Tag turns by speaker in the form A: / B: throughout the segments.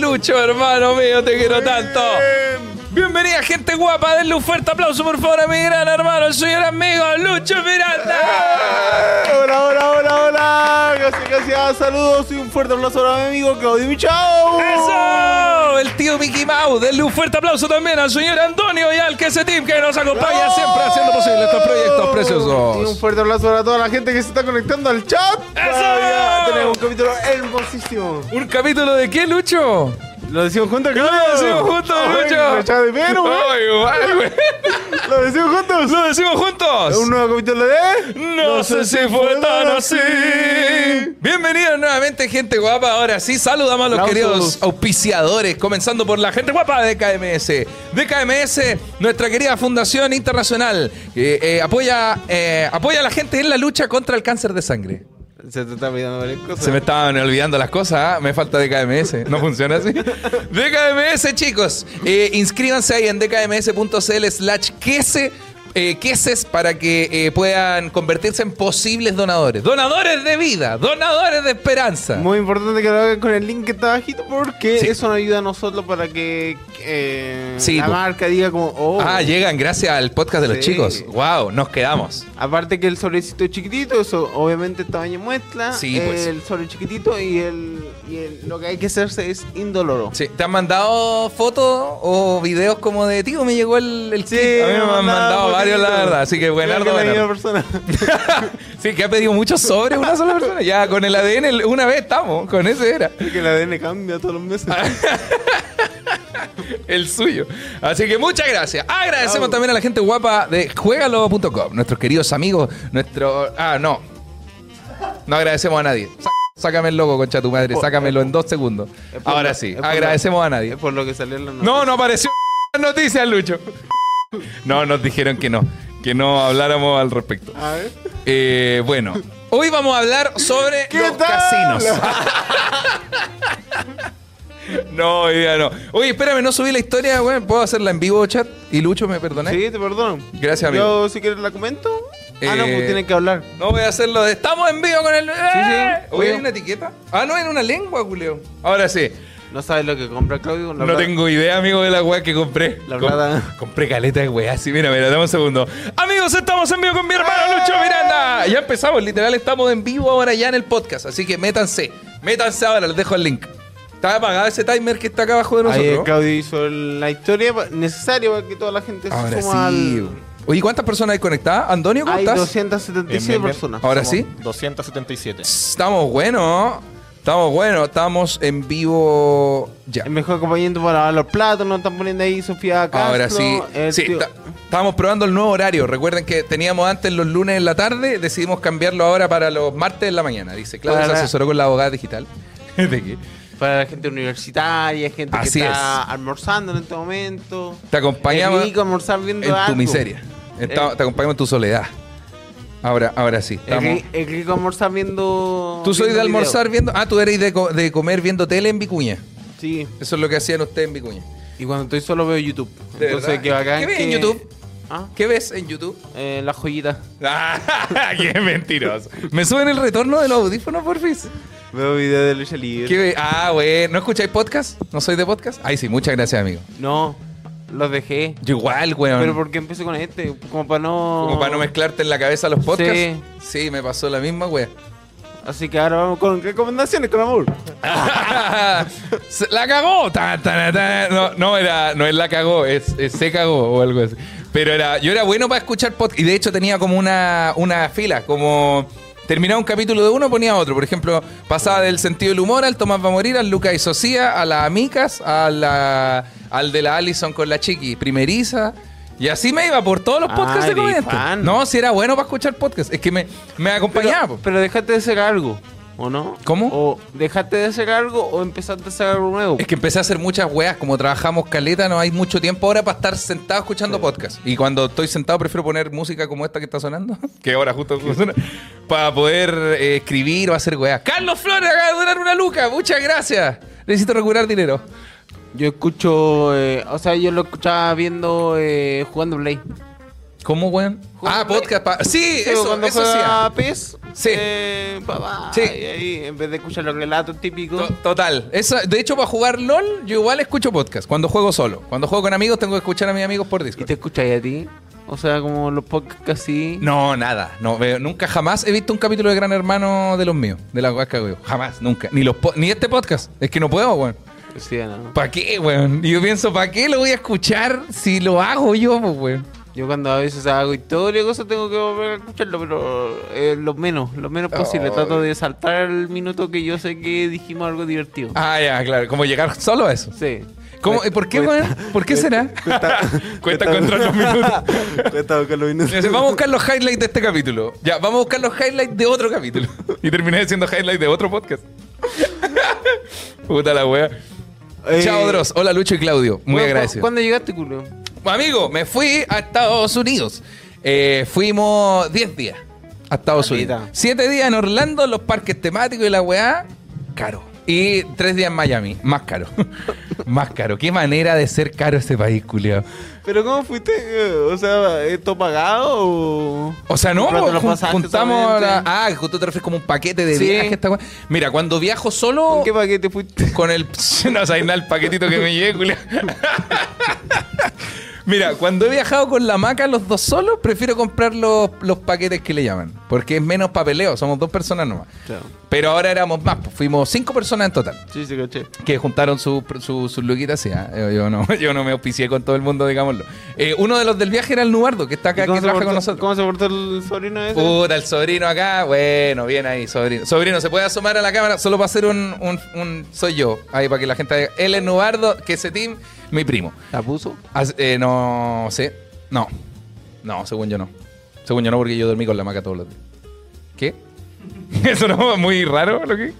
A: Nacho, hermano mío, te quiero tanto. Bienvenida, gente guapa. Denle un fuerte aplauso, por favor, a mi gran hermano, soy el amigo Lucho Miranda.
B: Hola, hola, hola, hola. Gracias, gracias. Saludos y un fuerte abrazo a mi amigo Claudio Michao. ¡Oh!
A: ¡Eso! El tío Mickey Mouse. Denle un fuerte aplauso también al señor Antonio y al que ese team que nos acompaña
B: ¡Bravo!
A: siempre haciendo posible estos proyectos
B: Y un
A: preciosos.
B: fuerte abrazo a toda la gente que se está conectando al chat. Todavía Tenemos un capítulo hermosísimo.
A: ¿Un capítulo de qué, Lucho?
B: ¿Lo decimos juntos, Claudio?
A: Lo decimos juntos,
B: Ay,
A: Lucho.
B: Me echaba de menos, ¿eh? güey.
A: Ay, igual, güey.
B: Lo decimos juntos.
A: Lo decimos juntos.
B: Un nuevo capítulo de.
A: No sé si fue tan así. Bienvenidos nuevamente, gente guapa. Ahora sí, saludamos a los
B: Aplausos.
A: queridos auspiciadores, comenzando por la gente guapa de KMS. De KMS, nuestra querida Fundación Internacional, que eh, apoya, eh, apoya a la gente en la lucha contra el cáncer de sangre.
B: Se te está olvidando varias cosas.
A: Se me estaban olvidando las cosas, ¿ah? me falta DKMS, no funciona así. DKMS, chicos, eh, inscríbanse ahí en dkms.cl slash quese, eh, queses para que eh, puedan convertirse en posibles donadores. Donadores de vida, donadores de esperanza.
B: Muy importante que lo hagan con el link que está bajito porque
A: Sí.
B: eso nos ayuda a nosotros para que eh,
A: Sí,
B: la
A: po.
B: marca diga como, oh,
A: Ah, llegan gracias al podcast de los
B: Sí.
A: chicos. Wow, nos quedamos.
B: Aparte que el sobrecito es chiquitito, eso obviamente el tamaño muestra.
A: Sí, pues.
B: El sobre chiquitito y, el, y el- lo que hay que hacerse es indoloro.
A: Sí, ¿Te han mandado fotos o videos como de, tío, me llegó el, el kit"? A mí me, han mandado varios, la verdad, así que buenardo,
B: Creo que la
A: buenardo.
B: misma persona.
A: sí, que ha pedido muchos sobres una sola persona. Ya, con el ADN el- una vez estamos, con ese era.
B: que el ADN cambia todos los meses.
A: El suyo. Así que muchas gracias. Agradecemos
B: Au.
A: también a la gente guapa de juegalo.com, nuestros queridos amigos, nuestro. Ah, no. No agradecemos a nadie. Sa- Sácame el logo, concha tu madre.
B: por-
A: Sácamelo en dos segundos.
B: Es por
A: Ahora
B: lo-
A: sí,
B: es por lo-
A: agradecemos a nadie.
B: Es por lo que salió en la
A: No, no apareció en las noticias, Lucho. No, nos dijeron que no. Que no habláramos al respecto.
B: A ver.
A: Eh, bueno, hoy vamos a hablar sobre
B: ¿Qué
A: los
B: tal?
A: casinos. No, hoy día no. Oye, espérame, no subí la historia, güey. ¿Puedo hacerla en vivo, chat? Y Lucho, ¿me perdoné?
B: Sí, te perdono.
A: ¿Eh? Gracias, amigo.
B: Yo, si quieres, la comento. Ah, no,
A: Eh,
B: pues tienen que hablar.
A: No voy a hacerlo de... ¡Estamos en vivo con el... ¡Eh!
B: sí,
A: Oye, ¿hay
B: obvio.
A: una etiqueta? Ah, no, en una lengua, culeo. Ahora sí.
B: No sabes lo que compra Claudio. la
A: no
B: verdad.
A: tengo idea, amigo, de la weá que compré.
B: La
A: Com-
B: plata.
A: compré caleta de weá. Sí, mira, mira, dame un segundo. Amigos, estamos en vivo con mi
B: ¡Ah!
A: hermano Lucho Miranda. Ya empezamos, literal, estamos en vivo ahora ya en el podcast. Así que métanse. Métanse ahora, les dejo el link. Está apagado ese timer que está acá abajo de
B: Ahí eh,
A: nosotros.
B: Claudio hizo el- la historia pa- necesaria para que toda la gente se
A: ahora sí.
B: suma
A: Oye, ¿cuántas personas hay conectadas? Antonio,
B: al...
A: ¿cómo
B: Hay
A: estás?
B: 277
C: Bien, bien, bien.
B: personas.
A: Ahora
C: Somos
A: sí.
C: 277.
A: Estamos buenos. Estamos buenos. Estamos en vivo ya.
B: El mejor acompañamiento para lavar los platos, nos están poniendo ahí Sofía Castro.
A: Ahora sí.
B: el
A: Sí,
B: tío-
A: ta- estábamos probando el nuevo horario. Recuerden que teníamos antes los lunes en la tarde, decidimos cambiarlo ahora para los martes en la mañana. Dice, claro, se
B: Para-
A: asesoró con la abogada digital. ¿De qué?
B: Para la gente universitaria, gente
A: Así
B: que está almorzando en este momento.
A: Te acompañamos
B: Es rico almorzar viendo
A: en tu
B: algo.
A: miseria. Esta-
B: Eh.
A: te acompañamos en tu soledad. Ahora, ahora sí.
B: Es
A: Estamos.
B: ri- es rico almorzar viendo.
A: Tú soy
B: viendo
A: de almorzar
B: video.
A: viendo. Ah, tú eres de, co- de comer viendo tele en Vicuña.
B: Sí.
A: Eso es lo que hacían ustedes en Vicuña.
B: Y cuando estoy solo veo YouTube.
A: ¿De
B: Entonces,
A: verdad?
B: que bacán.
A: ¿Qué ves en
B: que-
A: YouTube?
B: Ah,
A: ¿Qué ves en YouTube?
B: eh, la joyita.
A: Ah, ¡Qué mentiroso! ¿Me suben el retorno de los audífonos, porfis?
B: Veo videos de lucha libre.
A: ¿Qué ve- Ah, güey. ¿No escucháis podcast? ¿No sois de podcast? Ay, sí, muchas gracias, amigo.
B: No, los dejé.
A: Yo igual, güey.
B: Pero ¿por qué empecé con este? Como para no.
A: Como para no mezclarte en la cabeza los podcasts. Sí, me pasó la misma, güey.
B: Así que ahora vamos con recomendaciones, con amor.
A: Se- la cagó. Ta, ta, ta, ta. No, no, era, no es la cagó, es, es se cagó o algo así. Pero era, yo era bueno para escuchar podcast. Y de hecho tenía como una, una fila, como terminaba un capítulo de uno, ponía otro. Por ejemplo, pasaba del sentido del humor al Tomás va a morir, al Lucas y Socia, a las amicas, a la, al de la Allison con la chiqui, primeriza. Y así me iba por todos los
B: Ah,
A: podcasts de
B: eres
A: comedia.
B: fan.
A: No, si era bueno para escuchar podcasts. Es que me, me acompañaba. po.
B: Pero, pero dejaste de hacer algo, ¿o no?
A: ¿Cómo?
B: O dejaste de hacer algo o empezaste a hacer algo nuevo.
A: Es que empecé a hacer muchas weas, como trabajamos caleta, no hay mucho tiempo ahora para estar sentado escuchando podcast. Y cuando estoy sentado prefiero poner música como esta que está sonando, que ahora justo suena, para poder eh, escribir o hacer weas. Carlos Flores acaba de donar una luca, muchas gracias. Necesito recuperar dinero.
B: Yo escucho, eh, o sea, yo lo escuchaba viendo eh, jugando Play.
A: ¿Cómo, weón?
B: Juega
A: Ah,
B: Play.
A: podcast. pa- Sí,
B: Sí,
A: eso,
B: cuando
A: eso sí.
B: juega PES,
A: Sí.
B: E eh, papá,
A: Sí.
B: y ahí, en vez de escuchar los relatos típicos,
A: To- Total. Eso- de hecho, para jugar LOL, yo igual escucho podcast. Cuando juego solo. Cuando juego con amigos, tengo que escuchar a mis amigos por
B: ¿y
A: Discord.
B: te escucháis a ti? O sea, como los podcasts así.
A: No, nada. No, veo- nunca jamás he visto un capítulo de Gran Hermano de los míos. De la guasca, weón. Jamás, nunca. Ni, los po- ni este podcast. Es que no puedo, weón.
B: Sí, no.
A: ¿Para qué, weón? Y yo pienso, ¿para qué lo voy a escuchar si lo hago yo, pues, weón?
B: Yo cuando a veces hago historia y cosas tengo que volver a escucharlo, pero eh, lo menos, lo menos posible.
A: Oh.
B: Trato de saltar el minuto que yo sé que dijimos algo divertido.
A: Ah, ya, claro. Como llegar solo a eso.
B: Sí.
A: ¿Cómo? ¿Y ¿Por qué, weón? ¿Por qué será? Cuenta contra los minutos.
C: Cuenta con los
A: Me dice,
C: minutos.
A: vamos a buscar los highlights de este capítulo. Ya, vamos a buscar los highlights de otro capítulo. Y terminé haciendo highlights de otro podcast. Puta la wea.
C: Eh,
A: Chao, Dross. Hola, Lucho y Claudio. Muy
B: Bueno,
A: agradecido.
B: ¿cu- ¿Cuándo llegaste, culo?
A: Amigo, me fui a Estados Unidos. Eh, fuimos 10 días a Estados
B: Caleta.
A: Unidos. 7 días en Orlando, en los parques temáticos y la weá, caro. Y 3 días en Miami, más caro. más caro. Qué manera de ser caro este país, culiao.
B: ¿Pero cómo fuiste? Eh, O sea, ¿esto pagado o...?
A: O sea, no, pues,
B: ¿Compraste los
A: jun-
B: pasajes
A: juntamos
B: solamente?
A: la- Ah, justo te refieres como un paquete de
B: Sí.
A: viaje. Esta weá. Mira, cuando viajo solo...
B: ¿Con qué paquete fuiste?
A: Con el. No sabes nada el paquetito que me llegué, culiao. Mira, cuando he viajado con la maca los dos solos, prefiero comprar los, los paquetes que le llaman. Porque es menos papeleo, somos dos personas nomás.
B: Chao.
A: Pero ahora éramos más, pues, fuimos cinco personas en total.
B: Sí, sí, caché.
A: Que juntaron sus su, sus luquitas, sí, ah, Yo, yo no, yo no me auspicié con todo el mundo, digámoslo. Eh, uno de los del viaje era el Nubardo, que está acá,
B: ¿Y
A: que
B: ¿Cómo, se
A: trabaja
B: portó,
A: con nosotros.
B: ¿Cómo se portó el sobrino ese?
A: Puta, el sobrino acá. Bueno, bien ahí, sobrino. Sobrino, ¿se puede asomar a la cámara? Solo para hacer un, un- un- Soy yo. Ahí para que la gente... vea. Él es Nubardo, que ese team, mi primo.
B: ¿La puso?
A: As- eh, no sé. No. No, según yo no. Según yo no, porque yo dormí con la maca todos los días. ¿Qué? Eso no es muy raro lo que.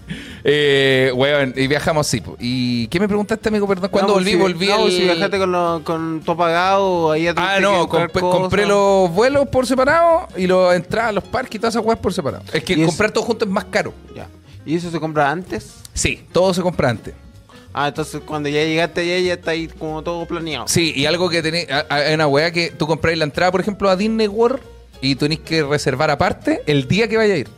A: Eh, weón, y viajamos sí. po. ¿Y qué me preguntaste, amigo? Perdón, ¿cuándo
B: No,
A: volví?
B: si-
A: volví
B: no,
A: el-
B: si viajaste con, lo, con todo pagado, ahí ya
A: Ah,
B: tuviste que
A: no,
B: comprar
A: compré,
B: cosas.
A: compré los vuelos por separado y los entradas a los parques y todas esas weas por separado. Es que
B: Y es-
A: comprar todo junto es más caro.
B: Ya. ¿Y eso se compra antes?
A: Sí. Todo se compra antes.
B: Ah, entonces cuando ya llegaste allá ya está ahí como todo planeado.
A: Sí, y algo que tenés. a- a- Hay una wea que tú compráis la entrada, por ejemplo, a Disney World y tenés que reservar aparte el día que vaya a ir.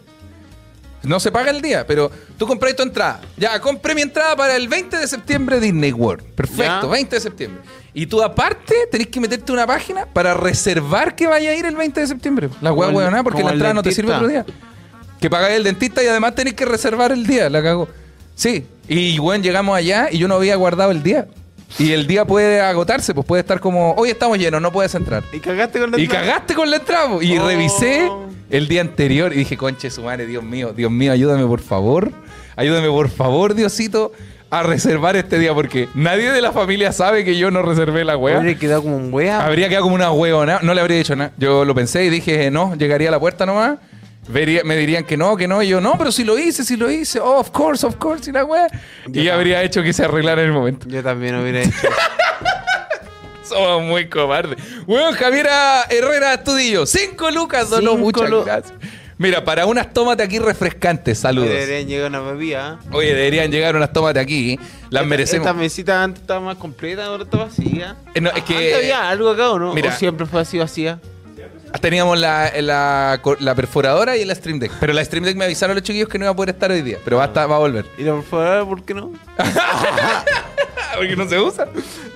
A: No se paga el día, pero tú compráis tu entrada. Ya, compré mi entrada para el 20 de septiembre Disney World. Perfecto,
B: Ya.
A: 20 de septiembre. Y tú aparte tenés que meterte una página para reservar que vaya a ir el 20 de septiembre. La
B: Como
A: wea
B: el-
A: weona, porque
B: como
A: la
B: el
A: entrada no te sirve
B: dentista.
A: otro día. Que pagáis el dentista y además tenéis que reservar el día, la cago. Sí. Y bueno, llegamos allá y yo no había guardado el día. Y el día puede agotarse, pues puede estar como, hoy estamos llenos, no puedes entrar.
B: ¿Y cagaste con la
A: Y
B: entrada?
A: cagaste con la entrada. po. Y
B: Oh.
A: revisé el día anterior y dije, conche su madre, Dios mío, Dios mío, ayúdame por favor. Ayúdame por favor, Diosito, a reservar este día porque nadie de la familia sabe que yo no reservé la wea.
B: Habría quedado como un wea.
A: Habría quedado como una huevona. No le habría dicho nada. Yo lo pensé y dije, no, llegaría a la puerta nomás. Vería- me dirían que no, que no. Y yo, no, pero si lo hice, si lo hice. Oh, of course, of course. Y la wea. Y habría hecho que se arreglara en el momento.
B: Yo también hubiera hecho.
A: Somos muy cobardes. Weón, Javiera Herrera Estudillo. Cinco lucas, donó
B: Cinco
A: muchas
B: lu-
A: gracias. Mira, para unas tómate aquí refrescantes. Saludos.
B: Deberían llegar una bebida. ¿eh?
A: Oye, deberían llegar unas tómate aquí. Las
B: Esta-
A: merecemos.
B: Esta mesita antes estaba más completa, ahora está vacía.
A: Eh, no, es
B: Ah,
A: que-
B: Antes había algo acá, ¿o no?
A: Mira.
B: ¿O siempre fue así vacía?
A: Ah, Teníamos la, la, la perforadora y el Stream Deck. Pero la Stream Deck me avisaron los chiquillos que no iba a poder estar hoy día. Pero va a, estar- va a volver.
B: Y la perforadora, ¿por qué no?
A: Ah, Porque no se usa.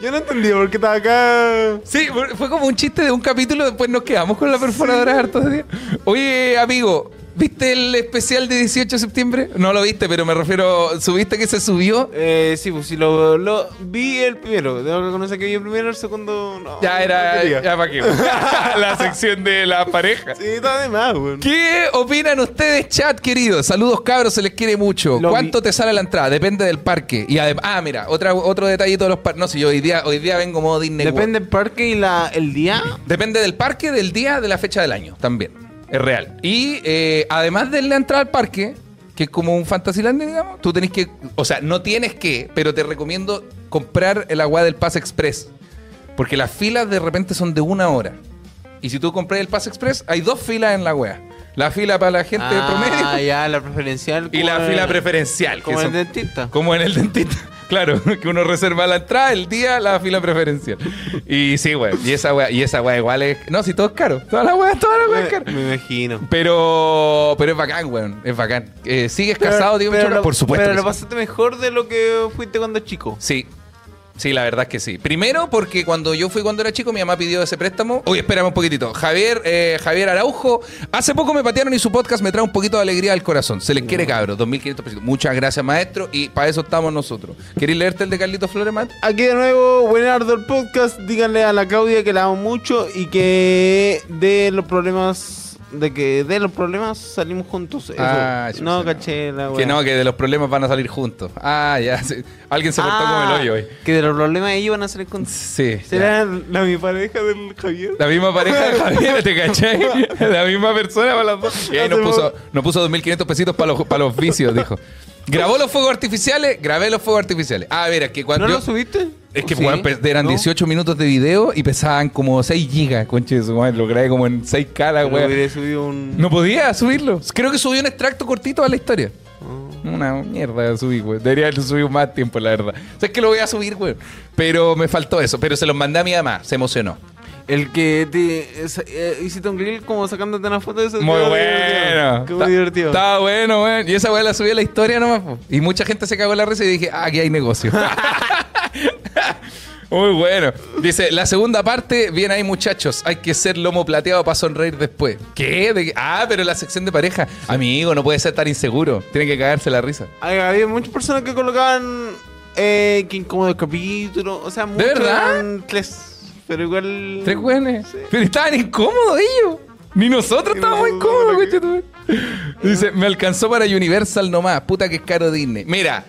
C: Yo no entendí por qué estaba acá.
A: Sí, fue- fue como un chiste de un capítulo, después nos quedamos con la perforadora hartos de día. Oye, amigo, ¿viste el especial de 18 de septiembre? No lo viste, pero me refiero, ¿subiste que se subió?
B: Eh, sí, pues sí, lo, lo- vi el primero. Debo reconocer que vi el primero, el segundo no.
A: Ya era,
C: quería.
A: ya para qué. la sección de la pareja.
C: Sí, está de más, weón.
A: ¿Qué opinan ustedes, chat, querido? Saludos, cabros, se les quiere mucho.
B: Lo
A: ¿Cuánto
B: vi-
A: te sale la entrada? Depende del parque. Y además, ah, mira, otra, otro detallito de los parques. No sé, yo hoy día, hoy día vengo modo Disney World.
B: Depende del parque y la, el día.
A: Depende del parque, del día, de la fecha del año también. Es real. Y eh, además de la entrada al parque, que es como un Fantasyland, digamos, tú tenés que. O sea, no tienes que, pero te recomiendo comprar el agua del Pass Express. Porque las filas de repente son de una hora. Y si tú compras el Pass Express, hay dos filas en la wea. La fila para la gente
B: ah,
A: promedio
B: ya, la preferencial.
A: y la
B: como
A: fila
B: el-
A: preferencial. que
B: Como el
A: son-
B: dentista.
A: como en el dentista. Claro, que uno reserva la entrada, el día, la fila preferencial. Y sí, güey. Y esa weá, y esa weá igual es. No, si todo es caro. Toda la weá, toda la weá es cara.
B: Me imagino.
A: Pero, pero es bacán, weón. Es bacán. Eh, ¿Sigues casado, tío? Michoacán?
B: lo-
A: Por supuesto.
B: Pero
A: que
B: lo
A: sí.
B: pasaste mejor de lo que fuiste cuando chico.
A: Sí. Sí, la verdad es que sí. Primero, porque cuando yo fui cuando era chico, mi mamá pidió ese préstamo. Oye, espérame un poquitito. Javier, eh, Javier Araujo, hace poco me patearon y su podcast me trae un poquito de alegría al corazón. Se les quiere, cabros. 2.500 pesitos. Muchas gracias, maestro. Y para eso estamos nosotros. ¿Queréis leerte el de Carlitos Flores, maestro?
B: Aquí de nuevo, Buenardo el podcast. Díganle a la Claudia que la amo mucho y que de los problemas. De que de los problemas salimos juntos. Eso.
A: Ah,
B: no,
A: chucha,
B: caché la
A: Que
B: weá.
A: no, que de los problemas van a salir juntos. Ah, ya. sí. Alguien se portó
B: Ah,
A: como el hoyo hoy.
B: Que de los problemas ellos van a salir juntos.
A: Sí. ya.
B: ¿Será la mi pareja del Javier?
A: La misma pareja de Javier, ¿te cachai? La misma persona para las dos. Y ahí nos puso, nos puso 2.500 pesitos para los, para los vicios, dijo. Grabó los fuegos artificiales, grabé los fuegos artificiales. Ah, ver, es que cuando.
B: ¿No
A: yo-
B: lo subiste?
A: es que
B: Sí,
A: weón, pues, eran
B: ¿no?
A: 18 minutos de video y pesaban como 6 gigas, conche de su madre. Lo grabé como en 6K, la
B: Pero
A: weá.
B: hubiera subido un.
A: No podía subirlo. Creo que subí un extracto cortito a la historia.
B: Ah.
A: Una mierda subí, güey. Debería haber subido más tiempo, la verdad. O sea, es que lo voy a subir, güey. Pero me faltó eso. Pero se los mandé a mi mamá. Se emocionó.
B: El que te. es- eh, hiciste un grill como sacándote una foto de eso.
A: Muy
B: Qué
A: bueno.
B: divertido. Qué muy divertido.
A: Estaba bueno, güey. Y esa güey la subí a la historia nomás. po. Y mucha gente se cagó la risa y dije, ah, aquí hay negocio. Muy bueno. Dice, la segunda parte, bien ahí muchachos, hay que ser lomo plateado para sonreír después. ¿Qué? ¿De qué? Ah, pero la sección de pareja. Amigo, no puede ser tan inseguro. Tiene que cagarse la risa.
B: Hay- Había muchas personas que colocaban eh, que incómodo el capítulo. O sea, muchos
A: verdad?
B: eran tres. Pero igual.
A: Tres jóvenes.
B: Sí.
A: Pero estaban incómodos ellos. Ni nosotros
B: Sí,
A: estábamos
B: no,
A: incómodos,
B: no,
A: coche tu madre. Dice, me alcanzó para Universal nomás. Puta que es caro Disney. Mira,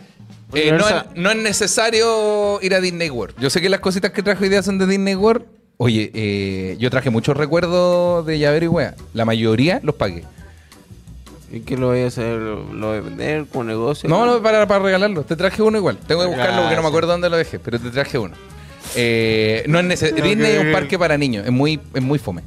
A: eh, no, es,
B: Universal.
A: no es necesario ir a Disney World. Yo sé que las cositas que trajo hoy día son de Disney World. Oye, eh, yo traje muchos recuerdos de Llavero y Wea. La mayoría los pagué.
B: ¿Y qué lo voy a hacer? ¿Lo lo voy a vender con negocio?
A: No, no, para, para regalarlo. Te traje uno igual. Tengo que buscarlo porque no me
B: Gracias.
A: acuerdo dónde lo dejé, pero te traje uno. Eh, no es neces- Disney es un
B: Ok.
A: parque para niños. Es muy, es muy fome.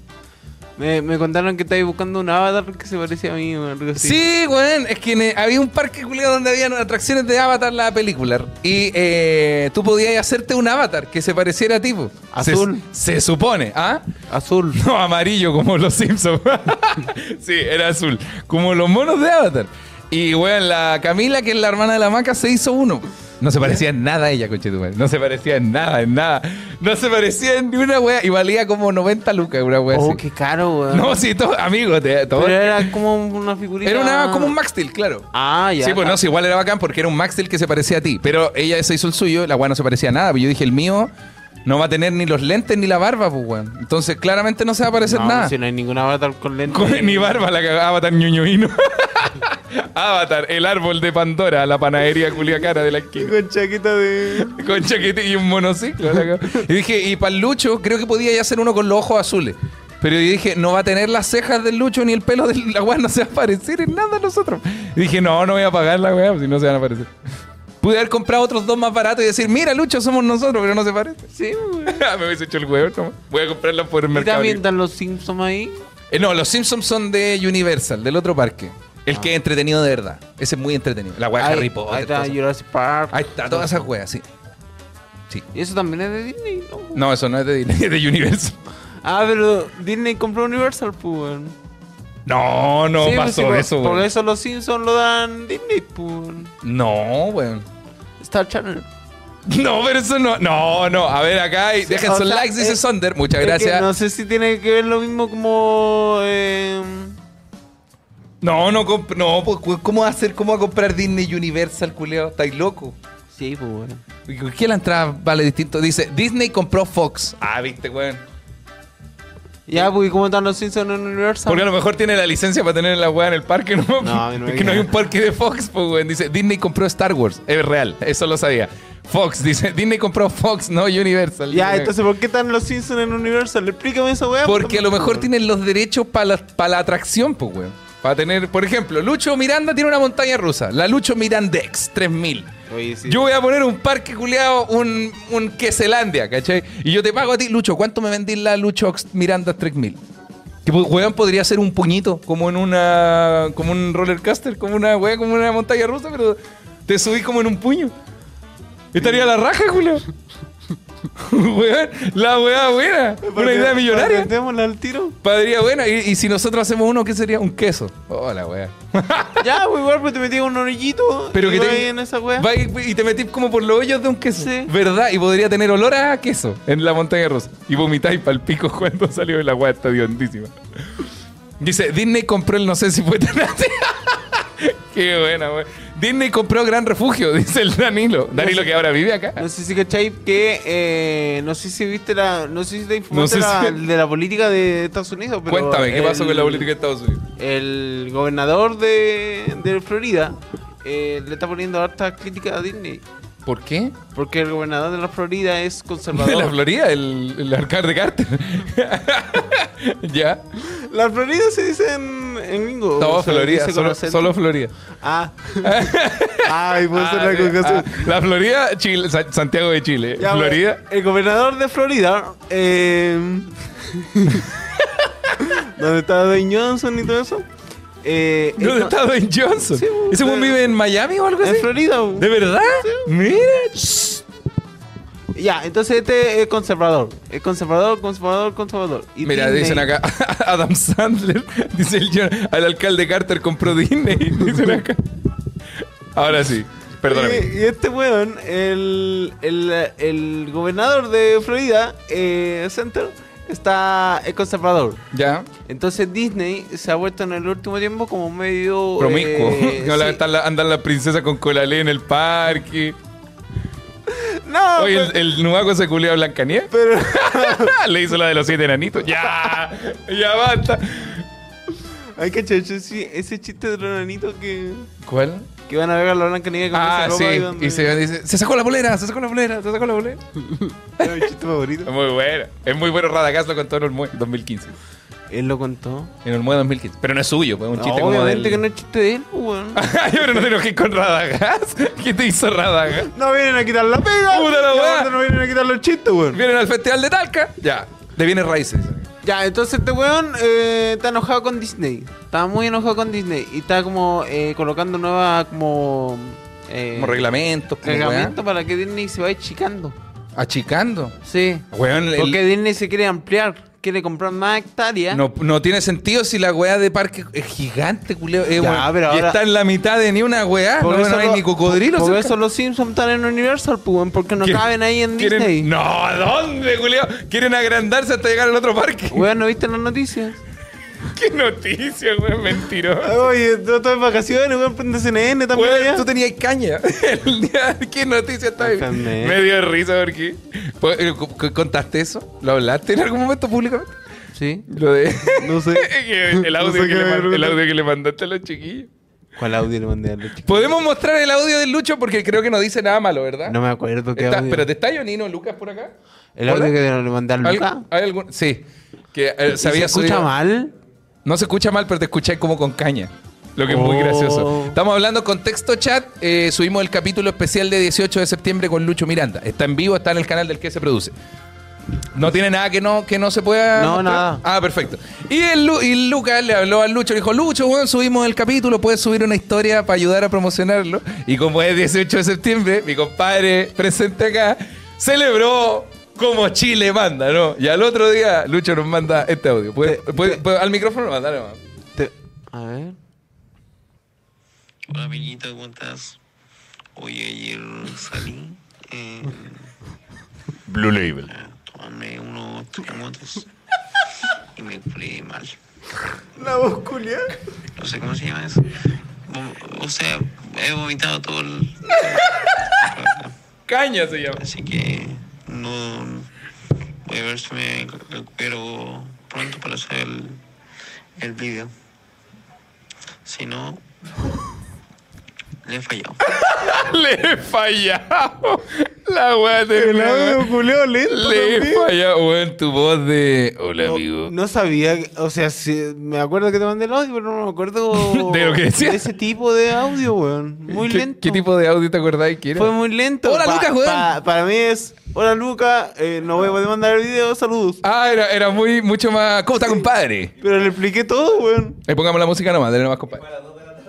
B: Me, me contaron que estáis buscando un avatar que se parece a mí. o algo así.
A: Sí, weón, es que en, eh, había un parque culiado donde habían atracciones de Avatar la película. Y eh, tú podías hacerte un Avatar que se pareciera a ti. po.
B: Azul.
A: Se, se supone, ¿ah?
B: Azul.
A: No, amarillo como los Simpsons. sí, era azul. Como los monos de Avatar. Y, weón, la Camila, que es la hermana de la maca, se hizo uno. No se parecía en nada a ella, conchetumal. No se parecía en nada, en nada. No se parecía en ni una wea. Y valía como 90 lucas, una wea
B: Oh,
A: así.
B: qué caro, weón.
A: No, sí, todo, amigo, te- todo.
B: Pero era como una figurita.
A: Era una, como un Max Steel, claro.
B: Ah, ya.
A: Sí, pues no, sí, igual era bacán porque era un Maxtel que se parecía a ti. Pero ella se hizo el suyo, la weá no se parecía a nada. Pero yo dije, el mío no va a tener ni los lentes ni la barba, pues weón. Entonces claramente no se va a parecer
B: No, pues,
A: nada.
B: Si no hay ningún avatar con lente.
A: Con- ni barba la cagaba Avatar ñoñoíno. Avatar, el árbol de Pandora, la panadería culiacana de la esquina.
C: Con chaqueta de.
A: Con chaquete y un monociclo. la cagaba. y dije, y para el Lucho, creo que podía ya hacer uno con los ojos azules. Pero yo dije, no va a tener las cejas del Lucho ni el pelo del la weá, no se va a parecer en nada a nosotros. Y dije, no, no voy a pagar la weá, si no se van a parecer. Pude haber comprado otros dos más baratos y decir, mira, Lucho, somos nosotros, pero no se parece.
B: Sí, weón.
A: Me hubiese hecho el huevo, toma. Voy a comprarla por el
B: Y
A: mercado.
B: también
A: Libre.
B: están los Simpsons ahí.
A: Eh, no, los Simpsons son de Universal, del otro parque. El que es entretenido de verdad. Ese es muy entretenido. La weá de
B: Ah. Ahí-
A: Pues, Harry Potter.
B: Ahí está
A: todo eso.
B: Jurassic Park.
A: Ahí está, todas esas weas, sí. Sí.
B: Y eso también es de Disney, ¿no?
A: No, eso no es de Disney, es de Universal.
B: Ah, pero Disney compró Universal, pues, weón.
A: No, no
B: Sí, pues, sí,
A: pasó
B: por-
A: eso,
B: Por
A: weón.
B: eso los Simpsons lo dan Disney, pues. weón.
A: No, weón.
B: Star Channel.
A: No, pero eso no. No, no. A ver, acá hay,
B: Sí,
A: dejen
B: o
A: sus
B: sea,
A: likes, dice
B: es-
A: Sonder. Muchas
B: Es que
A: gracias.
B: no sé si tiene que ver lo mismo como. eh,
A: No, no, comp- no, pues, cu- ¿cómo va a hacer? ¿Cómo va a comprar Disney Universal, culeo? ¿Estáis loco?
B: Sí, pues, weón.
A: ¿Por qué la entrada vale distinto? Dice, Disney compró Fox. Ah, viste, weón.
B: Ya, pues, ¿y cómo están los Simpsons en Universal?
A: Porque a lo mejor tiene la licencia para tener la weá en el parque, ¿no?
B: a mí no me
A: es que no
B: diga.
A: hay un parque de Fox, pues, weón. Dice, Disney compró Star Wars. Es real, eso lo sabía. Fox, dice, Disney compró Fox, no Universal.
B: Ya,
A: Weón.
B: entonces, ¿por qué están los Simpsons en Universal? Explícame esa weá. pues,
A: Porque a lo mejor
B: tiene
A: tienen los derechos para la, pa' la atracción, pues, weón. Para tener, por ejemplo, Lucho Miranda tiene una montaña rusa, la Lucho Mirandex 3000.
B: Oye, sí.
A: Yo voy a poner un parque culeado, un, un Queselandia, ¿cachai? Y yo te pago a ti, Lucho, ¿cuánto me vendís la Lucho Ox Miranda 3000? Que pues, weón podría ser un puñito, como en una. como un roller coaster, como una weón, como una montaña rusa, pero te subís como en un puño. Estaría la raja, Julio. Weón, la weá buena. Una idea millonaria.
C: Vendémosla al tiro.
A: Padría buena. Y, y si nosotros hacemos uno, ¿qué sería? Un queso. Oh, la weá.
B: Ya, pues igual, pues te metí un orillito.
A: Pero
B: y
A: que
B: vas
A: te-
B: en esa wea.
A: Va y, y te metís como por los hoyos de un queso.
B: Sí.
A: ¿Verdad? Y podría tener olor a queso en la montaña rusa. Y vomitáis pa'l pico cuando salió de la weá. Está hondísima. Dice, Disney compró el no sé si fue tan así. Qué buena, weón. Disney compró Gran Refugio, dice el Danilo. Danilo que ahora vive acá.
B: No sé si cachai que. eh, no sé si viste la. No sé si te informaste
A: No sé
B: la-
A: si-
B: de la política de Estados Unidos. Pero
A: Cuéntame, ¿qué
B: el-
A: pasó con la política de Estados Unidos?
B: El gobernador de, de Florida eh, le está poniendo hartas críticas a Disney.
A: ¿Por qué?
B: Porque el gobernador de la Florida es conservador.
A: De la Florida, el, el alcalde Carter. ya.
B: La Florida se dice en, en gringo.
A: No,
B: o sea,
A: Florida,
B: dice
A: solo,
B: con acento.
A: solo Florida.
B: Ah,
C: Ay, puede ser
A: Ah,
C: la
A: sí,
C: conjunción.
A: ah, la Florida, Chile, Sa- Santiago de Chile.
B: ya, bueno,
A: Florida.
B: El gobernador de Florida. em,
C: Eh,
B: ¿Dónde está Dwayne Johnson y todo eso? Eh,
A: ¿Dónde
B: él-
A: está Dwayne Johnson?
B: Sí,
A: ¿Ese
B: de-
A: buen vive en Miami o algo así?
B: En Florida. bu.
A: ¿De verdad? Mira. shh.
B: Ya, entonces este es conservador. Es conservador, conservador, conservador. Y
A: Mira,
B: Disney-
A: dicen acá Adam Sandler. Dice el John, al alcalde Carter compró Disney. Dicen acá. Ahora sí. Perdóname.
B: Y, y este weón, el, el, el gobernador de Florida, eh, Center, está, es conservador.
A: Ya.
B: eh, Entonces Disney se ha vuelto en el último tiempo como medio...
A: Promiscuo.
B: eh,
A: No, la-
B: sí.
A: están la- andan las princesas con colalé en el parque.
B: No,
A: Oye,
B: pero-
A: el, el nuaco se culió a Blancanieves.
C: pero
A: Le hizo la de los siete enanitos. Ya. Ya basta.
B: hay que echar ese chiste de Ronanito que,
A: ¿Cuál?
B: que van a ver a la blanca nieve con
A: Ah,
B: esa ropa
A: sí.
B: y donde-
A: Y se dice, se sacó la bolera, se sacó la bolera, se sacó la bolera.
C: era mi chiste
A: Es
C: favorito.
A: muy bueno. Es muy bueno Radagast lo contó en Olmue 2015.
B: Él lo contó.
A: En Olmue 2015. Pero no es suyo, pues es un chiste como
B: Obviamente
A: del...
B: que no es chiste de él, pues, weón.
A: Ay, pero no te enojes con Radagast. ¿Qué te hizo Radagast?
C: No vienen a quitar la pega.
A: Puta la
C: Y
A: weá.
C: aparte No vienen a quitar los chistes, weón.
A: Vienen al festival de Talca. Ya. De bienes raíces.
B: Ya, entonces este weón eh, está enojado con Disney. Está muy enojado con Disney. Y está como eh, colocando nueva como... eh,
A: Como reglamentos, como
B: reglamento para que Disney se vaya achicando.
A: weá. Achicando.
B: Sí.
A: Weón, el-
B: Porque Disney se quiere ampliar. Quiere comprar más hectáreas.
A: No, no tiene sentido si la weá de parque es gigante, culeo. Eh,
B: Ya,
A: weón.
B: pero
A: y
B: ahora-
A: está en la mitad de ni una weá. Ah, No,
B: Por eso
A: no hay
B: lo-
A: ni cocodrilos.
B: Por
A: cerca.
B: eso los Simpsons están en Universal, pues, weón, porque no
A: ¿Quieren-
B: caben ahí en
A: quieren-
B: Disney.
A: No, ¿a ¿dónde, Julio? Quieren agrandarse hasta llegar al otro parque.
B: Weón, ¿no viste las noticias?
A: Qué noticia, weón,
B: Ah,
A: mentiroso.
C: Oye, no estoy de vacaciones, weón. Prende CNN también.
A: Weón,
C: allá.
A: tú tenías caña. El día- ¿Qué noticia
B: Ah,
A: está ahí?
B: Déjame.
A: Me dio risa porque. Pues, eh, co- co- ¿Contaste eso? ¿Lo hablaste en algún momento públicamente?
B: Sí.
A: Lo de.
C: No sé.
A: que el,
C: No
A: audio
C: sé
A: que
C: qué me
A: le man- el
C: preguntaste.
A: audio que le mandaste a los chiquillos.
B: ¿Cuál audio le mandé a los chicos?
A: Podemos mostrar el audio del Lucho porque creo que no dice nada malo, ¿verdad?
B: No me acuerdo qué
A: Está-
B: audio.
A: pero te está Ionino Lucas por acá.
B: El audio
A: ¿Hola?
B: que le mandé a
A: ¿Al-
B: Luca.
A: ¿Hay algún? Sí. Que eh,
B: ¿Y
A: se había
B: escucha
A: subido-
B: mal?
A: No se escucha mal, pero te escucháis como con caña. Lo que es muy
B: Oh.
A: gracioso. Estamos hablando con texto chat. eh, subimos el capítulo especial de 18 de septiembre con Lucho Miranda. Está en vivo, está en el canal del que se produce. No tiene nada que no, que no se pueda.
B: No, nada.
A: Ah, perfecto. Y, el, Lu- y Lucas le habló al Lucho, le dijo: Lucho, weón, subimos el capítulo, puedes subir una historia para ayudar a promocionarlo. Y como es 18 de septiembre, mi compadre presente acá celebró como Chile manda, ¿no? Y al otro día, Lucho nos manda este audio. ¿Puede-
B: Te-
A: puede-
B: te-
A: puede- al micrófono, mandale, nomás.
B: Te- A ver.
D: Hola amiguito, ¿cómo estás? Hoy ayer salí eh,
E: Blue Label.
D: a tomarme unos terremotos y me curé mal.
C: La voz culia.
D: No sé cómo se llama eso. Vom- O sea, he vomitado todo el...
A: Caña se llama.
D: Así que no... Voy a ver si me recupero pronto para hacer el, el video. Si no, le he fallado.
A: Le he fallado. La weá de
C: El audio culiao lento.
A: Le he
C: también.
A: fallado, weón, tu voz de. Hola, amigo.
B: No, no sabía, que- o sea, sí, me acuerdo que te mandé el audio, pero no me acuerdo
A: De lo que decía.
B: de ese tipo de audio, weón. Muy
A: ¿Qué,
B: lento.
A: ¿Qué tipo de audio te acordáis que era?
B: Fue muy lento.
A: Hola, Lucas, weón.
B: para mí es, hola Luca, eh, no voy a poder mandar el video, saludos.
A: Ah, era, era muy, mucho más. ¿Cómo está, compadre?
B: Pero le expliqué todo, weón.
A: Le pongamos la música nomás, dale nomás, compadre.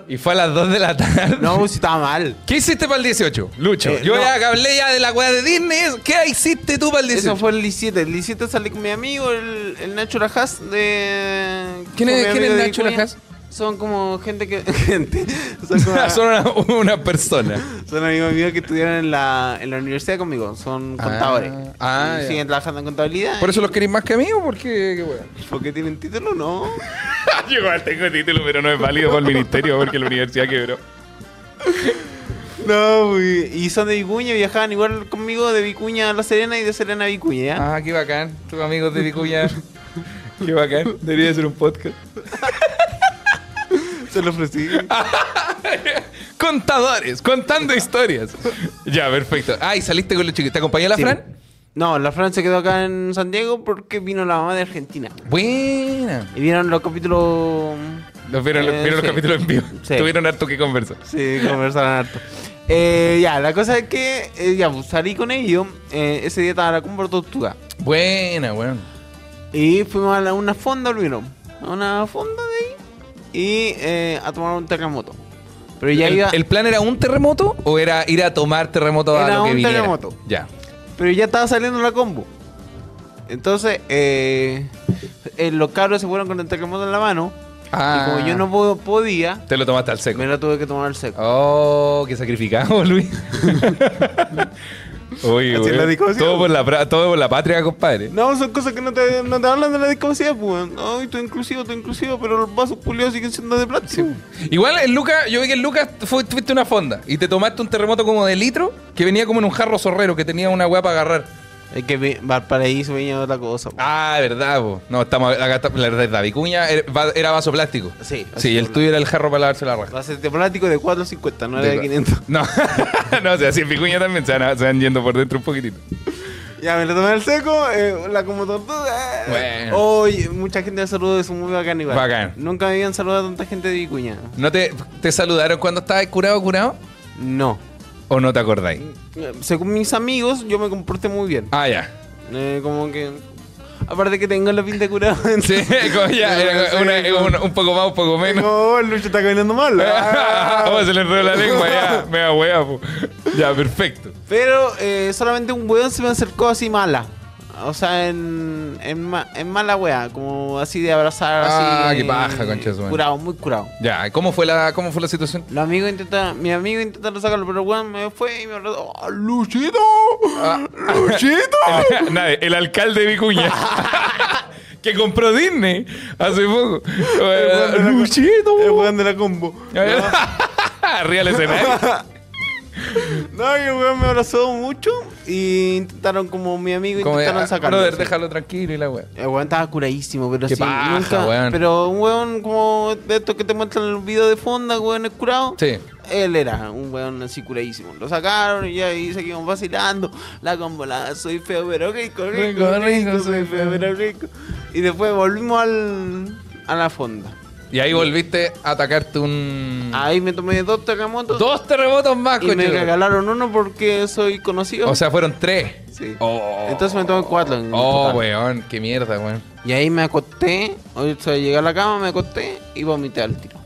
A: Y fue a las 2 de la tarde.
B: No, si estaba mal.
A: ¿Qué hiciste para el 18? Lucho.
B: Eh,
A: Yo
B: no.
A: ya hablé ya de la weá de Disney. ¿Qué hiciste tú para el 18?
B: Eso fue el 17. El 17 salí con mi amigo, el, el Nacho Lajas de.
A: ¿Quién
B: con
A: es-
B: mi
A: quién
B: amigo
A: es
B: de
A: Nacho
B: Vicuña.
A: Lajas?
B: Son como gente que. Gente. Son, como-
A: Son una, una persona.
B: son amigos míos que estudiaron en la, en la universidad conmigo. Son
A: Ah,
B: contadores.
A: ah,
B: Y
A: ya.
B: siguen trabajando en contabilidad.
A: ¿Por eso los queréis más que a mí o por qué? qué weá?
B: Porque tienen título, no.
A: Yo igual tengo título, pero no es válido por el ministerio porque la universidad quebró.
B: No, güey. Y son de Vicuña, viajaban igual conmigo de Vicuña a La Serena y de Serena a Vicuña, ¿ya?
A: Ah, qué bacán. Tus amigos de Vicuña. Qué bacán. Debería ser un podcast.
B: Se lo ofrecí.
A: Contadores, contando historias. ya, perfecto. Ah, y saliste con los chiquitos. ¿Te acompañó la
B: Sí.
A: Fran?
B: No, la Fran se quedó acá en San Diego porque vino la mamá de Argentina.
A: Buena.
B: Y vieron los capítulos.
A: Los vieron,
B: Eh,
A: los, vieron
B: sí.
A: los capítulos en vivo.
B: Sí.
A: Tuvieron harto que conversar.
B: Sí, conversaron harto. Eh, ya, la cosa es que eh, ya, pues, salí con ellos. eh, ese día estaba la Combo Tortuga.
A: Buena, weón.
B: Y fuimos a la- una fonda, Luino. A una fonda de ahí. Y eh, a tomar un terremoto. Pero ya
A: ¿El,
B: iba.
A: el plan era un terremoto o era ir a tomar terremoto a
B: Era
A: lo que
B: un
A: viniera?
B: terremoto.
A: Ya.
B: Pero ya estaba saliendo la combo. Entonces, eh, eh, los cabros se fueron con el terremoto en la mano.
A: Ah.
B: Y como yo no po- podía,
A: Te lo tomaste al seco.
B: me lo tuve que tomar al seco.
A: Oh, qué sacrificado, Luis. Uy,
C: Así es la discusión.
A: todo, por la, pra- todo por la patria, compadre.
C: No, son cosas que no te, no te hablan de la discapacidad, pues. Ay, tú inclusivo, tú inclusivo, pero los vasos culiados siguen siendo de plástico.
A: Igual en Lucas, yo vi que en Lucas fue- fuiste a una fonda y te tomaste un terremoto como de litro que venía como en un jarro zorrero que tenía una weá para agarrar.
B: Es que vi- Valparaíso venía de otra cosa. po.
A: Ah, verdad, po. No, estamos acá está, la verdad, la vicuña era, er, va- era vaso plástico.
B: Sí, vaso
A: Sí, el
B: plástico.
A: tuyo era el jarro para lavarse la raja.
B: Va a ser de plástico de 4.50, no era Ah, de
A: De-
B: 500.
A: No, no, o sea, si en Vicuña también se van, se van yendo por dentro un poquitito.
B: Ya, me lo tomé al seco, eh, la como tortuga.
A: Bueno.
B: Oye, mucha gente me saludó, es muy bacán igual.
A: Bacán.
B: Nunca me habían saludado tanta gente de Vicuña.
A: ¿No te, te saludaron cuando estabas curado, curado?
B: No.
A: ¿O no te acordáis?
B: Eh, Según mis amigos, yo me comporté muy bien.
A: Ah, ya.
B: Eh, como que. Aparte que tengo la pinta curada.
A: Sí, como ya, era como una- un, un poco más, un poco menos.
B: "Oh,
C: No, el Lucho está caminando mal.
B: Ah.
A: Oh, se le enredó la lengua, ya, mega wea, po. Ya, perfecto.
B: Pero eh, solamente un weón se me acercó así mala. O sea, en, en, ma- en mala wea. Como así de abrazar.
A: Ah,
B: así,
A: qué paja,
B: eh,
A: concha de su madre.
B: Curado, muy curado.
A: Ya, ¿cómo fue la, cómo fue la situación?
B: Los amigos intentaron, mi amigo intentaron sacarlo, pero el weón me fue y me abrazó. ¡Oh, Luchito!
A: Ah.
C: ¡Luchito!
A: El, nadie, el alcalde de Vicuña. que compró Disney hace poco.
C: weón de la- El
A: Luchito.
C: weón de la combo.
A: Arriba el escenario.
B: No, y el weón me abrazó mucho. Y intentaron, como mi amigo,
A: Como,
B: intentaron
A: ah,
B: sacarlo.
A: brother,
B: sí.
A: déjalo tranquilo y la wea.
B: El weón estaba curadísimo, pero
A: Qué
B: sí,
A: paja,
B: nunca.
A: weón.
B: Pero un weón como de estos que te muestran en el video de fonda, weón, es curado.
A: Sí.
B: Él era un weón así curadísimo. Lo sacaron y ahí seguimos vacilando. La combolada, soy feo, pero rico, rico,
A: Rico,
B: rico,
A: rico,
B: soy feo, pero rico. Y después volvimos al, a la fonda.
A: Y ahí volviste a atacarte un.
B: Ahí me tomé dos terremotos
A: Mm. Dos terremotos más,
B: y me
A: coño.
B: regalaron uno porque soy conocido.
A: O sea, fueron tres.
B: Sí.
A: Oh.
B: Entonces me tomé cuatro en
A: Oh,
B: total.
A: weón, qué mierda, weón.
B: Y ahí me acosté, o sea, llegué a la cama, me acosté y vomité al tiro.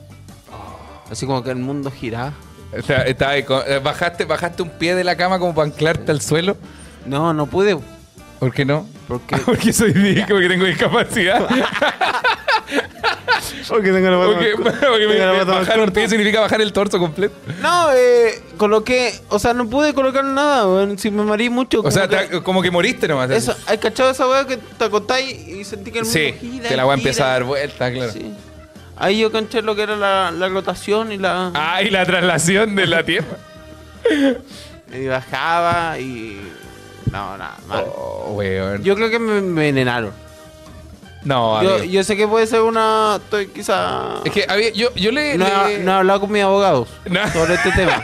B: Así como que el mundo giraba.
A: O sea, estaba ahí con- eh, bajaste, bajaste un pie de la cama como para anclarte al suelo.
B: No, no pude,
A: ¿Por qué no?
B: porque
A: Porque soy di- porque tengo discapacidad.
C: Ok, tengo la pata
A: porque
C: más corta.
A: porque me-
C: Tengo la pata más
A: bajar un pie significa bajar el torso completo.
B: No, eh, coloqué, o sea, no pude colocar nada, weón. Si me mareé mucho.
A: O
B: como
A: sea,
B: que-
A: te- como que moriste nomás.
B: eso, ¿hay cachado esa weá que te acostáis y sentí que el mundo
A: sí,
B: gira?
A: te
B: y
A: la voy a
B: gira?
A: empezar a dar vuelta, claro.
B: Sí. Ahí yo canché lo que era la, la rotación y la.
A: Ah, y la traslación de la tierra.
B: Y bajaba y. No, nada, mal.
A: Oh, weón.
B: Ah. Yo creo que me envenenaron.
A: no,
B: Yo,
A: Oh, amigo.
B: yo sé que puede ser una. Estoy quizá.
A: Es que había, yo, yo le.
B: No,
A: le-
B: he- no he hablado con mis abogados
A: No.
B: sobre este tema.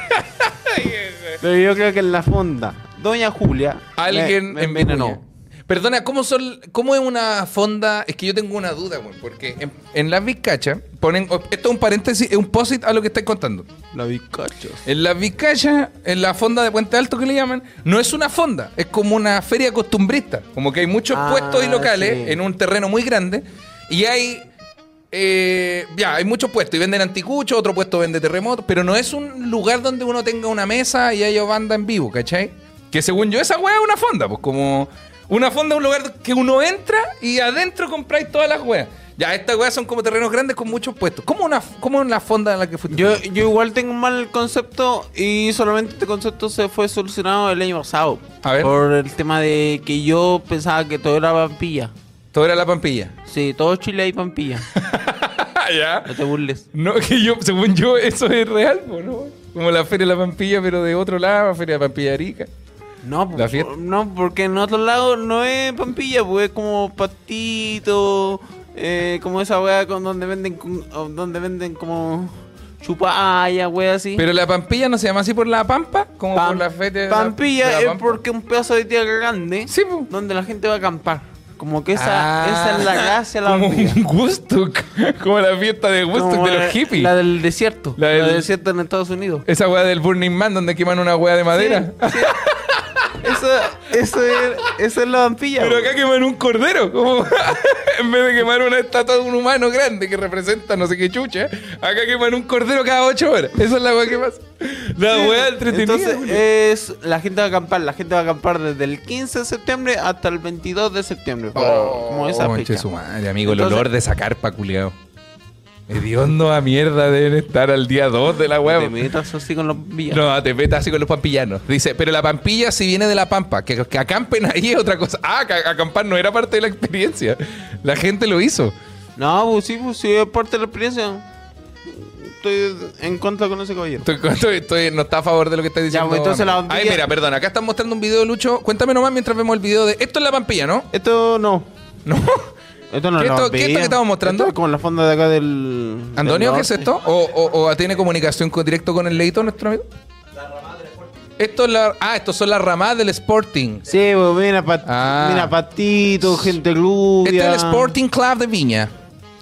B: Pero yo creo que en la fonda, Doña Julia.
A: Alguien
B: me- me
A: en
B: envenenó.
A: Vicuña. Perdona, ¿cómo, son, ¿cómo es una fonda? Es que yo tengo una duda, güey, porque en, en las Vizcachas ponen. oh, Esto es un paréntesis, es un posit a lo que estáis contando.
B: La bizcachos.
A: En las Vizcachas, en la fonda de Puente Alto que le llaman, no es una fonda, es como una feria costumbrista. Como que hay muchos
B: Ah,
A: puestos y locales
B: sí.
A: en un terreno muy grande y hay. eh, eh, ya, hay muchos puestos y venden anticuchos, otro puesto vende terremotos, pero no es un lugar donde uno tenga una mesa y haya banda en vivo, ¿cachai? Que según yo, esa weá es una fonda, pues como una fonda es un lugar que uno entra y adentro compráis todas las weas. Ya, estas weas son como terrenos grandes con muchos puestos. ¿Cómo una, cómo una fonda en la que fuiste?
B: Yo, yo igual tengo mal concepto y solamente este concepto se fue solucionado el año pasado.
A: A ver.
B: Por el tema de que yo pensaba que todo era vampilla.
A: Todo era la pampilla.
B: Sí, todo Chile hay pampilla.
A: Ah, ya.
B: No te burles.
A: No, que yo, según yo, eso es real, po, ¿no? Como la Feria de la Pampilla, pero de otro lado, la Feria de la Pampilla de Arica.
B: No,
A: La
B: por-
A: fiesta.
B: no, porque en otro lado no es pampilla, pues es como pastito, eh, como esa wea con donde venden con- donde venden como chupalla, wea así.
A: Pero la Pampilla no se llama así por la Pampa, como
B: Pam-
A: por la Feria de la-
B: pampilla
A: de la
B: es
A: Pampa.
B: porque un pedazo de tierra grande
A: Sí, po.
B: donde la gente va a acampar. Como que esa,
A: Ah.
B: esa es la gracia de la
A: Como
B: pampilla.
A: un gusto, como la fiesta de gusto
B: Como
A: de
B: la-
A: los hippies.
B: La del desierto.
A: La
B: La
A: del-
B: del, desierto en Estados Unidos.
A: Esa weá del Burning Man donde queman una weá de madera.
B: Sí, sí. Eso, eso, es, eso es la pampilla.
A: Pero
B: wea.
A: acá queman un cordero, como en vez de quemar una estatua de un humano grande que representa no sé qué chucha, acá queman un cordero cada ocho horas. Esa es la weá que pasa. La weá entretenida.
B: Entonces,
A: Julio.
B: es, la gente va a acampar. La gente va a acampar desde el 15 de septiembre hasta el 22 de septiembre. para- como esa
A: Oh, Conche
B: fecha.
A: su madre, amigo, el
B: Entonces-
A: olor de esa carpa, culiao. Hediondo a mierda deben estar al día 2 de la
B: Te
A: weá.
B: metas así con los villas.
A: No, te metas así con los pampillanos. Dice, pero la pampilla si viene de la pampa. Que, que acampen ahí es otra cosa. Ah, que acampar no era parte de la experiencia. La gente lo hizo.
B: No, pues sí, pues sí, es parte de la experiencia. Estoy en contra con ese caballero.
A: Estoy, estoy- estoy- no está a favor de lo que estás diciendo.
B: pues, entonces la
A: amigo. Ay,
B: pampilla-
A: mira, perdón. Acá están mostrando un video, Lucho. Cuéntame nomás mientras vemos el video de... Esto es la pampilla, ¿no?
B: Esto no.
A: No.
B: Esto no
A: ¿Qué
B: es la
A: esto- qué
B: pampilla.
A: esto que estamos mostrando?
B: Esto es como la fonda de acá del. del
A: ¿Antonio qué es
B: norte.
A: esto? ¿O, o- o tiene comunicación con- directo con el leito, nuestro amigo? Esto es la, ah, estos son las ramadas del Sporting. Este
B: Sí, pues mira, pat-
A: Ah.
B: mira patito, gente
A: Este es
B: rubia.
A: el Sporting Club de Viña.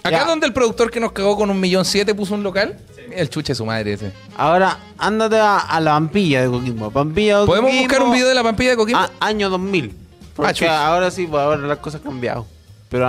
A: Acá
B: Ya.
A: donde el productor que nos cagó con un millón siete puso un local. El chuche su madre ese.
B: Ahora, ándate a, a la pampilla de Coquimbo. Pampilla de
A: ¿Podemos
B: Coquimbo.
A: buscar un video de la pampilla de Coquimbo?
B: A- Ah, año 2000.
A: Ah,
B: Porque
A: chuta.
B: ahora sí, pues ahora las cosas han cambiado. Pero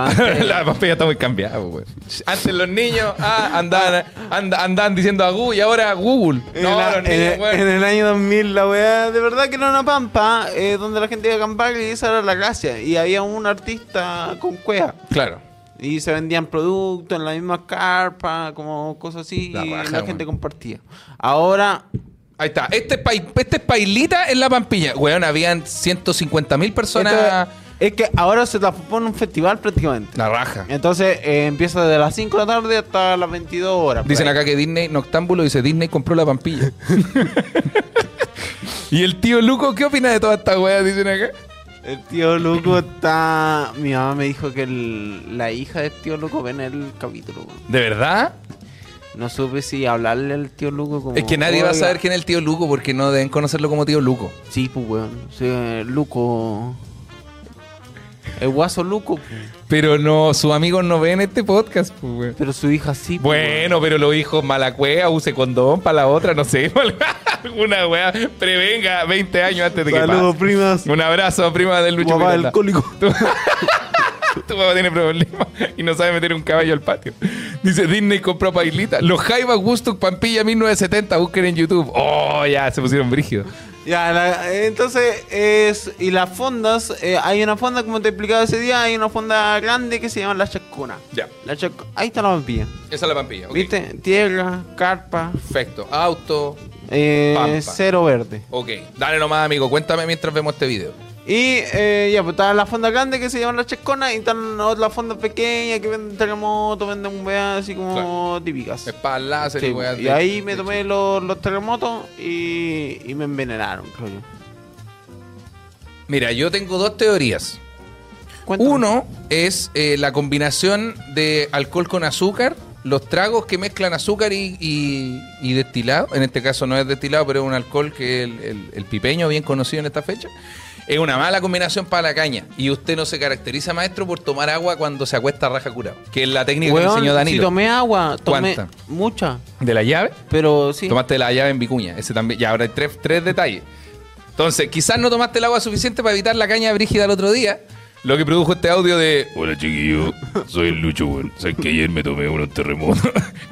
B: antes,
A: la pampilla está muy cambiada, güey. Antes los niños ah, andaban, and- andaban diciendo a Google y ahora Google.
B: en,
A: No,
B: la-
A: los niños,
B: en-
A: güey.
B: en el año 2000, la weá, de verdad que era una pampa eh, donde la gente iba a acampar y esa era la gracia. Y había un artista con cueva.
A: Claro.
B: Y se vendían productos en la misma carpa, como cosas así.
A: La
B: y
A: raja,
B: la
A: weón.
B: gente compartía. Ahora,
A: Ahí está. Este es, pai- este es Pailita en la Pampilla. Weón, habían 150 mil personas.
B: esto es es que ahora se transformó en un festival prácticamente.
A: La raja.
B: Entonces eh, empieza desde las 5 de la tarde hasta las 22 horas. por
A: Dicen
B: ahí.
A: acá que Disney, Noctámbulo, dice Disney compró la Pampilla. y el tío Luco, ¿qué opina de toda esta weá? Dicen acá.
B: El tío Luco está. Mi mamá me dijo que el- la hija del tío Luco ve en el capítulo. weón.
A: ¿De verdad?
B: No supe si hablarle al tío Luco como.
A: Es que nadie va a
B: Hola.
A: saber quién es el tío Luco porque no deben conocerlo como tío Luco.
B: Sí, pues, weón. Sí, eh, Luco. El guaso Luco. pues.
A: Pero no, sus amigos no ven este podcast, pues, weón.
B: Pero su hija sí. pues, weón.
A: Bueno, pero los hijos malacuea, use condón para la otra, no sé. Alguna weá, prevenga 20 años antes de que
C: Saludos,
A: pase.
C: primas.
A: Un abrazo, prima del Lucho
C: Papá
A: Miranda.
C: alcohólico.
A: Tu papá tiene problemas y no sabe meter un caballo al patio. Dice Disney compró pailita. Los Jaiba Gustuk Pampilla 1970, busquen en YouTube. Oh, ya, se pusieron brígidos.
B: Ya, la- entonces es. Y las fondas. eh, hay una fonda, como te explicaba ese día, hay una fonda grande que se llama La Chacona.
A: Ya.
B: La Chac- Ahí está la vampilla.
A: Esa es la Pampilla. ok.
B: ¿Viste? Tierra, carpa,
A: Perfecto. Auto.
B: eh,
A: Pampa.
B: cero verde.
A: Ok. Dale nomás, amigo. Cuéntame mientras vemos este video.
B: Y eh, ya, pues está la fonda grande que se llama La Chascona y están otras fondas pequeñas que venden terremotos, venden un weá así como
A: Claro.
B: típicas.
A: Espada láser
B: Sí,
A: weas
B: y
A: de-
B: ahí me
A: de-
B: tomé los, los terremotos y, y me envenenaron, creo yo.
A: Mira, yo tengo dos teorías.
B: Cuéntame.
A: Uno es eh, la combinación de alcohol con azúcar, los tragos que mezclan azúcar y, y- y destilado. En este caso no es destilado, pero es un alcohol que es el, el- el pipeño, bien conocido en esta fecha. Es una mala combinación para la caña. Y usted no se caracteriza, maestro, por tomar agua cuando se acuesta a raja curado. Que es la técnica que
B: Weón,
A: me enseñó
B: si
A: Danilo.
B: tomé agua, tomé
A: ¿Cuánta?
B: mucha,
A: ¿De la llave?
B: pero sí.
A: Tomaste la llave en Vicuña. Ese también. Ya, ahora hay tres, tres detalles. Entonces, quizás no tomaste el agua suficiente para evitar la caña brígida el otro día. Lo que produjo este audio de
E: Hola chiquillo, soy el Lucho, weón. Sabes que ayer me tomé unos terremotos.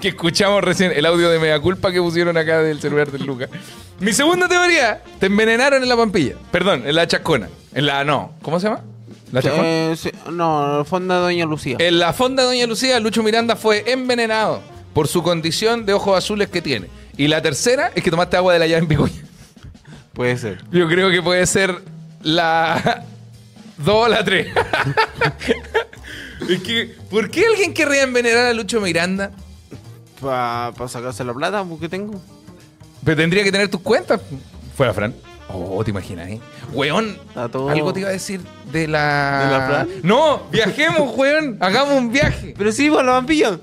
A: que escuchamos recién, el audio de Mea Culpa que pusieron acá del celular del Luca. Mi segunda teoría, te envenenaron en la pampilla. Perdón, en la chascona. En la no. ¿Cómo se llama? La Eh. chascona.
B: Eh, sí, no, Fonda Doña Lucía.
A: En la fonda de Doña Lucía, Lucho Miranda fue envenenado por su condición de ojos azules que tiene. Y la tercera es que tomaste agua de la llave en Picuña.
B: Puede ser.
A: Yo creo que puede ser la 2 o la 3. es que, ¿por qué alguien querría envenenar a Lucho Miranda?
B: Para sacarse la plata pues, que tengo.
A: Pero tendría que tener tus cuentas. Fuera Fran. Oh, te imaginas, ¿eh? Weón,
B: Está todo-
A: algo te iba a decir de la...
B: ¿De la Fran?
A: No, viajemos, weón. Hagamos un viaje.
B: Pero sí, por la vampilla.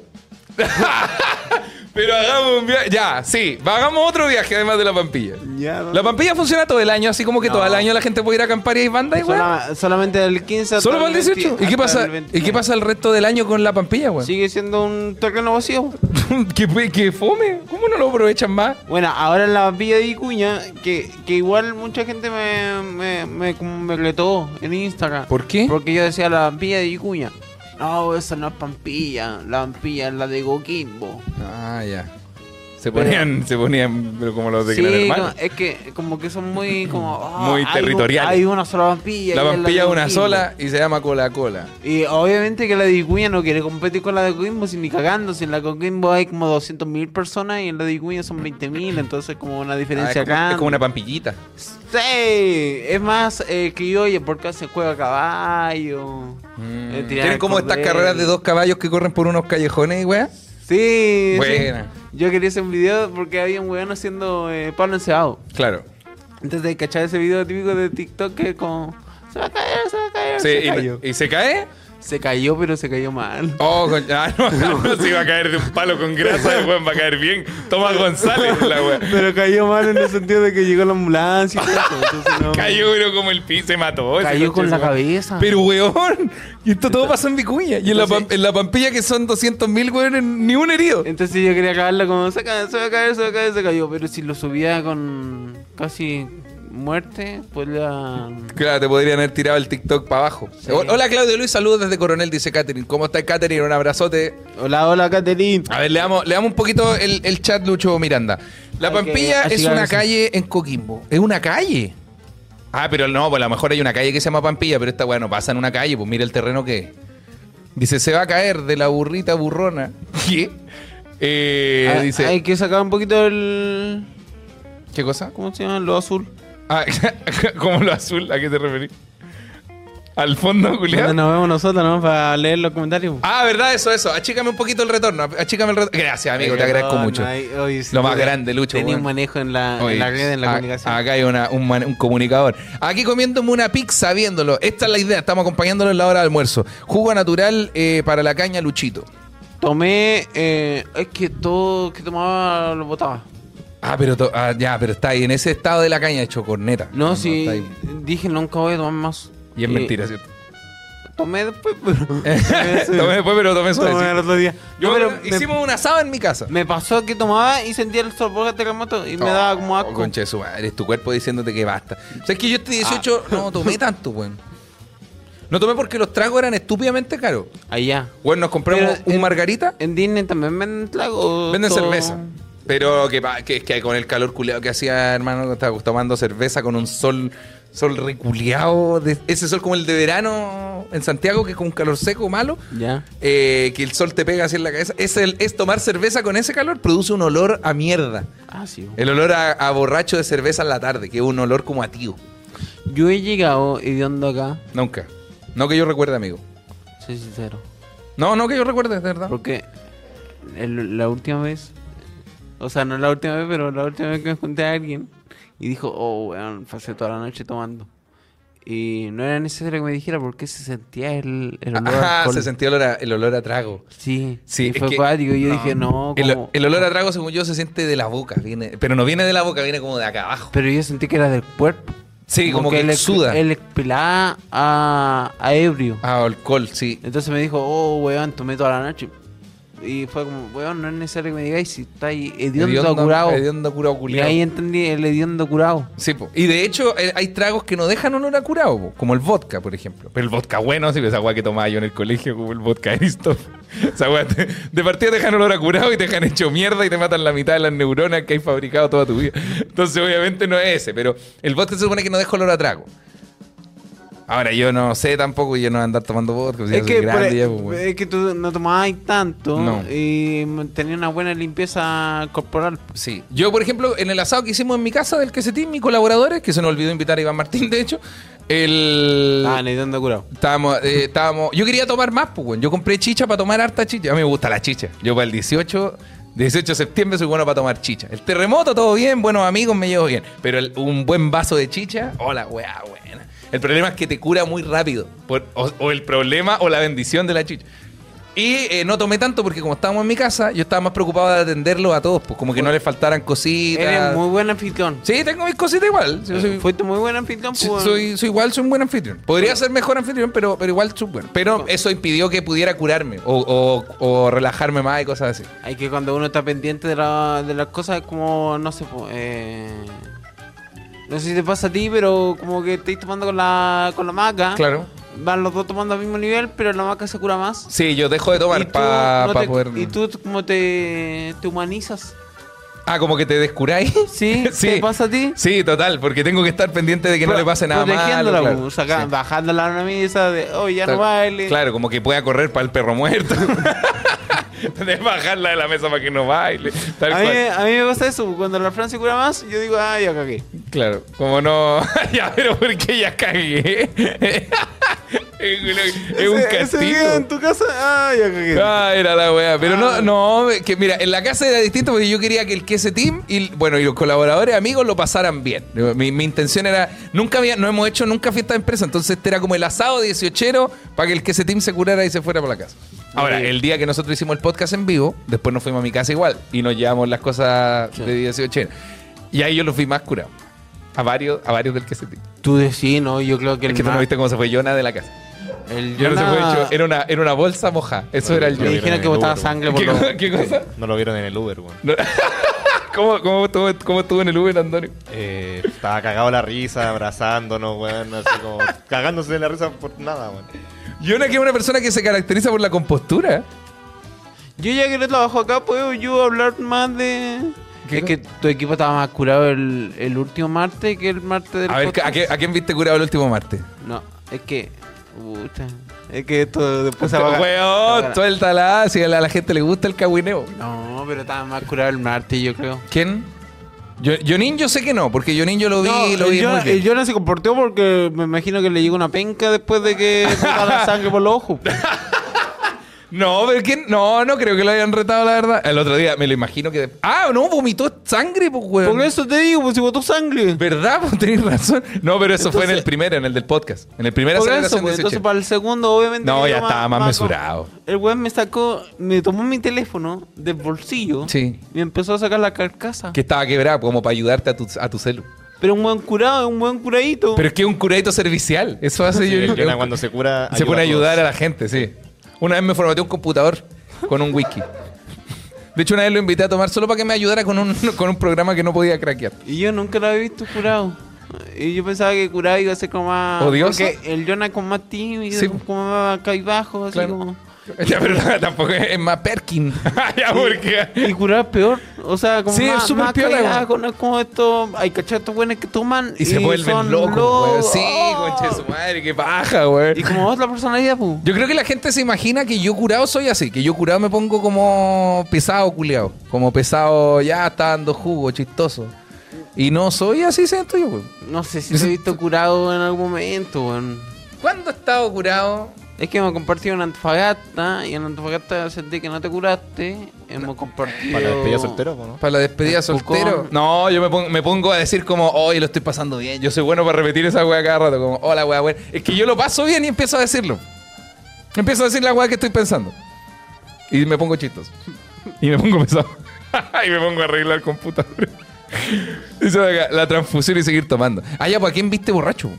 A: Pero hagamos un viaje. Ya, sí. Hagamos otro viaje además de la pampilla.
B: Ya, no.
A: La pampilla funciona todo el año, así como que todo el año la gente puede ir a acampar y hay banda y weón.
B: Sola- solamente del 15 hasta
A: Solo para el 18.
B: 20
A: ¿Y qué,
B: hasta
A: pasa,
B: el
A: ¿Y qué
B: 29.
A: pasa el resto del año con la pampilla, weón?
B: Sigue siendo un terreno vacío.
A: ¿Qué, pe- qué fome. ¿Cómo no lo aprovechan más?
B: Bueno, ahora en la vampilla de Icuña, que, que igual mucha gente me, me, me, como me retó en Instagram.
A: ¿Por qué?
B: Porque yo decía la vampilla de Icuña. No, esa no es pampilla. La vampilla es la de Coquimbo.
A: Ah, ya. Se ponían, se ponían, pero como los de Gran
B: Sí,
A: Hermano.
B: no, es que como que son muy como ah,
A: Muy
B: hay un-
A: territoriales.
B: Hay una sola vampilla.
A: la
B: que es
A: pampilla es
B: de
A: una
B: Coquimbo.
A: sola y se llama Ah, Cola Cola.
B: Y obviamente que la de Icuña no quiere competir con la de Coquimbo, si ni cagando. Si en la de Coquimbo hay como 200.000 personas y en la de Icuña son 20.000, entonces como una
A: Ah, es,
B: diferencia
A: como,
B: acá.
A: es como una pampillita.
B: Sí, es más eh, criolla porque hace juega a caballo. eh, tirar
A: Tienen
B: al
A: como estas
B: cordero.
A: carreras de dos caballos que corren por unos callejones, weón.
B: Sí, sí.
A: Buena.
B: Yo quería hacer un video porque había un weón haciendo eh, Pablo Encebado.
A: Claro.
B: Entonces de cachar ese video típico de TikTok que es como... Se va a caer, se va a caer.
A: Sí,
B: se
A: y-
B: cayó.
A: y se cae.
B: Se cayó, pero se cayó mal.
A: Oh, con- ah, no, no, si va a caer de un palo con grasa, el weón va a caer bien. Toma González, la weón.
B: Pero cayó mal en el sentido de que llegó la ambulancia y todo eso. Entonces, no.
A: Cayó, pero como el piso se mató. ese
B: Cayó
A: coche,
B: con la
A: weón.
B: cabeza.
A: Pero, weón, y esto todo pasó en Vicuña. Y en la, pam- en la Pampilla, que son 200.000, weón, ni un herido.
B: Entonces yo quería acabarla como, se cae, se va a caer, se va a caer, se cayó. Pero si lo subía con casi muerte, pues la...
A: Claro, te podrían haber tirado el TikTok para abajo. O- Hola, Claudio Luis, saludos desde Coronel, dice Catherine. ¿Cómo está Catherine? Un abrazote.
B: Hola, hola, Caterín.
A: A ver, le damos, le damos un poquito el, el chat, Lucho Miranda. La
B: Hay
A: Pampilla
B: que
A: es una
B: achicarse.
A: calle en Coquimbo. Es una calle. Ah, pero no, pues a lo mejor hay una calle que se llama Pampilla, pero esta weá no pasa en una calle, pues mira el terreno que es. Dice, se va a caer de la burrita burrona. ¿Qué? Eh, dice,
B: Ah, Hay que sacar un poquito el...
A: ¿qué cosa?
B: ¿Cómo se llama? Lo azul.
A: Ah, como lo azul, ¿a qué te referís? ¿Al fondo,
B: Donde
A: Julián?
B: nos vemos nosotros, ¿no? Para leer los comentarios.
A: Ah, verdad, eso, eso. Achícame un poquito el retorno. Achícame el retorno. Gracias, amigo, te agradezco
B: Perdón,
A: mucho.
B: ay, oye, sí,
A: Lo más
B: tuve-
A: grande, Lucho,
B: Tenía
A: weón.
B: un manejo en la, en
A: Oye,
B: la red, en la
A: a-
B: comunicación.
A: Acá hay una- un, man- un comunicador. Aquí comiéndome una pizza viéndolo. Esta es la idea. Estamos acompañándolo en la hora de almuerzo. Jugo natural eh, para la caña Luchito.
B: Tomé... eh, es que todo que tomaba lo botaba.
A: Ah, pero to- ah, ya, pero está ahí en ese estado de la caña de chocorneta.
B: No,
A: está
B: sí.
A: ahí.
B: Dije, nunca voy a tomar más. Eh,
A: Y es mentira, ¿cierto?
B: Tomé después, pero...
A: tomé después, pero tomé suave.
B: tomé
A: sí.
B: el otro día.
A: Yo
B: No, pero me-
A: hicimos un asado en mi casa.
B: Me pasó que tomaba y sentía el sabor de terremoto y me daba como asco.
A: Oh, Concha de su madre, es tu cuerpo diciéndote que basta. O sea, es que yo este
B: Ah.
A: 18 no tomé tanto, weón. No tomé porque los tragos eran estúpidamente caros.
B: Allá.
A: Bueno, nos compramos
B: Pero
A: un
B: en-
A: margarita.
B: En Disney también venden tragos.
A: Venden
B: todo-
A: cerveza. Pero que, pa- que, que con el calor culeado que hacía, hermano, que estaba tomando cerveza con un sol sol reculeado. de- ese sol como el de verano en Santiago, que es con un calor seco malo.
B: Ya.
A: eh, que el sol te pega así en la cabeza. Es, el, es tomar cerveza con ese calor, produce un olor a mierda.
B: Ah, sí.
A: El olor a, a borracho de cerveza en la tarde, que es un olor como a tío.
B: Yo he llegado hediondo acá,
A: Nunca. No que yo recuerde, amigo.
B: soy sincero.
A: No, no que yo recuerde, de verdad.
B: Porque el- la última vez, o sea, no la última vez, pero la última vez que me junté a alguien y dijo, oh, weón, pasé toda la noche tomando. Y no era necesario que me dijera por qué se sentía el, el olor. a
A: Ajá,
B: alcohol.
A: se sentía el olor a, el olor a trago.
B: Sí,
A: Sí,
B: sí.
A: es
B: fue
A: que-
B: acuático. Y yo dije, no,
A: El,
B: como-
A: el olor a trago, según yo, se siente de la boca. Viene, pero no viene de la boca, viene como de acá abajo.
B: Pero yo sentí que era del cuerpo.
A: Sí, como que
B: él ex-
A: exuda.
B: Él expelaba a, a ebrio.
A: Ah, alcohol, sí.
B: Entonces me dijo, oh, weón, tomé toda la noche. Y fue como, weón, no es necesario que me digáis si estáis hediondo,
A: Hediondo
B: curado.
A: hediondo curado
B: y
A: culiao.
B: ahí entendí el hediondo curado.
A: Sí, po. y de hecho eh, hay tragos que no dejan olor a curado, po, como el vodka, por ejemplo. Pero el vodka bueno, si esa agua que tomaba yo en el colegio, como el vodka Aristof. Esa agua te- de partida te dejan olor a curado y te dejan hecho mierda y te matan la mitad de las neuronas que has fabricado toda tu vida. Entonces, obviamente no es ese, pero el vodka se supone que no deja olor a trago. Ahora, yo no sé tampoco, yo no voy a andar tomando vodka. si ya
B: Es
A: soy
B: que,
A: grande
B: por- e- eh,
A: ya, po, weón.
B: es que tú no tomabas tanto
A: No.
B: y tenías una buena limpieza corporal.
A: Sí. Yo, por ejemplo, en el asado que hicimos en mi casa del quesetín, mis colaboradores, que se nos olvidó invitar a Iván Martín, de hecho, el...
B: Ah, el hediondo curado.
A: Estábamos, eh, estábamos. Yo quería tomar más, pues, weón. Yo compré chicha para tomar harta chicha. A mí me gusta la chicha. Yo para el 18, 18 de septiembre soy bueno para tomar chicha. El terremoto, todo bien, buenos amigos, me llevo bien. Pero el- un buen vaso de chicha, hola, weá, buena. El problema es que te cura muy rápido. Por- o, o el problema o la bendición de la chicha. Y eh, no tomé tanto porque como estábamos en mi casa, yo estaba más preocupado de atenderlos a todos, pues como que no les faltaran cositas.
B: Eres muy buen anfitrión.
A: Sí, tengo mis cositas igual. Yo soy-
B: Fuiste muy buen anfitrión,
A: Sí,
B: pues,
A: soy, soy igual, soy un buen anfitrión. Podría ser mejor anfitrión, pero, pero igual soy bueno. Pero eso impidió que pudiera curarme o, o- o relajarme más y cosas así.
B: Hay que cuando uno está pendiente de, la- de las cosas, es como, no sé, po, eh, no sé si te pasa a ti, pero como que estáis tomando con la, con la maca.
A: Claro.
B: Van los dos tomando al mismo nivel, pero la maca se cura más.
A: Sí, yo dejo de
B: Y
A: tomar
B: tú
A: para
B: no te-
A: poder.
B: Y tú como te, te humanizas.
A: Ah, como que te descuráis.
B: ¿Sí?
A: Sí.
B: ¿Te pasa a ti?
A: Sí, total, porque tengo que estar pendiente de que no
B: Pro-
A: le pase nada malo.
B: protegiéndola,
A: claro.
B: po, saca-
A: Sí.
B: bajándola a una misa de, oh, ya
A: Claro,
B: no baile.
A: Claro, como que pueda correr para el perro muerto. de bajarla de la mesa para que no baile. Tal
B: A mí,
A: cual.
B: a mí me pasa eso, cuando la Fran se cura más, yo digo, ah, ya cagué.
A: Claro, como no. ya, pero porque ya cagué. es un
C: Ese- Ese día en
A: castigo.
C: tu casa, ah, ya cagué.
A: Ah, era la wea. Pero no, no, que mira, en la casa era distinto porque yo quería que el que ese team y bueno, y los colaboradores amigos lo pasaran bien. Mi, mi intención era, nunca había, no hemos hecho nunca fiesta de empresa, entonces este era como el asado 18 para que el que ese team se curara y se fuera para la casa. Ahora, el día que nosotros hicimos el podcast en vivo, después nos fuimos a mi casa igual y nos llevamos las cosas de 18 Y ahí yo los vi más curados. A varios, a varios del que se
B: Tú decís, no, yo creo que el
A: Es que tú
B: más- Ah.
A: no viste cómo se fue Jonah de la casa.
B: el
A: Jonah se
B: Jonah-
A: fue hecho. Era una, era una bolsa moja. Eso era el
B: Me
A: Jonah.
B: dijeron que botaba sangre por
A: ¿Qué,
B: los...
A: co- qué cosa?
F: No lo vieron en el Uber, weón.
A: No. ¿Cómo, cómo, estuvo, cómo estuvo en el Uber, Antonio?
F: Eh, estaba cagado la risa, abrazándonos, weón. Así como cagándose de la risa por nada, weón.
A: Jonah, que es una persona que se caracteriza por la compostura.
B: Yo ya que no trabajo acá, puedo yo hablar más de...
A: ¿Qué
B: Es que tu equipo estaba más curado el, el último martes que el martes del
A: A ver,
B: podcast.
A: ¿a, qué- a quién viste curado el último martes?
B: No, es que... puta,
C: Es que esto después se va a...
A: Weón, suéltala. Si a la, a la gente le gusta el cagüineo.
B: No, pero estaba más curado el martes, yo creo.
A: ¿Quién? Yo, Jonin yo sé que no, porque Jonin yo lo vi,
B: No,
A: lo vi
B: el,
A: muy
B: Jonah,
A: bien.
B: el Jonah se comportó porque me imagino que le llegó una penca después de que botaba la sangre por los ojos.
A: No, pero ¿quién? No, no creo que lo hayan retado, la verdad. El otro día me lo imagino que... Ah, no, vomitó sangre, pues, weón.
B: Por eso te digo, pues si botó sangre.
A: ¿Verdad? Pues tenés razón. No, pero eso fue en el primero, en el del podcast. En el primero
B: Por eso, pues, entonces para el segundo, obviamente...
A: No,
B: que
A: ya
B: yo
A: estaba más
B: co-
A: mesurado.
B: El weón me sacó, me tomó mi teléfono del bolsillo
A: Sí.
B: y empezó a sacar la carcasa.
A: Que estaba quebrado, como para ayudarte a tu, a tu celu.
B: Pero un buen curado, un buen curadito.
A: Pero es que es un curadito servicial. Eso hace yo.
F: Y el
A: yo-
F: Jonah cuando se cura.
A: se pone a
F: todos.
A: ayudar a la gente, sí. Una vez me formateé un computador con un wiki. De hecho, una vez lo invité a tomar solo para que me ayudara con un, con un programa que no podía craquear.
B: Y yo nunca lo había visto curado. Y yo pensaba que curado iba a ser como más.
A: ¿Odioso?
B: Porque el Jonah como más tímido,
A: Sí.
B: como más bajo, así
A: Claro.
B: como.
A: Ya, pero tampoco es, es más Perkin. ya, porque.
B: Y curado es peor. O sea, como
A: Sí,
B: más,
A: es súper
B: más
A: piola,
B: callado,
A: weón.
B: no es como esto. Hay cachatos buenos que toman.
A: Y se vuelven
B: son
A: locos, weón. Sí,
B: ¡Oh!
A: conche su madre, qué paja, güey.
B: Y como otra personalidad, pu.
A: Yo creo que la gente se imagina que yo curado soy así, que yo curado me pongo como pesado, culiado. Como pesado, ya está dando jugo, chistoso. Y no soy así, siento yo, güey.
B: No sé si te he visto curado en algún momento, weón.
A: ¿Cuándo he estado curado?
B: Es que hemos compartido en Antofagasta y en Antofagasta sentí que no te curaste. Hemos compartido.
F: Para despedir soltero, po, ¿no?
A: Para la despedida
B: Al cucón.
A: soltero. No, yo me pongo, me pongo a decir como, hoy lo estoy pasando bien. Yo soy bueno para repetir esa weá cada rato, como, hola weá, weá. Es que yo lo paso bien y empiezo a decirlo. Empiezo a decir la weá que estoy pensando. Y me pongo chistoso. Y me pongo pesado. y me pongo a arreglar el computador. Dice acá, la transfusión y seguir tomando. Ah, ya, pues ¿a quién viste borracho?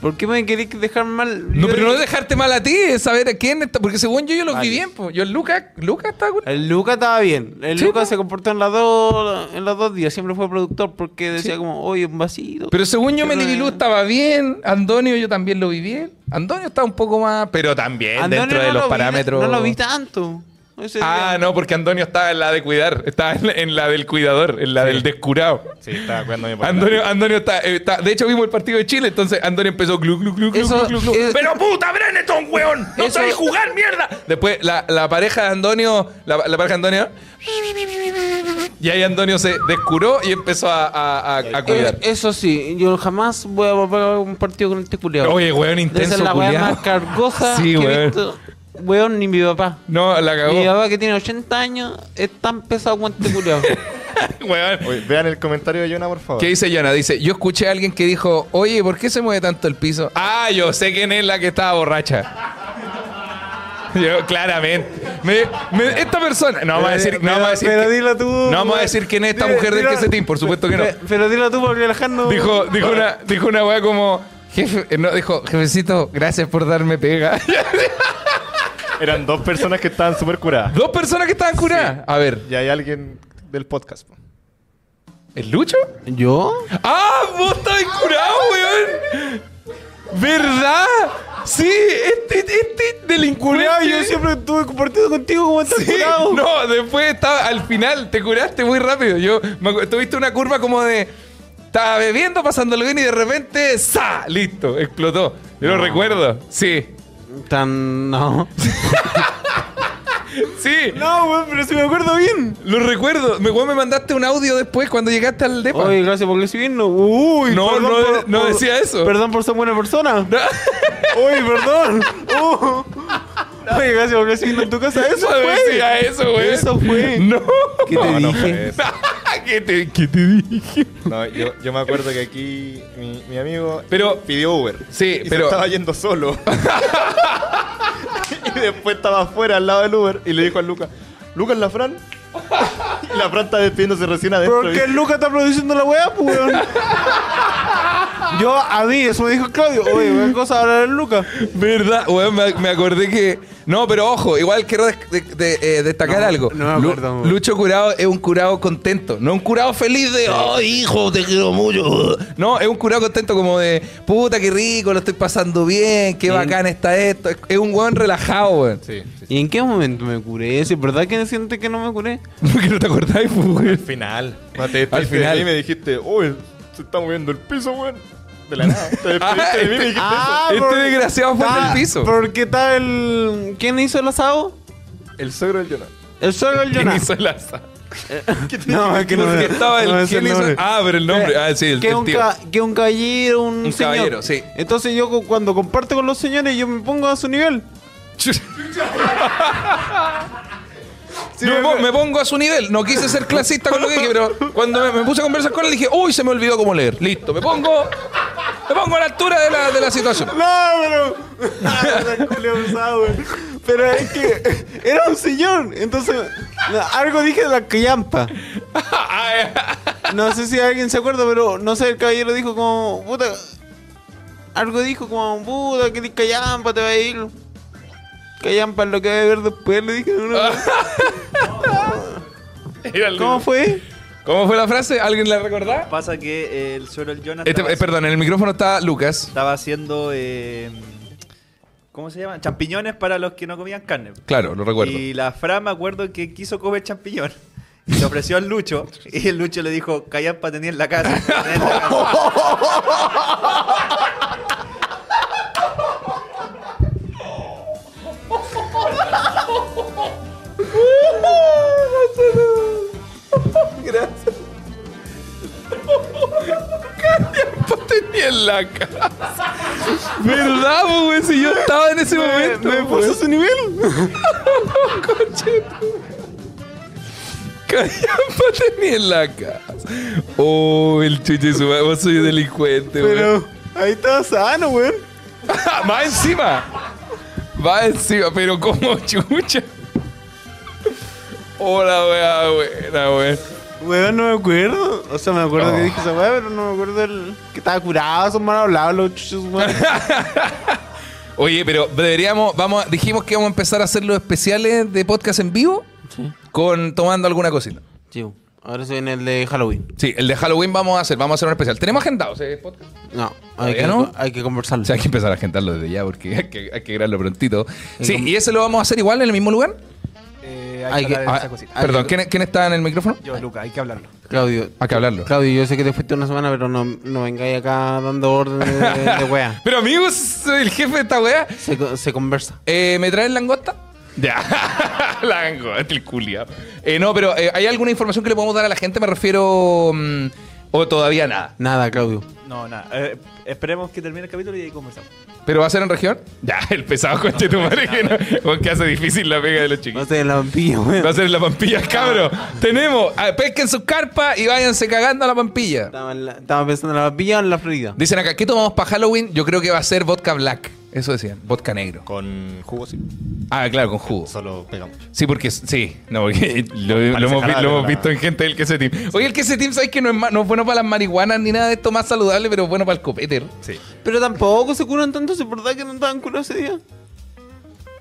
B: ¿Por qué me querés dejar mal?
A: No,
B: Yo-
A: pero no es dejarte mal a ti, es saber a quién está. Porque según yo, yo los
B: Vale.
A: vi bien. po. Yo, Lucas, Lucas está. con-
B: El Luca estaba bien. El
A: Sí,
B: Luca
A: po.
B: se comportó en las dos en las dos días. Siempre fue productor porque decía como, oye, un vasito.
A: Pero según yo,
B: Pero,
A: Melibilú
B: eh,
A: estaba bien. Antonio, yo también lo vi bien. Antonio estaba un poco más. Pero también
B: Andoni
A: dentro de
B: Ah, no
A: los
B: lo vi-
A: parámetros.
B: no lo vi tanto. Ese
A: Ah,
B: día-
A: no, porque Antonio estaba en la de cuidar. Estaba en la, en la del cuidador, en la del descurado.
F: Sí, estaba cuidándome por
A: Antonio, Antonio está, eh, está- De hecho, vimos el partido de Chile, entonces Antonio empezó glu, glu, glu, glu,
B: Eso-
A: glu, glu, glu.
B: eh,
A: ¡Pero puta, Breneton, weón! ¡No
B: Eso-
A: sabes jugar, mierda! Después, la, la pareja de Antonio. La, la pareja de Antonio. Y ahí Antonio se descuró y empezó a, a- a- a cuidar.
B: Eh, eso sí, yo jamás voy a volver a un partido con este culiado.
A: Oye, weón,
B: Debe ser
A: intenso,
B: la weá
A: culiado.
B: más cargosa
A: Sí,
B: que he
A: weón.
B: visto. Weón, ni mi papá.
A: No, la
B: Mi
A: cagó.
B: papá que tiene 80 años es tan pesado como este culiado.
A: Weón.
F: Oye, vean el comentario de Jonah, por favor.
A: ¿Qué dice Yana? Dice, yo escuché a alguien que dijo, oye, ¿por qué se mueve tanto el piso? Ah, yo sé quién es la que estaba borracha. Yo, claramente. Me- me- esta persona... No vamos a decir, no vamos a decir,
C: Pero
A: que-
C: dilo tú.
A: no vamos a decir quién es esta mujer del
C: que se
A: quesetín, por supuesto que no.
C: Pero dilo tú porque Alejandro.
A: Dijo, dijo una, dijo una weá como... Jefe, eh, no, dijo, jefecito, gracias por darme pega.
F: Eran dos personas que estaban súper curadas.
A: Dos personas que estaban curadas. A ver,
F: Y hay alguien del podcast. po.
A: ¿el Lucho?
B: ¿Yo?
A: ¡Ah! ¡Vos estás curado, weón! ¿Verdad? Sí, este, este delincuente.
C: Culeado, yo siempre estuve compartido contigo como estás
A: Sí,
C: curado.
A: No, después estaba al final, te curaste muy rápido. Yo me acu- tuviste una curva como de estaba bebiendo, pasándolo bien y de repente ¡za! listo, explotó. Yo lo recuerdo. Sí.
B: Tan. No.
A: Sí.
C: No, weón, pero si me acuerdo bien.
A: Lo recuerdo. Me vos me mandaste un audio después cuando llegaste al depa.
C: Oye, gracias por recibirnos. Uy,
A: No,
C: perdón
A: no-
C: por-
A: no
C: por-
A: decía eso.
C: Perdón por ser buena persona.
A: No.
C: Uy, perdón. Uh. Oye, gracias por recibirnos en tu casa. Eso
A: No
C: fue.
A: decía eso, güey.
C: Eso fue.
A: No.
B: ¿Qué te
F: No, no
B: dije?
F: fue eso.
A: ¿Qué te, qué te dije?
F: No, yo, yo me acuerdo que aquí mi, mi amigo
A: Pero-
F: pidió Uber.
A: Sí,
F: y
A: pero-
F: Se estaba yendo solo. y después estaba afuera al lado del Uber y le dijo a Lucas, Lucas la Fran. y la Fran está despidiéndose recién adentro.
C: ¿Por qué
F: y-
C: Lucas está produciendo la weá, pues, weón? Yo, a mí, eso me dijo Claudio. Oye, weón, cosa hablar de Lucas.
A: ¿Verdad? Weón, me, me acordé que. No, pero ojo, igual quiero des- de- de- eh, destacar algo.
B: no me acuerdo, weón.
A: Lucho Curado es un curado contento, no un curado feliz de ¡Ay, hijo, te quiero mucho! No, es un curado contento como de puta, qué rico, lo estoy pasando bien, qué
B: Sí.
A: bacán está esto. Es, es un weón relajado, weón.
F: Sí, sí, sí.
B: ¿Y en qué momento me curé? ¿Es verdad que siente que no me curé?
A: ¿Por qué no te acordáis, pues, weón?
F: Final. No, te despediste
A: Al final.
F: de mí y me dijiste, uy, se está moviendo el piso, weón. De la nada. Te despediste de mí y me dijiste
C: Ah,
A: Este
C: por-
A: desgraciado fue en
C: Ah,
A: el piso.
C: Porque está el.
B: ¿Quién hizo el asado?
F: eso. El suegro del Jonah.
B: El suegro del
A: ¿Quién
B: Jonah.
A: hizo el asa?
C: No, es que no.
A: Porque estaba el.
C: no Eh, es
A: ¿quién hizo-
C: nombre.
A: Ah, pero el nombre. Ah, sí, el,
B: Eh, Que
A: el
B: un,
A: tío.
B: ca- que un caballero, un,
A: Un
B: señor.
A: caballero, sí.
C: Entonces yo cu- cuando comparto con los señores yo me pongo a su nivel.
A: Yo me, pon- me pongo a su nivel. No quise ser clasista con lo que dije, pero cuando me, me puse a conversar con él dije, uy, se me olvidó cómo leer. Listo, me pongo, me pongo a la altura de la, de la situación.
C: No, pero. Ah, culiao usado, güey. pero es que era un señor. Entonces, la- algo dije de la callampa. No sé si alguien se acuerda, pero no sé, el caballero dijo como. Puta. Algo dijo como, puta, que callampa te va a ir. Callampa es lo que va a ver después, le dije. "No, no". ¿Cómo fue?
A: ¿Cómo fue la frase? ¿Alguien la recordaba?
G: Pasa que eh, el suelo del Jonathan
A: Este, eh, perdón, en el micrófono está Lucas.
G: estaba haciendo. eh, ¿Cómo se llaman? Champiñones para los que no comían carne.
A: Claro, lo recuerdo.
G: Y la Fran me acuerdo que quiso comer champiñón. Y le ofreció al Lucho. Y el Lucho le dijo, callan para tener en la casa. tenía en la casa".
A: Ni en la casa. ¿Verdad, po, güey? Si yo estaba en ese momento.
C: Me
A: Eh, güey.
C: puso a su nivel.
A: Callampa ni en la casa. Oh, el chuche su madre. Vos soy delincuente, güey.
C: Pero ahí estaba sano, güey.
A: Más encima. Va encima, pero como chucha. Hola, weá, buena, weón.
C: Weón, no me acuerdo. O sea, me acuerdo que dije esa weá, pero no me acuerdo el. Que estaba curado, son mal hablados los chuchos, weón.
A: Oye, pero deberíamos, vamos, a- dijimos que vamos a empezar a hacer los especiales de podcast en vivo
B: Sí.
A: con tomando alguna cosita.
B: Chivo. Ahora soy en el de Halloween.
A: Sí, el de Halloween vamos a hacer, vamos a hacer un especial. Tenemos agendado ese podcast.
B: No, hay
A: ¿Todavía
B: que,
A: ¿Ah, no?
B: hay que conversarlo.
A: O sea, hay que empezar a agendarlo desde ya porque hay que, hay que grabarlo prontito. Sí, ¿y ese lo vamos a hacer igual en el mismo lugar?
G: Eh,
B: Hay
G: hay
B: que-
G: que hablar de
A: Ah,
G: esa cosita.
A: perdón, ¿quién, quién está en el micrófono?
G: Yo, Luca, hay que hablarlo.
B: Claudio,
A: Hay que hablarlo.
B: Claudio, yo sé que te fuiste una semana, pero no, no vengáis acá dando órdenes de, de wea.
A: Pero amigos, soy el jefe de esta weá.
B: Se, co- se conversa.
A: Eh, ¿Me traen langosta? Ya, langosta, el culiao. Eh, no, pero eh, ¿hay alguna información que le podemos dar a la gente? Me refiero... mm, o todavía nada.
B: Nada, Claudio.
G: No, nada. eh, esperemos que termine el capítulo y ahí conversamos.
A: ¿Pero va a ser en región? Ya, el pesado coche tu madre que, no- o que hace difícil la pega de los
B: No
A: chiquillos.
B: te la vampilla,
A: Va a
B: weón.
A: ser en la pampilla, cabro. Tenemos, ah, pesquen sus carpas y váyanse cagando a la pampilla.
B: Estaba, en la- estaba pensando en la vampilla o en la Florida.
A: Dicen acá, ¿qué tomamos para Halloween? Yo creo que va a ser vodka black. Eso decían, vodka negro.
F: Con jugo, sí.
A: Ah, claro, con jugo.
F: Solo pega mucho.
A: Sí, porque sí, no, porque lo, lo hemos, vi-
F: jalada,
A: lo hemos
F: la-
A: visto en gente del quesetín. Oye, el quesetín, ¿sabes que no es, ma- no es bueno para las marihuanas ni nada de esto más saludable, pero es bueno para el copete? ¿no?
F: Sí.
B: Pero tampoco se curan tanto, ¿se verdad que no estaban curados ese día?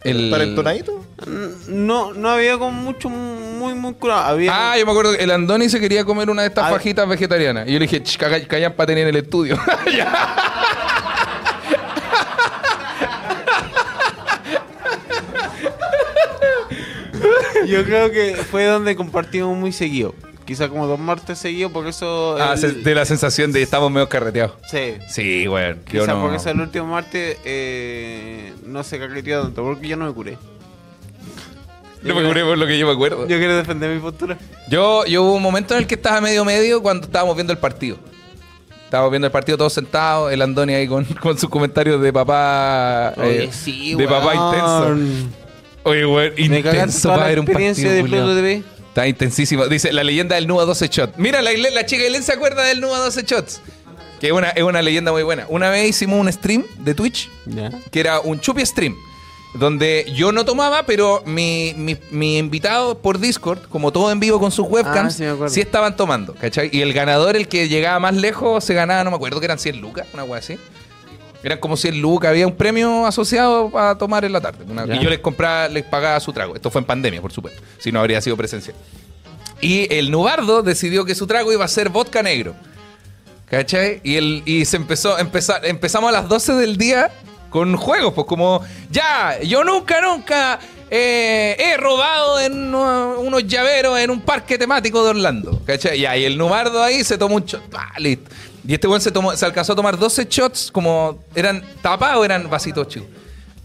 A: El...
F: ¿Para el tonadito?
B: N- No, no había como mucho, muy, muy curado. Había.
A: Ah, yo me acuerdo que el Andoni se quería comer una de estas
B: Ah.
A: fajitas vegetarianas. Y yo le dije, "Ch, caga- callan para tener en el estudio. Ya.
B: Yo creo que fue donde compartimos muy seguido. Quizá como dos martes seguidos, porque eso.
A: Ah,
B: el-
A: se- de la sensación de estamos medio carreteados.
B: Sí.
A: Sí, bueno, yo
B: Quizá
A: no.
B: porque eso el último martes eh, no se caqueteó tanto, porque yo no me curé.
A: Yo me curé por lo que yo me acuerdo.
B: Yo quiero defender mi postura.
A: Yo, yo hubo un momento en el que estaba medio medio cuando estábamos viendo el partido. Estábamos viendo el partido todos sentados, el Andoni ahí con, con sus comentarios de papá. eh, De papá intenso. Oye, weón,
B: Me cagaste
A: intenso
B: toda
A: para
B: la
A: ver un
B: experiencia
A: partido.
B: de
A: culiao.
B: Pluto TV.
A: Está intensísimo. Dice, la leyenda del Nuba 12 Shots. Mira, la, ile- la chica Helen se acuerda del Nuba 12 Shots. Que es una, es una leyenda muy buena. Una vez hicimos un stream de Twitch
B: Ya.
A: que era un chupi stream, donde yo no tomaba, pero mi, mi- mi invitado por Discord, como todo en vivo con sus webcams,
B: Ah, sí, me acuerdo.
A: sí estaban tomando, ¿cachai? Y el ganador, el que llegaba más lejos, se ganaba, no me acuerdo que eran 100 lucas, una wea así. Eran como 100 lucas, había un premio asociado a tomar en la tarde. una-
B: Ya.
A: y yo les compraba, les pagaba su trago. Esto fue en pandemia, por supuesto, si no habría sido presencial. Y el Nubardo decidió que su trago iba a ser vodka negro. ¿Cachai? Y, el, y se empezó, empeza- empezamos a las 12 del día con juegos, pues como, ya, yo nunca, nunca eh, he robado en una- unos llaveros en un parque temático de Orlando. ¿Cachai? Ya, y el Numardo ahí se tomó un shot. ¡pah! listo. Y este weón se, tomó- se alcanzó a tomar 12 shots, como eran tapas o eran vasitos chicos.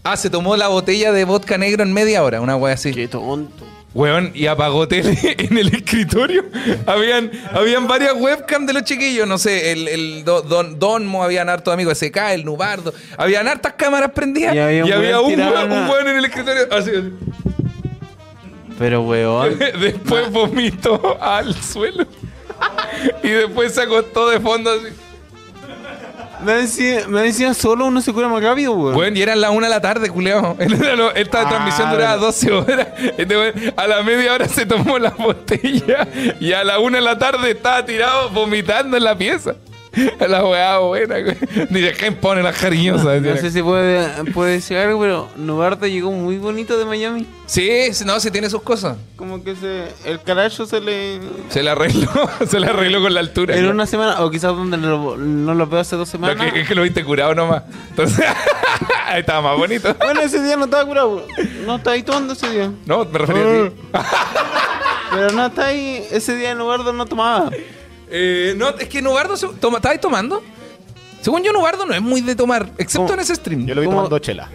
A: Ah, se tomó la botella de vodka negro en media hora, una wea así.
B: Qué tonto.
A: Weón, y apagó tele en el escritorio. habían, habían varias webcam de los chiquillos. No sé, el, el Do- Don, Donmo, habían harto amigos SK, el Nubardo. Habían hartas cámaras prendidas. Y había un,
B: weón
A: weón,
B: tirado una-
A: un weón en el escritorio. Así, así.
B: Pero, weón.
A: Después vomitó al suelo. y después se acostó de fondo así.
B: me decían, me decían solo uno se cura más rápido, weón.
A: Weón, y eran las una de la tarde, culeado. Esta
B: Ah,
A: transmisión duraba
B: bueno.
A: 12 horas. Este weón a la media hora se tomó la botella y a la una de la tarde estaba tirado vomitando en la pieza. La weá buena, güey. Dice, ¿quién pone la cariñosa?
B: No sé si puede, puede decir algo, pero Novarta llegó muy bonito de Miami.
A: Sí, sí, no, sí tiene sus cosas.
B: Como que se, el carajo se le...
A: Se la arregló, se la arregló con la altura.
B: En
A: güey.
B: una semana, o quizás donde lo- no lo veo hace dos
A: Lo
B: semanas.
A: que, es que lo viste curado nomás. Entonces, ahí estaba más bonito.
B: Bueno, ese día no estaba curado. weón. No estaba ahí tomando ese día.
A: No, me refería a
B: Ah.
A: ti.
B: Pero no está ahí. Ese día en Eduardo no tomaba.
A: Eh, no, es que Nubardo se- toma, ¿estaba ahí tomando? Según yo, Nubardo no es muy de tomar, excepto
B: ¿Cómo?
A: en ese stream.
F: Yo lo vi
B: ¿Cómo?
F: tomando chela.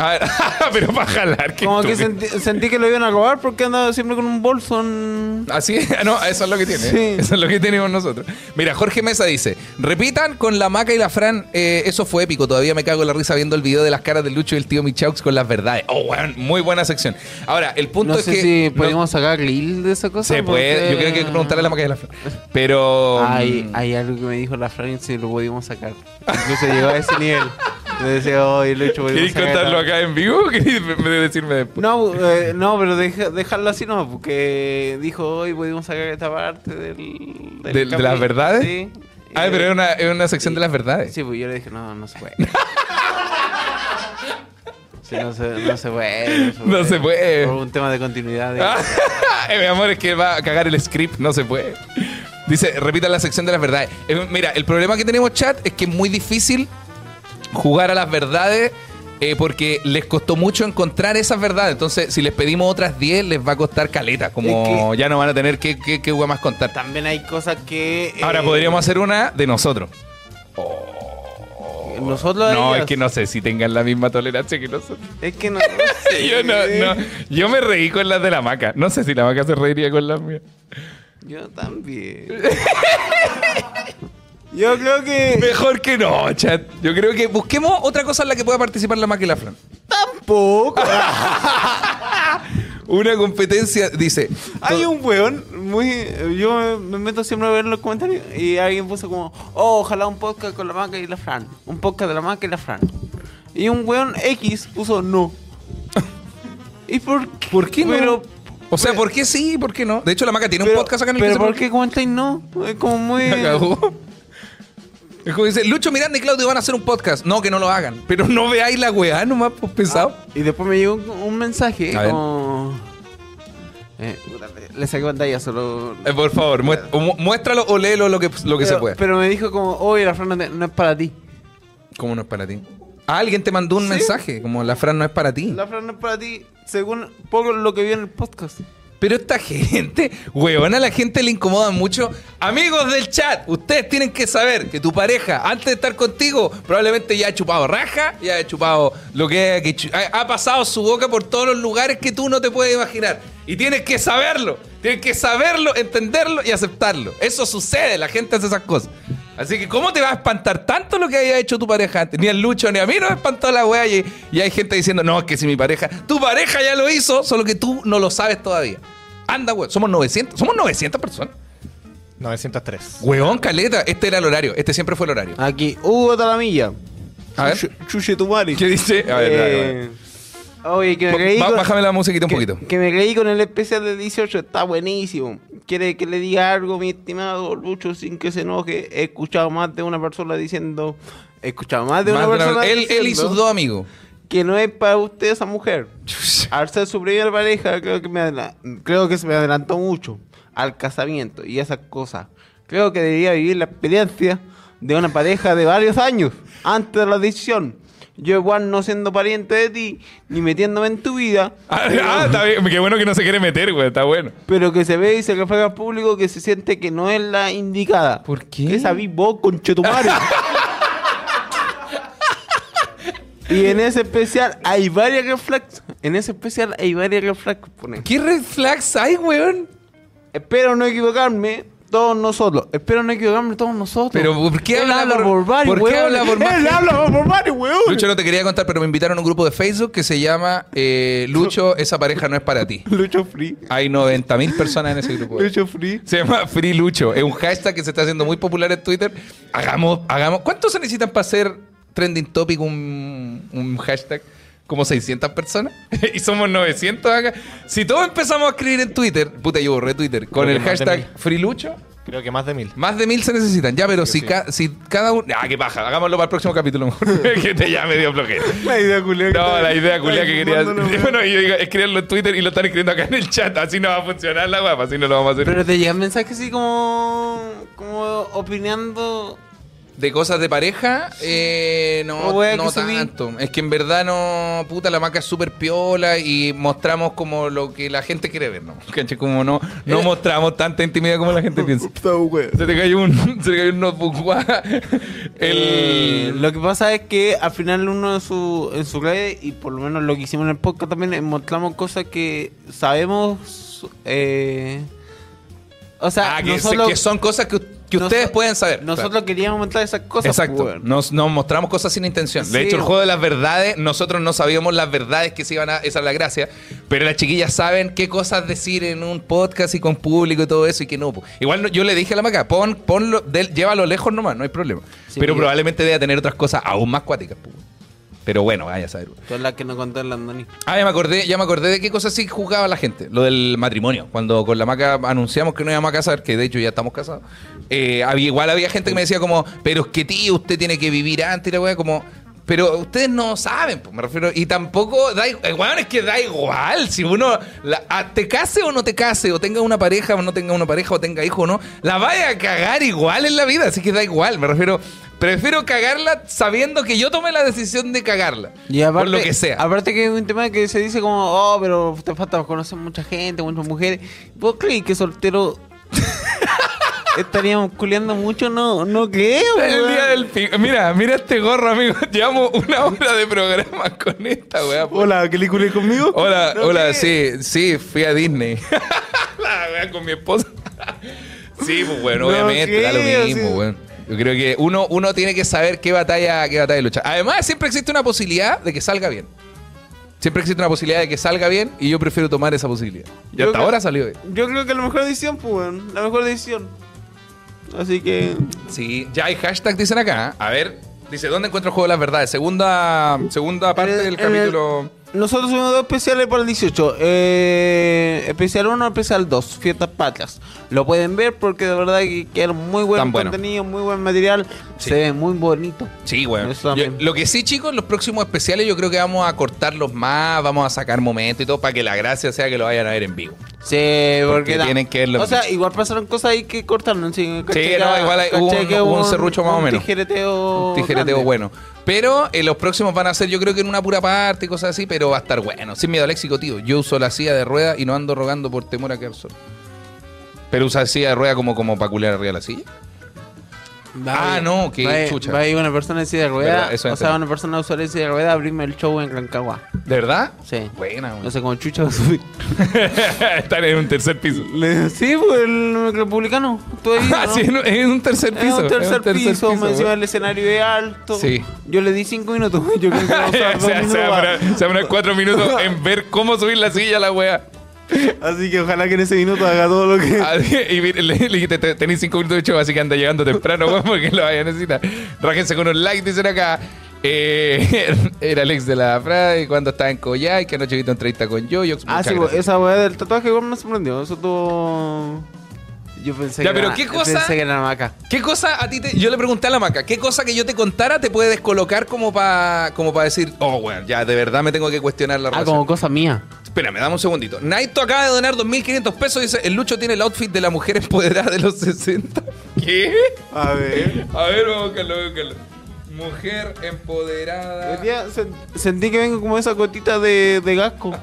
A: Ah, pero para jalar, qué
B: Como que
A: estúpido.
B: sentí, sentí que lo iban a robar porque andaba siempre con un bolso. en-
A: Así es, Ah, no, eso es lo que tiene. ¿eh?
B: Sí.
A: Eso es lo que tenemos nosotros. Mira, Jorge Mesa dice: Repitan con la maca y la Fran. eh, eso fue épico. Todavía me cago en la risa viendo el video de las caras del Lucho y el tío Michaux con las verdades. Oh, weón, muy buena sección. Ahora, el punto
B: No
A: es
B: sé
A: que.
B: si
A: no-
B: podemos sacar Lil de esa cosa.
A: se puede.
B: porque-
A: Yo creo que hay que preguntarle a la maca y a la Fran. Pero.
B: Hay,
A: mm,
B: hay algo que me dijo la Fran y si lo podíamos sacar. Incluso llegó a ese nivel. Le decía, oye, Lucho, ¿por qué
A: ¿Queréis
B: sacaste
A: contarlo
B: la-
A: acá en vivo o queréis me- me- decirme después?
B: No, eh, no, pero deja- dejarlo así no, porque dijo, hoy pudimos sacar esta parte del... del
A: ¿De- de
B: capi-".
A: las verdades?
B: Sí.
A: Ah,
B: Eh,
A: pero es una, es una sección de las verdades.
B: Sí, pues yo le dije, no, no se puede. Sí, no se, no se puede.
A: No se puede.
B: Por un tema de continuidad. de-
A: Eh, mi amor, es que va a cagar el script, no se puede. Dice, repita la sección de las verdades. Eh, mira, el problema que tenemos, chat, es que es muy difícil jugar a las verdades eh, porque les costó mucho encontrar esas verdades. Entonces, si les pedimos otras 10, les va a costar caleta. Como ya no van a tener que, que, que más contar.
B: También hay cosas que... eh,
A: Ahora podríamos hacer una de nosotros.
B: Nosotros...
A: no,
B: ellos-
A: es que no sé si tengan la misma tolerancia que nosotros.
B: Es que no... no sé.
A: Yo, no, no. Yo me reí con las de la maca. No sé si la maca se reiría con las mías.
B: Yo también.
C: Yo creo que
A: Mejor que no, chat. Yo creo que busquemos otra cosa en la que pueda participar la Mac y la Fran.
C: poco.
A: Una competencia, dice.
B: Hay un weón muy. Yo me meto siempre a ver los comentarios y alguien puso como: Oh, ojalá un podcast con la maca y la Fran. Un podcast de la maca y la Fran. Y un weón X puso no. ¿Y por qué?
A: ¿Por qué no?
B: Pero,
A: o sea, ¿por qué sí y por qué no? De hecho, la Maca tiene un
B: pero-
A: podcast acá en el
B: pero
A: que se
B: ¿por qué comentáis no? Es como muy.
A: La cagó. Es como dice, Lucho Miranda y Claudio van a hacer un podcast. No, que no lo hagan. Pero no veáis la weá nomás, pues pesado.
B: Y después me llegó un, un mensaje
A: A ver.
B: como. Eh, puta, le saqué pantalla solo.
A: Eh, por favor, muest- o mu- muéstralo o léelo lo que, lo que se
B: pero,
A: pueda.
B: pero me dijo como, oye, la Fran no te- no es para ti.
A: ¿Cómo no es para ti? Ah, Alguien te mandó un mensaje, como la Fran no es para ti.
B: La Fran no es para ti, según poco lo que vi en el podcast.
A: Pero esta gente, weón, a la gente le incomoda mucho. Amigos del chat, ustedes tienen que saber que tu pareja, antes de estar contigo, probablemente ya ha chupado raja, ya ha chupado lo que, haya que chu- ha, ha pasado su boca por todos los lugares que tú no te puedes imaginar. Y tienes que saberlo, tienes que saberlo, entenderlo y aceptarlo. Eso sucede, la gente hace esas cosas. Así que, ¿cómo te va a espantar tanto lo que haya hecho tu pareja antes? Ni al Lucho ni a mí nos espantó la wea y, y hay gente diciendo, no, es que si mi pareja, tu pareja ya lo hizo, solo que tú no lo sabes todavía. Anda, weón, somos 900, somos 900 personas.
F: 903.
A: Weón, caleta, este era el horario, este siempre fue el horario.
C: Aquí, Hugo Talamilla.
A: A ver.
C: Chuche- Chuche tu madre.
A: ¿Qué dice? Eh, A ver, dale, dale.
C: Eh,
B: Oye, que me
A: Ba-
B: creí.
A: ba-
B: con-
A: bájame la musiquita un
B: que-
A: poquito.
B: Que me creí con el especial del 18, está buenísimo. ¿Quiere que le diga algo, mi estimado Lucho, sin que se enoje? He escuchado más de una persona diciendo. He escuchado más de
A: Más
B: una
A: de la-
B: persona
A: él, él y
B: diciendo
A: sus dos amigos.
B: Que no es para usted esa mujer. Al ser su primera pareja, creo que, me adela- creo que se me adelantó mucho al casamiento y esas cosas. Creo que debería vivir la experiencia de una pareja de varios años antes de la decisión. Yo igual no siendo pariente de ti, ni metiéndome en tu vida,
A: Ah, ah, está bien, qué bueno que no se quiere meter, weón, está bueno.
B: pero que se ve y se refleja al público que se siente que no es la indicada.
A: ¿Por qué?
B: Que esa vos, conchetumare. y en ese especial hay varias reflex. En ese especial hay varias reflex. pone.
A: ¿Qué red flags hay, weón?
B: Espero no equivocarme todos nosotros. Espero no equivocarme todos nosotros.
A: Pero, ¿por qué
B: Él
A: habla
B: habla
A: por-
B: por, varios,
A: por qué
B: weón.
A: habla por más
B: Él
A: gente?
B: habla por varios, weón.
A: Lucho, no te quería contar, pero me invitaron a un grupo de Facebook que se llama eh, Lucho, esa pareja no es para ti.
B: Lucho Free.
A: Hay 90.000 personas en ese grupo.
B: Lucho Free.
A: Se llama Free Lucho. Es un hashtag que se está haciendo muy popular en Twitter. Hagamos, hagamos. ¿Cuántos se necesitan para hacer trending topic un, un hashtag? Como 600 personas. y somos 900 acá. Si todos empezamos a escribir en Twitter, puta, yo borré Twitter, con
F: Creo
A: el
F: que más de
A: hashtag
F: mil.
A: Free Lucho,
F: Creo que más de mil.
A: más de mil se necesitan. Ya, pero si,
F: sí.
A: ca- si cada uno. Ah, qué paja. Hagámoslo para el próximo capítulo mejor. que te llame medio flojera.
C: La idea culera que
A: No,
C: está-
A: la idea culia
C: está
A: que quería.
C: fumando una
A: Bueno, y yo digo, escribirlo en Twitter y lo están escribiendo acá en el chat. Así no va a funcionar la guapa, así no lo vamos a hacer.
B: Pero te llegan mensajes así como. como opinando.
A: De cosas de pareja, eh, no,
B: Una wea
A: no
B: que subí.
A: tanto. Es que en verdad no, puta, la maca es súper piola y mostramos como lo que la gente quiere ver, ¿no? Eh, Caché, como no, no mostramos tanta intimidad como la gente piensa.
C: Puta, weón.
A: Se te cayó un, se te cayó un notebook. guau.
B: Eh,
A: El,
B: lo que pasa es que al final uno en su, en su red, y por lo menos lo que hicimos en el podcast también, eh, mostramos cosas que sabemos. eh, o sea,
A: ah, que,
B: nosotros,
A: que son cosas que, que
B: noso-
A: ustedes pueden saber.
B: nosotros
A: Claro.
B: queríamos mostrar esas cosas. pues,
A: Exacto.
B: weón.
A: Nos, nos mostramos cosas sin intención. De
B: Sí.
A: hecho, el juego de las verdades, nosotros no sabíamos las verdades que se iban a. Esa es la gracia. Pero las chiquillas saben qué cosas decir en un podcast y con público y todo eso y que no. po. Igual no- yo le dije a la maca, pon, ponlo, del- llévalo lejos nomás, no hay problema.
B: Sí,
A: pero
B: yo-
A: probablemente deba tener otras cosas aún más cuáticas. po. Pero bueno, vaya a saber.
B: Todas las que no contó el Landoni.
A: Ah, ya me acordé, ya me acordé de qué cosas sí juzgaba la gente. Lo del matrimonio. Cuando con la maca anunciamos que no íbamos a casar, que de hecho ya estamos casados, eh, había, igual había gente que me decía como, pero es que tío, usted tiene que vivir antes y la weá, como. Pero ustedes no saben, pues, me refiero. Y tampoco da igual, es que da igual. Si uno la- a- te case o no te case, o tenga una pareja o no tenga una pareja, o tenga hijo o no, la vaya a cagar igual en la vida. Así que da igual, me refiero. Prefiero cagarla sabiendo que yo tomé la decisión de cagarla.
B: Y aparte,
A: por lo que sea.
B: Aparte que es un tema que se dice como, oh, pero te falta conocer mucha gente, muchas mujeres. ¿Vos creéis que soltero estaríamos culeando mucho? No, no creo.
A: El
B: weón.
A: día del pico. Mira, mira este gorro, amigo. Llevamos una hora de programa con esta weá. po.
F: Hola, ¿qué le culé conmigo?
A: Hola,
F: No,
A: hola,
F: ¿qué?
A: sí, sí, fui a Disney. La weá con mi esposa. Sí, pues bueno,
F: No,
A: obviamente, da lo
F: ¿qué?
A: mismo,
F: Sí.
A: weón. Yo creo que uno, uno tiene que saber qué batalla, qué batalla luchar. Además, siempre existe una posibilidad de que salga bien. Siempre existe una posibilidad de que salga bien y yo prefiero tomar esa posibilidad. Y
C: Yo
A: hasta
C: creo-
A: ahora salió bien.
C: Yo creo que la mejor decisión, pues, weón. La mejor decisión. Así que.
A: Sí, ya hay hashtag, dicen acá. A ver, dice, ¿dónde encuentro el juego de las verdades? Segunda, segunda parte
C: En el-
A: del
C: en el-
A: capítulo.
C: Eh, Nosotros subimos dos especiales para el 18. Eh, especial 1, especial 2, Fiestas Patrias. Lo pueden ver porque de verdad que queda muy buen
A: Tan bueno.
C: contenido, muy buen material.
A: Sí.
C: Se ve muy bonito.
A: Sí, weón.
C: Eso también.
A: Yo- lo que sí, chicos, los próximos especiales yo creo que vamos a cortarlos más, vamos a sacar momentos y todo para que la gracia sea que lo vayan a ver en vivo.
C: Sí,
A: Porque
C: porque, da-
A: tienen que verlo.
C: O sea, igual pasaron cosas ahí que cortaron. Sí, ¿cachai?
A: no, igual hay-
C: ¿cachai?
A: hubo un-
C: Que
A: hubo un serrucho más o menos.
C: Tijereteo.
A: Tijereteo
C: Oh, grande.
A: bueno. Pero eh, los próximos van a ser, yo creo que en una pura parte y cosas así, pero va a estar bueno. Sin miedo al léxico, tío. Yo uso la silla de rueda y no ando rogando por temor a quedar solo. Pero usa silla de rueda como, como para culear arriba de la silla.
B: Va
A: Ah,
B: ahí-
A: no, que
B: va ahí-
A: chucha.
B: Va ahí una persona de silla de rueda.
A: Verdad, eso
B: o sea,
A: entendí.
B: una persona usuaria de silla de rueda abrirme el show en Rancagua.
A: ¿De verdad?
B: Sí.
A: Buena, weón.
B: No sé cómo chucha va a subir.
A: Estar en un tercer piso.
B: Le- sí, pues el republicano. Tú ahí,
A: Ah,
B: ¿no?
A: sí, en un- en un tercer
B: Es
A: piso.
B: un tercer, piso, más
A: weón.
B: encima el escenario es alto.
A: Sí.
B: Yo le di cinco minutos. Yo creo que vamos a
A: se,
B: dar dos
A: se,
B: minutos
A: va a
B: más.
A: poner- se va a poner cuatro minutos en ver cómo subir la silla a la wea.
F: Así que ojalá que en ese minuto haga todo lo
B: Ah,
F: que.
A: Así- y mire, le, le dijiste, "Te- tenéis cinco minutos de show, así que anda llegando temprano, weón, porque lo vaya a necesitar. Rájense con un like, dicen acá. Eh, era Alex de la Frade cuando estaba en Coyay, que anoche viste entrevista con Yoyox.
C: Ah,
A: Muchas
C: sí,
A: gracias.
C: esa weá del tatuaje igual me sorprendió. Eso tuvo.
B: Yo pensé
A: Ya,
B: que
A: pero
B: era-
A: ¿qué cosa?
B: Pensé que era una maca.
A: ¿Qué cosa a ti te.? Yo le pregunté a la maca, ¿qué cosa que yo te contara te puede descolocar como para como pa decir, oh, weón, ya de verdad me tengo que cuestionar la
B: Ah,
A: relación?
B: como cosa mía.
A: Espérame, dame un segundito. Naito acaba de donar 2.500 pesos. Dice: El Lucho tiene el outfit de la mujer empoderada de los 60. ¿Qué?
F: A ver.
A: A ver, vamos a buscarlo, vamos a buscarlo. Mujer empoderada.
C: Hoy día sen- sentí que vengo como esa gotita de, de gasco.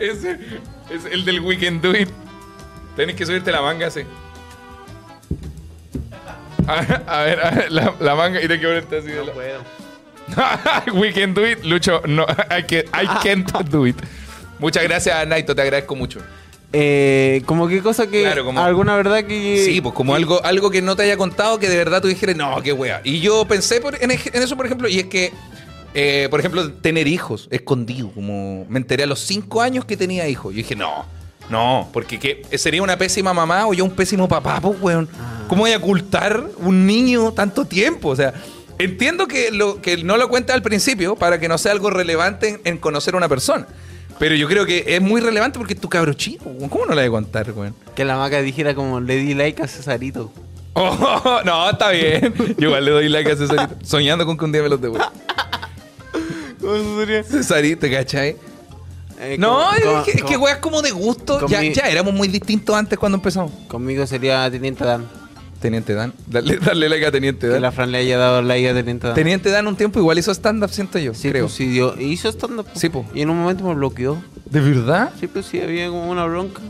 A: Ese es el del Weekend Do It. Tenés que subirte la manga, sí. A, a ver, a ver, la, la manga y te que ponerte así. de la- We can do it, Lucho. No, I can't, I can't do it. Muchas gracias, Naito, te agradezco mucho.
B: Eh, como qué cosa que.
A: Claro, como-
B: Alguna verdad que.
A: Sí, pues como algo, algo que no te haya contado que de verdad tú dijeras, no, qué wea. Y yo pensé por- en, ej- en eso, por ejemplo, y es que, eh, por ejemplo, tener hijos escondido, como me enteré a los cinco años que tenía hijos. Yo dije, no, no, porque ¿qué? sería una pésima mamá o yo un pésimo papá, pues, weón. ¿Cómo voy a ocultar un niño tanto tiempo? O sea, entiendo que, lo, que no lo cuentes al principio para que no sea algo relevante en, en conocer a una persona. Pero yo creo que es muy relevante porque es tu cabro chico. weón. ¿Cómo no le voy a contar, weón?
B: Que la maca dijera como le di like a Cesarito.
A: Oh, no, está bien. Yo igual le doy like a Cesarito. Soñando con que un día me los devuelva.
C: ¿Cómo eso sería?
A: Cesarito, ¿cachai?
B: Eh,
A: No,
B: como-
A: es
B: como-
A: que, es que
B: como-
A: weas como de gusto.
B: con
A: Ya,
B: mi-
A: ya éramos muy distintos antes cuando empezamos.
B: Conmigo sería Teniente Dan.
A: Teniente Dan. Dale, darle like a Teniente
B: Que
A: Dan.
B: la Fran le haya dado like a Teniente Dan.
A: Teniente Dan un tiempo igual hizo stand-up, siento yo,
B: Sí,
A: creo.
B: pues, sí, dio- hizo stand-up.
A: Sí, pues.
B: Y en un momento me bloqueó.
A: ¿De verdad?
B: Sí, pues sí, había como una bronca.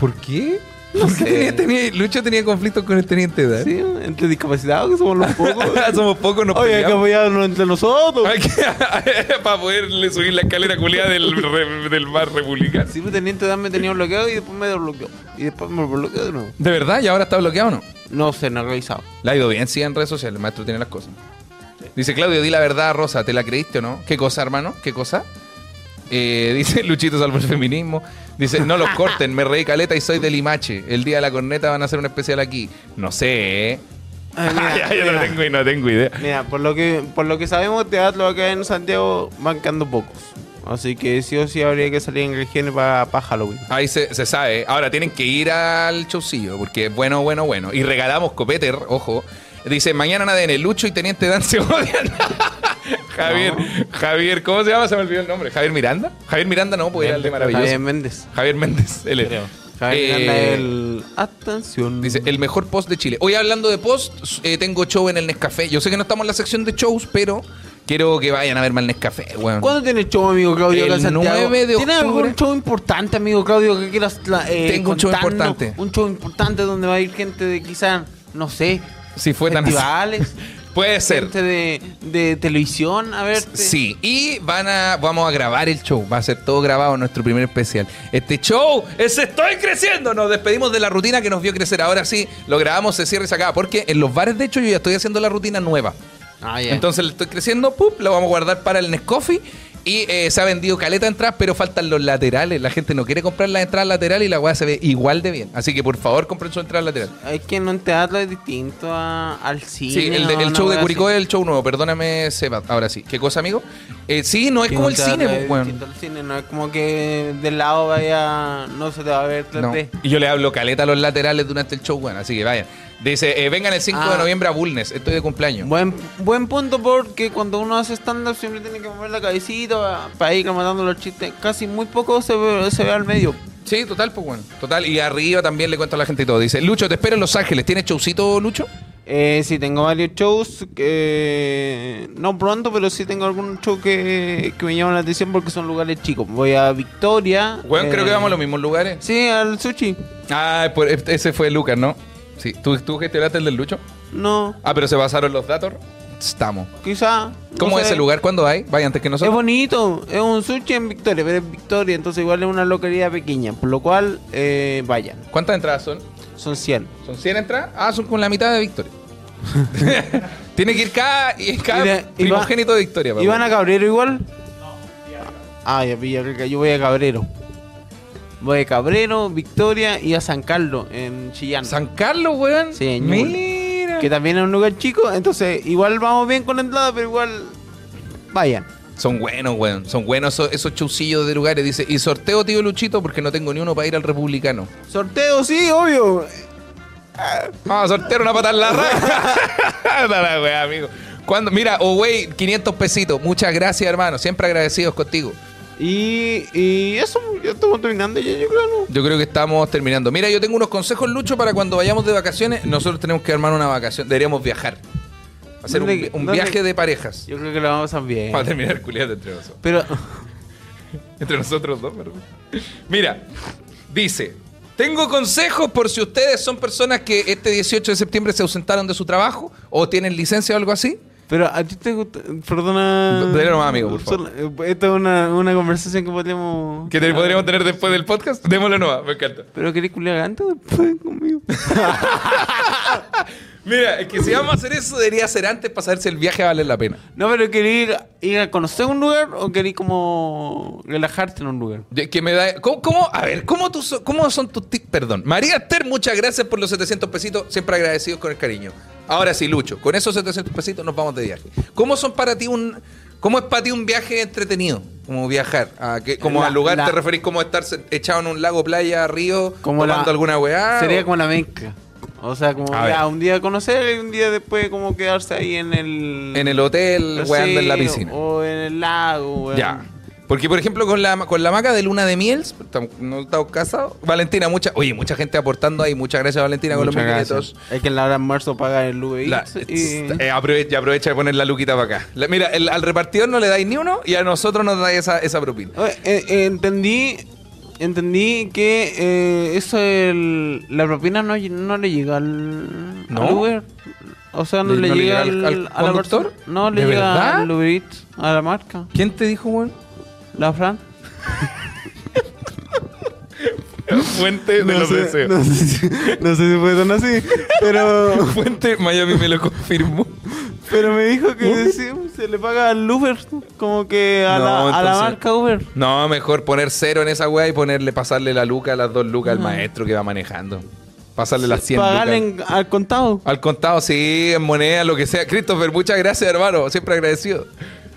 A: ¿Por qué? ¿Por qué
B: sé.
A: tenía, tenía- Lucho tenía conflictos con el Teniente Dan?
B: Sí, entre discapacitados que somos los pocos.
A: ¿Eh? Somos pocos, nos
C: Oye, hay que
A: peleamos.
C: apoyarnos entre nosotros.
A: Hay que- Para poderle subir la escalera culiada del, re- del mar republicano.
B: Sí, pues Teniente Dan me tenía bloqueado y después me desbloqueó. Y después me bloqueó de nuevo.
A: ¿De verdad? ¿Y ahora está bloqueado o no?
B: No sé, no he revisado.
A: La ha ido bien, sí, en redes sociales. El maestro tiene las cosas. Dice Claudio, di la verdad, Rosa, ¿te la creíste o no? ¿Qué cosa, hermano? ¿Qué cosa? Eh, dice Luchito salvo el feminismo. Dice, no los corten, me reí caleta y soy de Limache. El día de la corneta van a hacer un especial aquí. No sé, ¿eh?
C: Ay, mira,
A: Ya, yo no
C: mira.
A: tengo y no tengo idea.
C: Mira, por lo que por lo que sabemos, de Atlas acá en Santiago van quedando pocos. Así que sí o sí habría que salir en el higiene para Halloween.
A: Ahí se, se sabe. Ahora tienen que ir al showcillo porque es bueno, bueno, bueno. Y regalamos copeter, ojo. Dice, mañana nada en el Lucho y Teniente Dan se odian. Javier, Javier, ¿cómo se llama? Se me olvidó el nombre. ¿Javier Miranda? Javier Miranda no, pues era el de maravilloso.
B: Javier Méndez.
A: Javier Méndez, él es. Eh,
C: Javier Miranda, el... Atención.
A: Dice, el mejor post de Chile. Hoy hablando de post, eh, tengo show en el Nescafé. Yo sé que no estamos en la sección de shows, pero quiero que vayan a verme al Nescafé, weón.
B: ¿Cuándo tienes show, amigo Claudio?
A: El
B: acá en Santiago?
A: 9 de
B: ¿Tienes
A: octubre.
B: algún show importante, amigo Claudio, que quieras la- eh,
A: Tengo un show
B: contarnos?
A: importante.
B: Un show importante donde va a ir gente de quizás, no sé,
A: Si fue tan así.
B: festivales,
A: Puede ser.
B: gente de, de televisión, a ver.
A: Sí, y van a, vamos a grabar el show. Va a ser todo grabado, nuestro primer especial. Este show es Estoy Creciendo. Nos despedimos de la rutina que nos vio crecer. Ahora sí, lo grabamos, se cierra y se acaba. Porque en los bares, de hecho, yo ya estoy haciendo la rutina nueva.
B: Ah, ya.
A: Entonces le estoy creciendo, ¡pup! Lo vamos a guardar para el Nescoffee. Y eh, se ha vendido caleta de entradas, pero faltan los laterales. La gente no quiere comprar las entradas laterales y la weá se ve igual de bien. Así que por favor compren su entrada lateral.
B: Es que en un teatro es distinto a- al cine.
A: Sí, el, de-
B: o
A: el
B: una
A: show de
B: wea
A: Curicó
B: así.
A: es el show nuevo. Perdóname, Seba. Ahora sí. ¿Qué cosa, amigo? Eh, sí, no es
B: Que
A: como
B: un
A: el
B: teatro
A: cine,
B: es
A: pues, weón.
B: distinto al cine, no es como que del lado vaya, no se te va a ver 3D.
A: No. Y yo le hablo caleta a los laterales durante el show, bueno, así que vayan. Dice, eh, vengan el 5 de
B: Ah.
A: noviembre a Bulnes, estoy de cumpleaños.
B: Buen, buen punto porque cuando uno hace stand-up siempre tiene que mover la cabecita para ir rematando los chistes. Casi muy poco se ve, se ve al medio.
A: Sí, total, pues bueno. Total, y arriba también le cuento a la gente y todo. Dice, Lucho, te espero en Los Ángeles. ¿Tienes showcito, Lucho?
C: Eh, sí, tengo varios shows. que- no pronto, pero sí tengo algunos shows que, que me llaman la atención porque son lugares chicos. Voy a Victoria.
A: Bueno, creo
C: eh,
A: que vamos a los mismos lugares.
C: Sí, al sushi.
A: Ah, por- ese fue Lucas, ¿no? Sí, ¿tú, tú gestionaste el del Lucho?
C: No,
A: Ah, pero se basaron los datos. Estamos.
C: quizá.
A: ¿Cómo
C: no
A: es
C: sé.
A: el lugar? ¿Cuándo hay? Vaya antes que
C: Es
A: nosotros.
C: bonito, es un sushi en Victoria, pero es Victoria, entonces igual es una localidad pequeña, por lo cual eh, vayan,
A: ¿Cuántas entradas son?
C: son 100.
A: ¿Son 100 entradas? Ah, son con la mitad de Victoria. Tiene que ir cada, cada
C: Mira, y va-
A: primogénito de Victoria.
C: ¿Y van a Cabrero igual? Ah, ya Villarrica, yo voy a Cabrero. Voy a Cabrero, Victoria y a San Carlos, en Chillán.
A: San Carlos, weón.
C: Sí, en Ñuble.
A: Mira.
C: Que también es un lugar chico, entonces igual vamos bien con la entrada, pero igual vayan.
A: Son buenos, weón. Son buenos esos, esos chusillos de lugares. Dice, y sorteo, tío Luchito, porque no tengo ni uno para ir al republicano.
C: Sorteo, sí, obvio.
A: Vamos a sortear una pata en la raja. Anda la weá, amigo. Cuando, mira, oh, wey, 500 pesitos. Muchas gracias, hermano. Siempre agradecidos contigo.
C: Y, y eso, ya estamos terminando ya, yo creo, ¿no?
A: Yo creo que estamos terminando. Mira, yo tengo unos consejos, Lucho, para cuando vayamos de vacaciones. Nosotros tenemos que armar una vacación. Deberíamos viajar. Hacer un,
B: ¿Dónde-
A: vi- un
B: dónde-
A: viaje de parejas.
B: Yo creo que lo vamos a bien.
A: Para terminar culiando entre nosotros.
B: Pero
A: Entre nosotros dos, perdón. Mira, dice, tengo consejos por si ustedes son personas que este 18 de septiembre se ausentaron de su trabajo o tienen licencia o algo así.
B: pero a ti te gusta, perdona.
A: Dale nomás, amigo, por favor.
B: Solo- eh, Esta es una, una conversación que podríamos
A: Que te- podríamos tener después del podcast. Démosle nueva, me encanta.
B: Pero querés culiar antes o después conmigo.
A: Mira, es que si vamos a hacer eso, debería ser antes para saber si el viaje vale la pena.
B: No, pero querés ir, ir a conocer un lugar o querés como relajarte en un lugar.
A: Yo- Que me da, ¿cómo, cómo? A ver, ¿cómo, tú so- ¿cómo son tus tips? Perdón. María Esther, muchas gracias por los 700 pesitos. Siempre agradecidos con el cariño. Ahora sí, Lucho, con esos 700 pesitos nos vamos de viaje. ¿Cómo son para ti un... ¿Cómo es para ti un viaje entretenido? Como viajar. ¿A qué- como
B: La-
A: al lugar
B: la-
A: te referís como estar se- echado en un lago, playa, río,
B: Como
A: tomando
B: la-
A: alguna weá?
B: Sería
A: o-
B: como la mezcla. O sea, como
A: A
B: ya,
A: ver.
B: un día conocer y un día después como quedarse ahí en el...
A: En el hotel,
B: Sí,
A: weando en la piscina.
B: O en el lago, weón.
A: Ya. Porque, por ejemplo, con la, con la maca de luna de miel, tam- no estamos casados. Valentina, mucha, oye, mucha gente aportando ahí. Muchas gracias, Valentina, con los
C: Muchas
A: mil
C: gracias. Es que en la hora de marzo paga el Uber
A: La-
C: Eats y...
A: eh, aprove- y aprovecha de poner la luquita para acá. La- mira, el- al repartidor no le dais ni uno y a nosotros nos dais esa, esa propina.
B: Oye, eh, eh, entendí, entendí que eh, eso el, la propina no, lle- no le llega al,
A: ¿No?
B: al Uber. O sea, no
A: ¿Le-
B: le,
A: no le
B: llega,
A: llega
B: al,
A: al- al
B: a la
A: conductor?
B: persona. No le
A: ¿De
B: llega
A: verdad?
B: al Uber Eats, a la marca.
A: ¿Quién te dijo, weón?
B: La Fran.
A: Fuente de
C: no,
A: los
C: sé,
A: deseos.
C: no sé si- no sé si fue tan así, pero...
A: Fuente Miami me lo confirmó.
C: Pero me dijo que sí, se le paga al Uber, como que a,
A: No,
C: la, a la
A: entonces-
C: marca Uber.
A: No, mejor poner cero en esa weá y ponerle, pasarle la luca, las dos lucas al maestro que va manejando. Pasarle las 100 lucas.
C: Pagarle en- al contado.
A: Al contado, sí, en moneda, lo que sea. Christopher, muchas gracias, hermano. Siempre agradecido.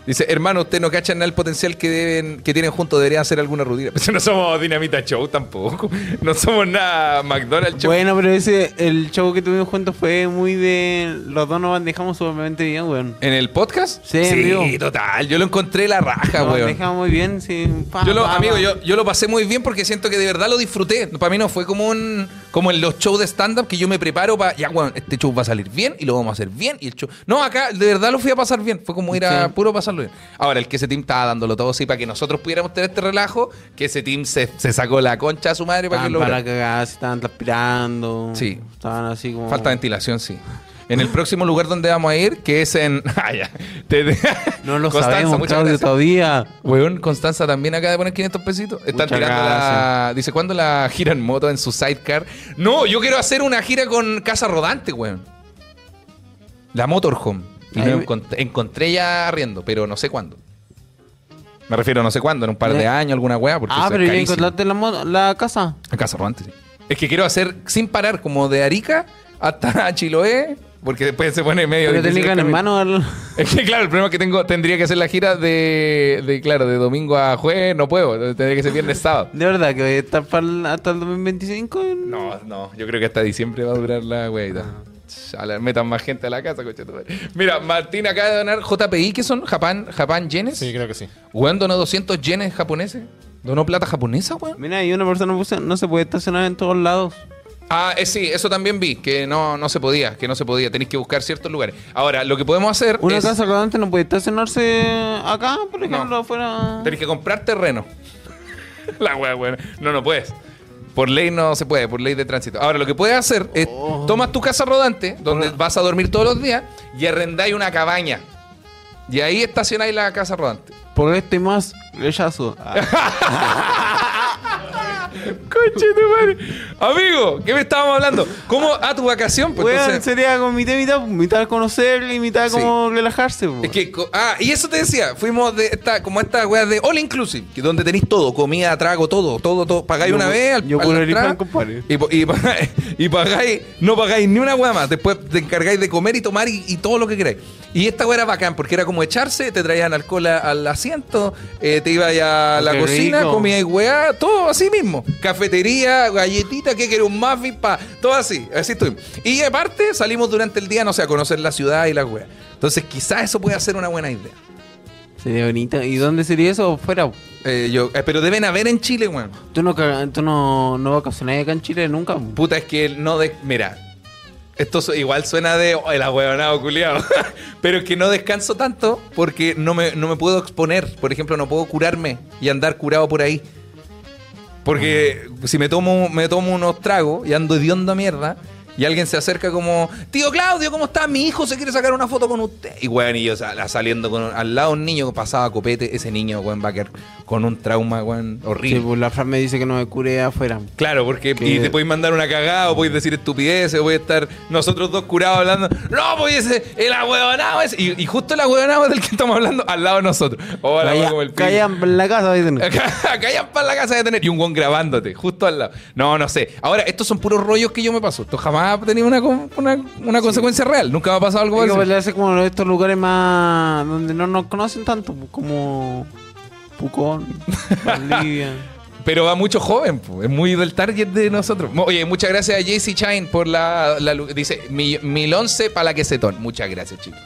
A: Dice, hermano, usted no cachan nada el potencial que deben, que tienen juntos, deberían hacer alguna rutina. Pero no somos Dinamita Show tampoco. No somos nada McDonald's Show.
B: Bueno, pero ese, el show que tuvimos juntos fue muy de. Los dos nos dejamos sumamente bien, weón.
A: ¿En el podcast?
B: Sí, en vivo.
A: total. Yo lo encontré la raja,
B: Nos
A: weón.
B: dejamos muy bien, sí. pa,
A: Yo lo,
B: pa,
A: amigo,
B: pa.
A: yo, yo lo pasé muy bien porque siento que de verdad lo disfruté. Para mí no fue como un como en los shows de stand-up que yo me preparo para, ya, bueno, este show va a salir bien y lo vamos a hacer bien. y el show No, acá de verdad lo fui a pasar bien. Fue como ir a
B: Sí.
A: puro pasarlo bien. Ahora, el que ese team estaba dándolo todo así para que nosotros pudiéramos tener este relajo, que ese team se, se sacó la concha a su madre para que
B: Estaban
A: lo
B: Ah, para la cagada, se estaban transpirando.
A: Sí.
B: Estaban así como.
A: Falta ventilación, sí. En el próximo lugar donde vamos a ir, que es en... Ah, ya. Te-
B: No lo
A: Constanza,
B: sabemos,
A: muchas
B: Claudio,
A: gracias.
B: todavía.
A: Weón, Constanza también acaba de poner 500 pesitos. Están
B: Muchas
A: tirando la. Dice, ¿cuándo la gira en moto en su sidecar? No, yo quiero hacer una gira con Casa Rodante, weón. La Motorhome. Y
B: Ahí
A: no
B: me-
A: encont- encontré ya arriendo, pero no sé cuándo. Me refiero a no sé cuándo, en un par de
B: Me-
A: años, alguna weá, porque
B: Ah,
A: es
B: pero ya
A: carísimo.
B: encontraste la, mo- la casa.
A: En Casa Rodante, sí. Es que quiero hacer sin parar, como de Arica hasta Chiloé, porque después se pone medio.
B: Pero
A: difícil
B: tenés
A: el
B: en
A: camino.
B: hermano al.
A: Es que claro, el problema es que tengo, tendría que hacer la gira de, de, claro, de domingo a jueves, no puedo, tendría que ser viernes sábado.
B: De verdad, que voy a estar pa'l- hasta el 2025. en-
A: No, no, yo creo que hasta diciembre va a durar la weita. A la- metan más gente a la casa, coche tu madre. Mira, Martín acaba de donar JPI, que son? ¿Japán, Japán yenes?
F: Sí, creo que sí.
A: Weón donó 200 yenes japoneses. ¿Donó plata japonesa, weón?
B: Mira, y una persona puso, no se puede estacionar en todos lados.
A: Ah, eh, sí, eso también vi, que no, no se podía, que no se podía, tenéis que buscar ciertos lugares. Ahora, lo que podemos hacer
B: Una
A: es...
B: casa rodante no puede estacionarse acá, por ejemplo,
A: No.
B: afuera.
A: Tenés que comprar terreno. La wea, weón. No, no puedes. Por ley no se puede, por ley de tránsito. Ahora, lo que puedes hacer es
B: Oh.
A: tomas tu casa rodante, donde vas a dormir todos los días, y arrendáis una cabaña. Y ahí estacionáis la casa rodante.
B: Por esto y más, rechazo.
A: Conche tu madre. Amigo, ¿qué me estábamos hablando? ¿Cómo a tu vacación? Pues,
B: Weón,
A: entonces-
B: sería como mitad y mitad, mitad conocer y mitad
A: Sí.
B: como relajarse. po.
A: Es que, co- ah, y eso te decía, fuimos de esta, como esta weá de All Inclusive, que donde tenéis todo, comida, trago, todo, todo, todo. Pagáis
B: Yo
A: una
B: pu-
A: vez al
B: yo
A: al
B: puro
A: la
B: erifán,
A: entrada,
B: compadre.
A: Y, po- y pagáis, y pagáis- no pagáis ni una weá más. Después te encargáis de comer y tomar y, y todo lo que queráis. Y esta weá era bacán, porque era como echarse, te traían alcohol a- al asiento, eh, te ibas a la
B: Qué
A: cocina,
B: rico.
A: comías weá, todo así mismo. Cafetería, galletita, que querés un muffin, pa, todo así. Así estuvimos. Y aparte salimos durante el día, no sé, a conocer la ciudad y la weá. Entonces quizás eso puede ser una buena idea.
B: Sería bonito. ¿Y dónde sería eso? Fuera.
A: Eh, yo, eh, pero deben haber en Chile, weón.
B: Tú no, caga- tú no, no vacacionás acá en Chile nunca. po.
A: Puta, es que no de. Mira, esto su- igual suena de. "Oh, el ahueonado culiado. Pero es que no descanso tanto porque no me, no me puedo exponer. Por ejemplo, no puedo curarme y andar curado por ahí. Porque si me tomo, me tomo unos tragos y ando hediondo a mierda. Y alguien se acerca como, tío Claudio, ¿cómo está? Mi hijo se quiere sacar una foto con usted. Y weón, y yo sal- saliendo con, al lado un niño que pasaba copete, ese niño, weón, va a quedar con un trauma, weón, horrible.
B: Sí, pues la Fran me dice que no me cure afuera.
A: Claro, porque
B: Que-
A: y te podéis mandar una cagada, o podéis decir estupideces, o podéis estar nosotros dos curados hablando. No, pues ese, el ahueonado es. Y, y justo el ahueonado es del que estamos hablando al lado de nosotros. Oh, la wea como el
B: Callan
A: pico.
B: callan en la casa, dicen.
A: Acá ya para la casa de tener. Y un guan grabándote, justo al lado. No, no sé. Ahora, estos son puros rollos que yo me paso. Esto jamás ha tenido una, con- una, una consecuencia real. Nunca me ha pasado algo
B: Digo,
A: así.
B: pues, le hace como estos lugares más donde no nos conocen tanto, pues, como Pucón, Bolivia.
A: Pero va mucho joven, po. es muy del target de nosotros. Mo- Oye, muchas gracias a JC Chain por la, la lu- Dice, mi- mil once para la que se ton. Muchas gracias, chicos.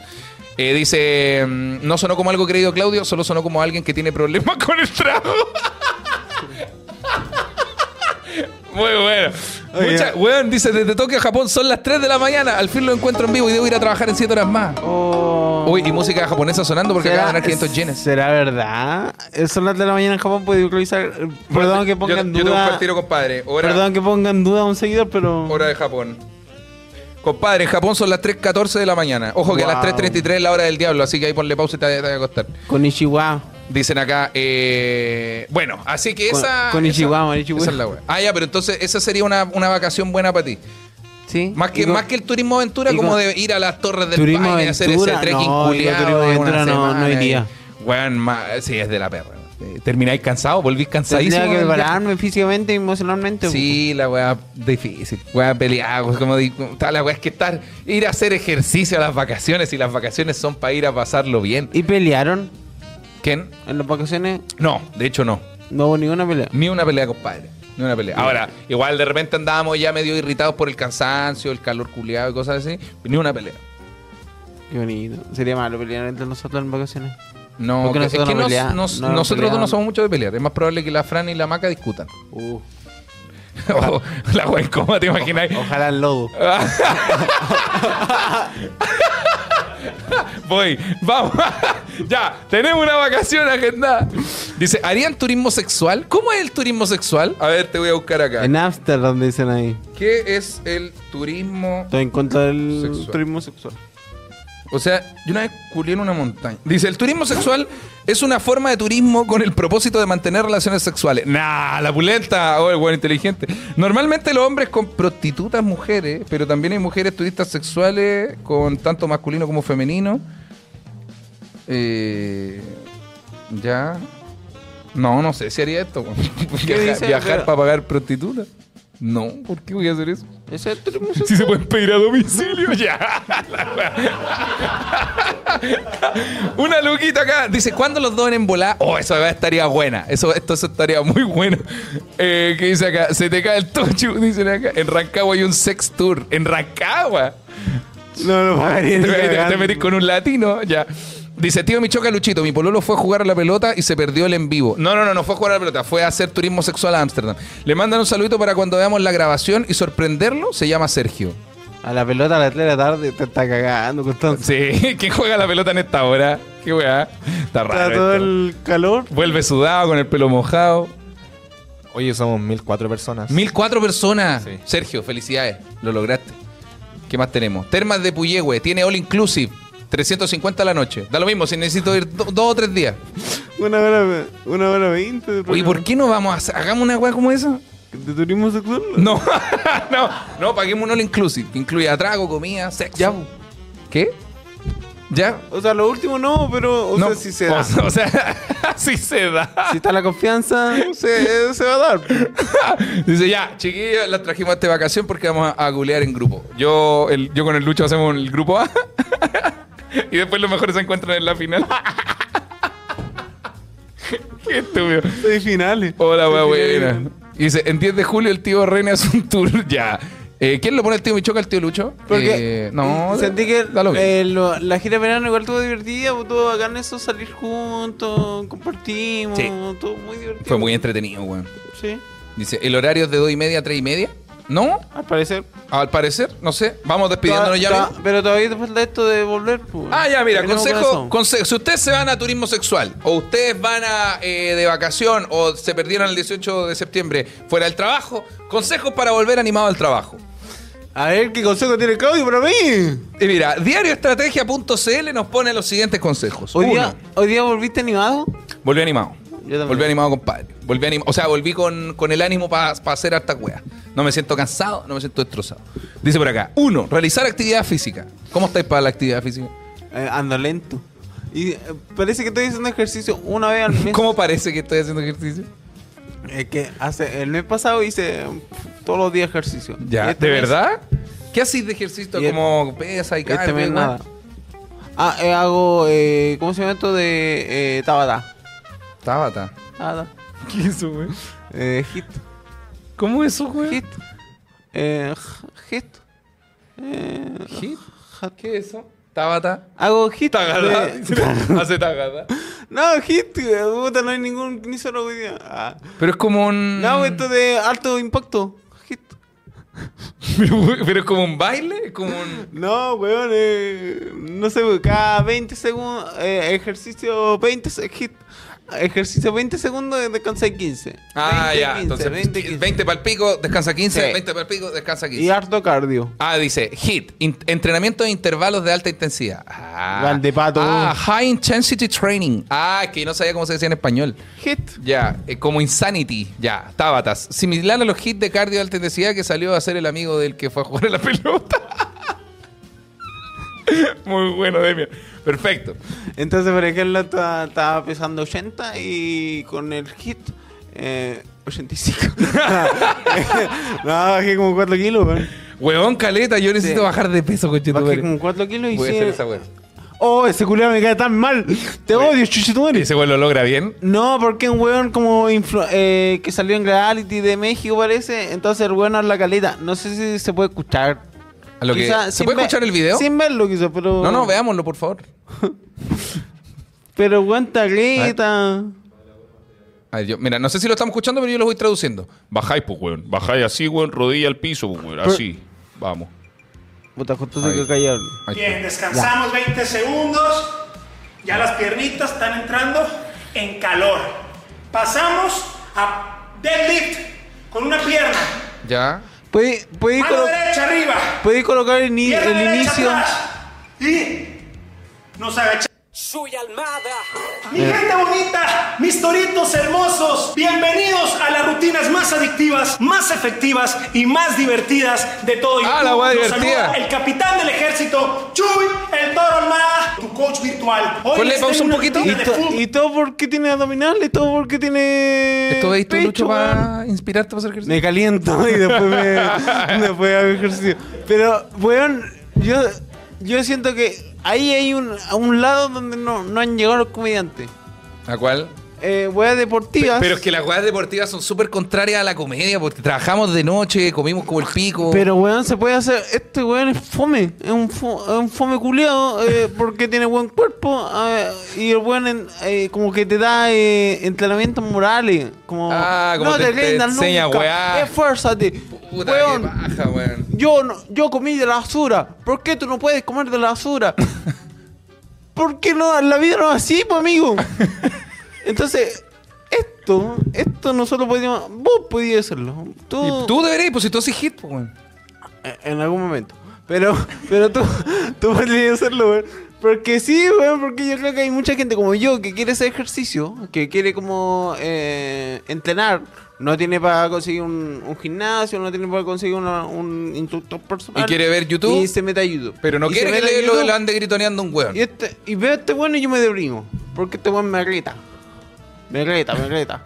A: Eh, dice, mm, no sonó como algo creído Claudio, solo sonó como alguien que tiene problemas con el trago. Muy bueno.
C: Oye.
A: Mucha- weón, dice, desde Tokio a Japón son las 3 de la mañana. Al fin lo encuentro en vivo y debo ir a trabajar en 7 horas más.
B: Oh.
A: Uy, y música japonesa sonando porque acaba de ganar 500 yenes.
B: ¿Será verdad? Eh, Son las de la mañana en Japón, puede improvisar. Eh, Perdón que
A: Yo-
B: pongan
A: yo, tengo un
B: duda.
A: partido, compadre. Hora-
B: Perdón que pongan duda a un seguidor, pero.
A: Hora de Japón. Compadre, en Japón son las 3.14 de la mañana. Ojo que a las
B: Wow.
A: 3.33 es la hora del diablo, así que ahí ponle pausa y te, te voy a acostar.
B: Con Ishiwa.
A: Dicen acá, eh, bueno, así que
B: Con-
A: esa...
B: con
A: esa-
B: Ichiwa, con Ichiwa.
A: esa es la wea. Ah, ya, pero entonces esa sería una, una vacación buena para ti.
B: ¿Sí?
A: Más que,
B: Y con-
A: más que el turismo aventura,
B: y
A: como
B: con-
A: de ir a las torres del
B: Turismo
A: Paine y hacer ese
B: aventura,
A: trekking
B: no, yo
A: culiao
B: turismo
A: de una
B: aventura no- no
A: semana y-
B: iría.
A: Weón, ma- sí, es de la perra. eh, termináis cansado, volvís cansadísimo.
B: Tendría que
A: del viaje.
B: prepararme físicamente y emocionalmente.
A: Sí, la weá difícil, weá peleada, pues, como di- tal, la weá es que estar, ir a hacer ejercicio a las vacaciones y las vacaciones son para ir a pasarlo bien.
B: pues. ¿Y pelearon
A: ¿Quién?
B: en las vacaciones?
A: No, de hecho no.
B: No hubo ninguna pelea.
A: Ni una pelea, compadre. Ni una pelea. Ahora, igual de repente andábamos ya medio irritados por el cansancio, el calor culiado y cosas así. Ni una pelea.
B: Qué bonito. Sería malo pelear entre nosotros en vacaciones.
A: No,
B: Porque
A: que- es
B: nosotros
A: que
B: no
A: nos-
B: pelea-
A: nos-
B: no
A: nosotros dos no
B: peleamos.
A: somos mucho de pelear. Es más probable que la Fran y la Maca discutan.
B: Uh,
A: O- la wea en coma, ¿te imaginas?
B: ojalá el lobo.
A: Voy, vamos. ya, tenemos una vacación agenda. Dice, ¿harían turismo sexual? ¿Cómo es el turismo sexual? A ver, te voy a buscar acá.
B: En Amsterdam dicen ahí.
A: ¿Qué es el turismo?
B: Estoy en contra del
A: Sexual.
B: turismo sexual.
A: O sea, yo una vez culié en una montaña. Dice, el turismo sexual es una forma de turismo con el propósito de mantener relaciones sexuales. Nah, la pulenta. Oh, el buen inteligente. Normalmente los hombres con prostitutas mujeres, pero también hay mujeres turistas sexuales con tanto masculino como femenino. Eh, ya. No, no sé si haría esto. weón. Viaja-
B: dice?
A: viajar
B: Pero-
A: para pagar prostitutas. No, ¿por qué voy a hacer eso?
B: Ese es el turismo sexual.
A: Si se pueden pedir a domicilio, ya. Una luquita acá. Dice, ¿cuándo los dos en volá? Oh, eso estaría buena. Eso, esto, eso estaría muy bueno. Eh, ¿Qué dice acá? Se te cae el tocho, dicen acá. En Rancagua hay un sex tour. En Rancagua.
B: No lo pagaría.
A: Te,
B: ni
A: te- te
B: cagando.
A: metís con un latino, ya. Dice, tío Michoca Luchito, mi pololo fue a jugar a la pelota y se perdió el en vivo. No, no, no, no fue a jugar a la pelota, fue a hacer turismo sexual a Ámsterdam. Le mandan un saludito para cuando veamos la grabación y sorprenderlo, se llama Sergio.
B: A la pelota a las 3 de la tarde te está cagando, Constanza.
A: Sí, ¿quién juega la pelota en esta hora? Qué weá. Está raro.
C: Está todo
A: esto.
C: el calor.
A: Vuelve sudado con el pelo mojado.
F: Oye, somos mil cuatro personas.
A: Mil cuatro personas.
F: Sí.
A: Sergio, felicidades. Lo lograste. ¿Qué más tenemos? Termas de Puyehue. Tiene All Inclusive. 350 a la noche. Da lo mismo, si necesito ir do- dos o tres días.
C: Una hora, una hora veinte. de
A: Oye,
C: programa.
A: ¿por qué no vamos a... hacer- Hagamos una weá como esa?
C: ¿De turismo sexual?
A: No, no, no, paguemos un All Inclusive. Que incluya trago, comida, sexo.
B: Ya.
A: ¿Qué? ¿Ya?
C: O sea, lo último no, pero o
A: No.
C: sea, si se da.
A: O sea, sí se da.
B: Si está la confianza.
C: se, se va a dar.
A: Dice, ya, chiquillos, las trajimos a esta vacación porque vamos a, a gulear en grupo. Yo, el- yo con el Lucho hacemos el grupo A. y después los mejores se encuentran en la final. Qué estúpido.
C: Seis finales.
A: Hola, wea,
C: Seis finales.
A: buena. Y Dice, en 10 de julio el tío René hace un tour ya. Eh, ¿Quién lo pone el tío Michoca, el tío Lucho?
B: Porque
A: Eh, no,
B: sentí que
A: da lo mismo.
B: eh, lo- la gira de verano igual estuvo divertida, pues, estuvo bacán eso, salir juntos, compartimos,
A: Sí.
B: estuvo muy divertido.
A: Fue muy entretenido, weón.
B: Sí,
A: Dice, ¿el horario es de 2 y media a 3 y media? No,
B: al parecer.
A: al parecer, no sé. Vamos despidiéndonos ya.
B: Ta-
A: amigo.
B: ta- Pero todavía te falta esto de volver, pues.
A: Ah, ya, mira,
B: Tenemos
A: consejo,
B: corazón.
A: consejo. Si ustedes se van a turismo sexual, o ustedes van a, eh, de vacación, o se perdieron el 18 de septiembre fuera del trabajo, consejos para volver animado al trabajo.
C: A ver qué consejo tiene Claudio para mí.
A: Y mira, diarioestrategia.cl nos pone los siguientes consejos.
B: Hoy
A: Uno,
B: día, hoy día volviste animado.
A: volví animado.
B: Yo también.
A: Volví animado, compadre. Volví anim- o sea, volví con, con el ánimo para hacer harta wea. No me siento cansado, no me siento destrozado. Dice por acá, uno, realizar actividad física. ¿Cómo estáis para la actividad física?
B: Eh, ando lento. Y eh, parece que estoy haciendo ejercicio una vez al mes.
A: ¿Cómo parece que estoy haciendo ejercicio?
B: Es que hace el mes pasado hice eh, todos los días ejercicio. Y
A: Ya,
B: este
A: ¿de
B: mes-
A: verdad? ¿Qué hacís de ejercicio?
B: Y el-
A: como pesa y cardio.
B: Este mes
A: y
B: nada. Ah, eh, hago, eh, ¿cómo se llama esto? De eh, Tabata.
A: weá? Tabata.
B: Tabata.
A: ¿Qué es eso, güey?
B: Eh, hit.
A: ¿Cómo es eso, güey?
B: Hit. Eh, j- hit. Eh,
A: ¿Hit? ¿Qué es eso? Tabata.
B: hago hit.
A: Tagada.
B: de-
A: Hace tagada.
B: no, hit. eh, Puta, no hay ningún ni solo hoy día. Ah.
A: Pero es como un.
B: No, esto de alto impacto. Hit.
A: pero, güey, pero es como un baile. es Como un.
B: No, weón. eh, no sé, weón, cada 20 segundos. eh, ejercicio 20 se- hit. Ejercicio 20 segundos y descansa 15.
A: Ah,
B: 20,
A: ya.
B: 15,
A: Entonces, 20,
B: 15.
A: para el pico, descansa 15.
B: Sí.
A: 20 para el pico, descansa 15.
B: Y harto cardio.
A: Ah, dice, HIT, in- entrenamiento de intervalos de alta intensidad. Ah,
C: Grande pato.
A: Ah, High Intensity Training. Ah, es que yo no sabía cómo se decía en español.
B: Hit.
A: Ya, eh, como Insanity, ya, Tabatas. Similar a los hits de cardio de alta intensidad que salió a ser el amigo del que fue a jugar a la pelota. Muy bueno, Demian. Perfecto.
B: Entonces, por ejemplo, estaba estaba pesando 80 y con el hit eh, 85. no, bajé como 4 kilos, weón.
A: Huevón caleta, yo necesito
B: Sí.
A: bajar de peso, coche.
B: Bajé como 4 kilos y
A: Voy a
B: sí-
A: hacer esa weón.
B: Oh, ese culiao me cae tan mal. Te odio,
A: ¿Y
B: chuchetumare.
A: ese weón lo logra bien?
B: No, porque un weón como influ- eh, que salió en reality de México parece, entonces el weón habla caleta. No sé si se puede escuchar.
A: A lo que-
B: Quizá
A: ¿Se
B: sin
A: puede
B: ver-
A: escuchar el video?
B: Sin verlo quizás, pero...
A: No, no, veámoslo, por favor.
B: Pero weón está caleta.
A: A ver, yo- mira, no sé si lo estamos escuchando, pero yo lo voy traduciendo.
E: Bajáis, pues, weón. Bajáis así, weón. Rodilla al piso, pues, weón. Así. Vamos.
B: Puta, justo
A: Ahí.
B: se quedó callado.
A: Ahí está.
H: Bien, descansamos 20 segundos. Ya las piernitas están entrando en calor. Pasamos a deadlift con una pierna.
A: Ya.
B: Puede, puede,
H: Mano
B: colo-
H: derecha arriba.
B: puede colocar el, ni-
H: Pierna
B: el
H: derecha
B: inicio.
H: atrás. Y nos agachamos. Mi
A: Eh.
H: gente bonita, mis toritos hermosos, bienvenidos a las rutinas más adictivas, más efectivas y más divertidas de todo YouTube.
A: Ah, la guay
H: Nos
A: divertida.
H: saluda El capitán del ejército, Chuy, el toro Almada, tu coach virtual. Hoy
A: Ponle
H: les
A: pausa
H: tengo
A: un
H: una
A: poquito.
H: rutina
B: Y,
H: de
B: to-
H: fútbol.
B: y todo porque tiene abdominales, todo porque tiene.
A: Esto veis tú,
B: pecho,
A: Lucho,
B: Eh, weón.
A: para inspirarte para hacer ejercicio.
B: Me caliento y después me, después hago ejercicio. Pero, weón, yo, yo siento que ahí hay un, a un lado donde no, no han llegado los comediantes.
A: ¿A cuál?
B: Eh, weas deportivas.
A: Pero es que las weas deportivas son súper contrarias a la comedia, porque trabajamos de noche, comimos como el pico.
B: Pero, weón, se puede hacer. Este weón es fome. Es un, fo- es un fome culiado eh, porque tiene buen cuerpo. eh, y el weón, en- eh, como que te da eh, entrenamientos morales. Como,
A: Ah, como
B: no
A: te-
B: te,
A: te
B: rindas
A: enseña
B: nunca.
A: weá.
B: Esfuérzate.
A: Puta,
B: weón,
A: qué paja, weón.
B: Yo, no, yo comí de la basura. ¿Por qué tú no puedes comer de la basura? ¿Por qué no? La vida no es así, pues, amigo. Entonces, esto, esto nosotros podíamos. Vos podías hacerlo. Tú,
A: Y tú deberías, pues si tú haces hit, pues, weón.
B: eh, En algún momento. Pero, pero tú, tú podías hacerlo, weón. Porque sí, weón, porque yo creo que hay mucha gente como yo que quiere hacer ejercicio, que quiere como eh, entrenar. No tiene para conseguir un, un gimnasio, no tiene para conseguir una- un instructor personal.
A: Y quiere ver YouTube.
B: Y se meta a YouTube.
A: Pero no
B: Y
A: quiere
B: se
A: que
B: meta a
A: le lo
B: YouTube,
A: le ande gritoneando un weón.
B: Y, este, y veo a este bueno y yo me deprimo. Porque este weón me reta. Me reta, me reta.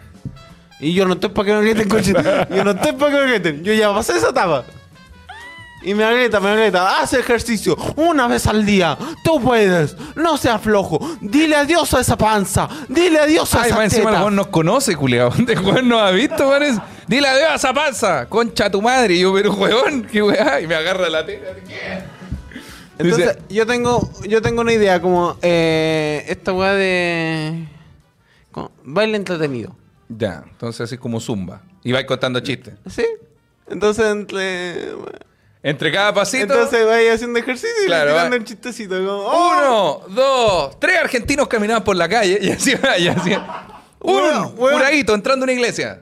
B: Y yo no estoy para que me reten, coche. Yo no estoy para que me reten. Yo ya pasé esa etapa. Y me reta, me reta. Haz ejercicio una vez al día. Tú puedes. No seas flojo. Dile adiós a esa panza. Dile adiós a
A: Ay,
B: esa
A: más encima el
B: teta.
A: weón nos conoce, culiao. El weón nos ha visto, weón. es, Dile adiós a esa panza, concha tu madre. Y yo, pero weón, qué weá. Y me agarra la teta. ¿qué?
B: Entonces,
A: Dice-
B: yo tengo, yo tengo una idea como eh, esta weá de como baile entretenido.
A: Ya, entonces así como zumba. Y vais contando chistes.
B: ¿Sí? Entonces, entre,
A: Entre cada pasito.
B: entonces vaya haciendo ejercicio y
A: Claro,
B: le tirando
A: va.
B: un chistecito. Como, ¡oh!
A: Uno, dos, tres argentinos caminaban por la calle y así va, y así. va. Un
B: Weón, weón.
A: curaguito entrando a una iglesia.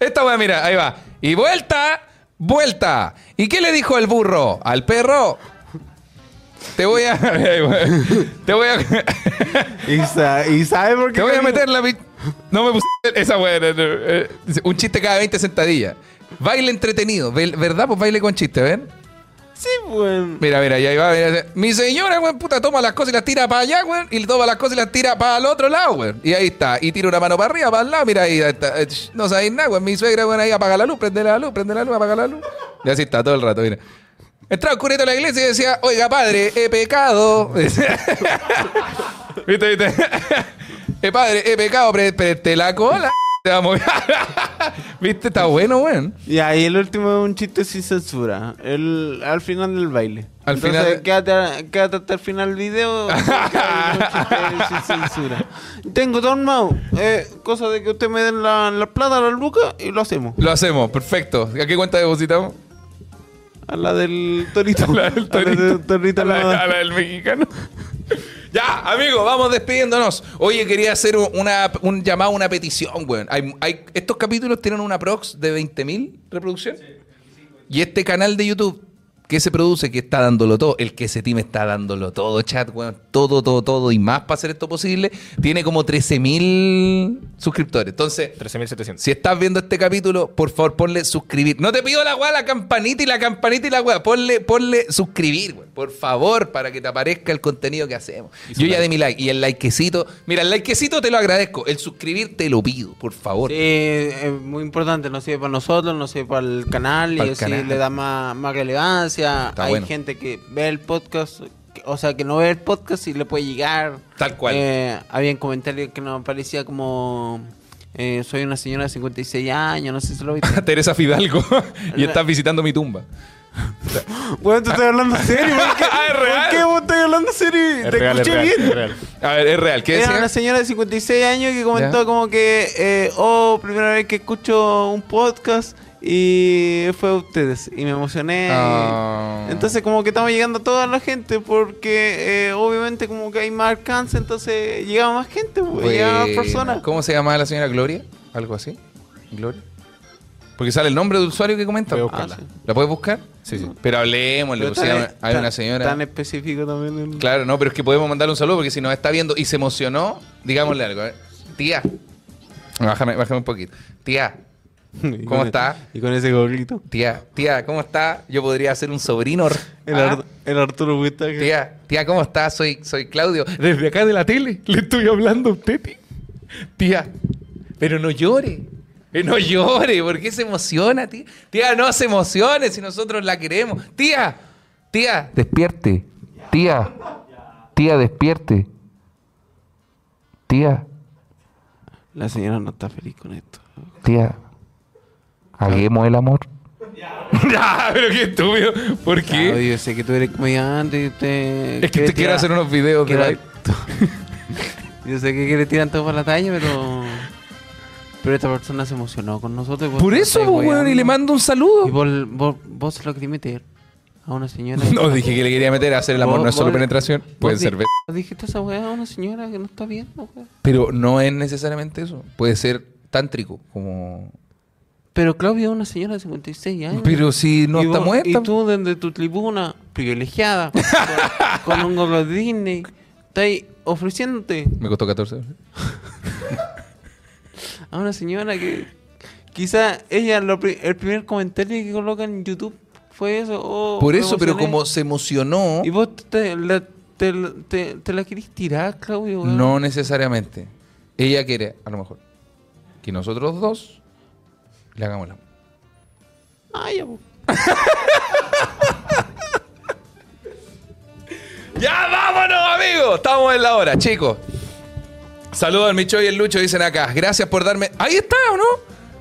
A: Esta weá, mira, ahí va. Y vuelta, vuelta. ¿Y qué le dijo el burro al perro? Te voy a. te voy a.
B: Y, sa- y sabe por qué.
A: te voy a
B: camino.
A: meter la. pi- No me puse. Esa weá. no, no, eh, Un chiste cada 20 sentadillas. Baile entretenido, ve- ¿verdad? Pues baile con chiste, ¿ven?
B: Sí, pues. weón.
A: Mira, mira, y ahí va. mira, dice, Mi señora, weón, puta, toma las cosas y las tira para allá, weón. Y toma las cosas y las tira para el otro lado, weón. Y ahí está. Y tira una mano para arriba, para el lado. Mira, ahí está. eh, sh, No sabéis nada, weón. Mi suegra, weón, ahí apaga la luz, prende la luz, prende la luz, apaga la luz. Y así está todo el rato, mira. Entraba el curito a la iglesia y decía, oiga, padre, he pecado. ¿Viste, viste? eh, padre, he pecado, pre- preste la cola. Te va a mover. ¿Viste? Está bueno, weón.
B: Y ahí el último es un chiste sin censura. El, al final del baile.
A: Al
B: Entonces,
A: final-
B: Quédate, quédate hasta el final del video. porque hay un chiste sin censura. Tengo todo armado. Eh, cosa de que usted me den la, la plata, la lucas y lo hacemos.
A: Lo hacemos, perfecto. ¿A qué cuenta depositamos?
B: A la del torito.
A: La del
B: A la del
A: torito.
B: torito.
A: A la-
B: Almada.
A: a la del mexicano. ya, amigo, vamos despidiéndonos. Oye, quería hacer un- una, un llamado, una petición, weón. Hay- hay- estos capítulos tienen una prox de 20.000 reproducciones. Y este canal de YouTube que se produce, que está dándolo todo, el que se team está dándolo todo, chat, weón, todo, todo, todo y más para hacer esto posible, tiene como 13.000 suscriptores. Entonces,
F: 13.700.
A: si estás viendo este capítulo, por favor ponle suscribir. No te pido la weá, la campanita y la campanita y la weá. Ponle, ponle suscribir, weón. Por favor, para que te aparezca el contenido que hacemos. Yo ya di mi like. Y el likecito. Mira, el likecito te lo agradezco. El suscribirte lo pido, por favor.
B: Sí, es muy importante, nos sirve para nosotros, nos sirve para el canal
A: Para
B: y
A: el
B: así
A: canal.
B: le da más, más relevancia.
A: Está
B: Hay
A: bueno.
B: gente que ve el podcast, que- o sea, que no ve el podcast y le puede llegar.
A: Tal cual.
B: Eh, habían comentarios que nos parecía como, eh, soy una señora de 56 años, no sé si lo viste.
A: Teresa Fidalgo. y estás visitando mi tumba.
C: Bueno, te estoy hablando serio. ¿Por qué,
A: Ah, es real.
C: ¿por qué vos estás hablando serio? y
F: Es
C: Te
F: real, es
C: escuché
F: real,
C: bien.
F: es real.
A: A ver, es real. ¿Qué
B: Era
A: decía?
B: una señora de 56 años que comentó
A: Ya.
B: como que, eh, oh, primera vez que escucho un podcast y fue ustedes y me emocioné. y-
A: Ah.
B: Entonces como que estamos llegando a toda la gente porque eh, obviamente como que hay más alcance, entonces llega más gente, pues, llega más
A: Bueno,
B: personas.
A: ¿Cómo se llamaba la señora Gloria? ¿Algo así? ¿Gloria? Porque sale el nombre del usuario que comenta.
F: Voy a buscarla.
B: Ah, sí.
A: ¿La puedes buscar? Sí, sí. Pero hablemos,
B: Pero tan-
A: hay
B: tan-
A: una señora.
B: Tan específico también. el-
A: Claro, no, pero es que podemos mandarle un saludo porque si nos está viendo y se emocionó, digámosle algo. ¿eh? Tía, bájame, bájame un poquito. Tía,
B: Y
A: ¿Cómo
B: con- e-
A: está?
B: Y con ese gorrito.
A: tía, tía, ¿cómo está? Yo podría ser un sobrino.
B: El,
A: Ah,
B: Ar- el Arturo Buitrague.
A: tía, tía, ¿cómo está? Soy, soy Claudio. Desde acá de la tele le estoy hablando a usted, tía. Tía, pero no llore. Eh, No llore, ¿por qué se emociona, tía? Tía, no se emocione si nosotros la queremos. Tía, tía, despierte. Tía, tía, despierte. Tía.
B: La señora no está feliz con esto.
A: Tía, hagamos el amor. Ya, pero qué estúpido. ¿Por qué?
B: Claro, Ah, yo sé que tú eres comediante y usted...
A: es que te quiero hacer unos videos de baile.
B: Yo sé que quiere tirar todo para la talla, pero... Pero esta persona se emocionó con nosotros. y vos
A: Por
B: no
A: eso,
B: estáis
A: pues, weón, y
B: weando.
A: le mando un
B: Y
A: saludo.
B: vos, vos, vos se lo querías meter a una señora...
A: No, dije que le quería meter a hacer el amor,
B: Vos-
A: no es solo
B: vos-
A: penetración. Puede
B: vos
A: ser.
B: di-
A: ve-
B: vos Dijiste esa weá a una señora que no está viendo, weón.
A: Pero no es necesariamente eso. Puede ser tántrico, como.
B: Pero Claudia es una señora de 56 años.
A: Pero si no
B: Y
A: está
B: vos-
A: muerta.
B: Y tú desde tu tribuna privilegiada, con, con un gorro de Disney, estás ofreciéndote
A: Me costó 14.
B: a una señora que quizá ella, lo pri- el primer comentario que coloca en YouTube fue eso. oh,
A: Por
B: me
A: eso, pero
B: emocioné.
A: como se emocionó,
B: Y vos te la, te, te- te la querés tirar, Claudio. weón.
A: no necesariamente. Ella quiere, a lo mejor, que nosotros dos le hagamos el amor.
B: Ay, ya, po.
A: ¡Ya vámonos, amigos! Estamos en la hora, chicos. Saludos al Micho y el Lucho, dicen acá. Gracias por darme. Ahí está, ¿o no?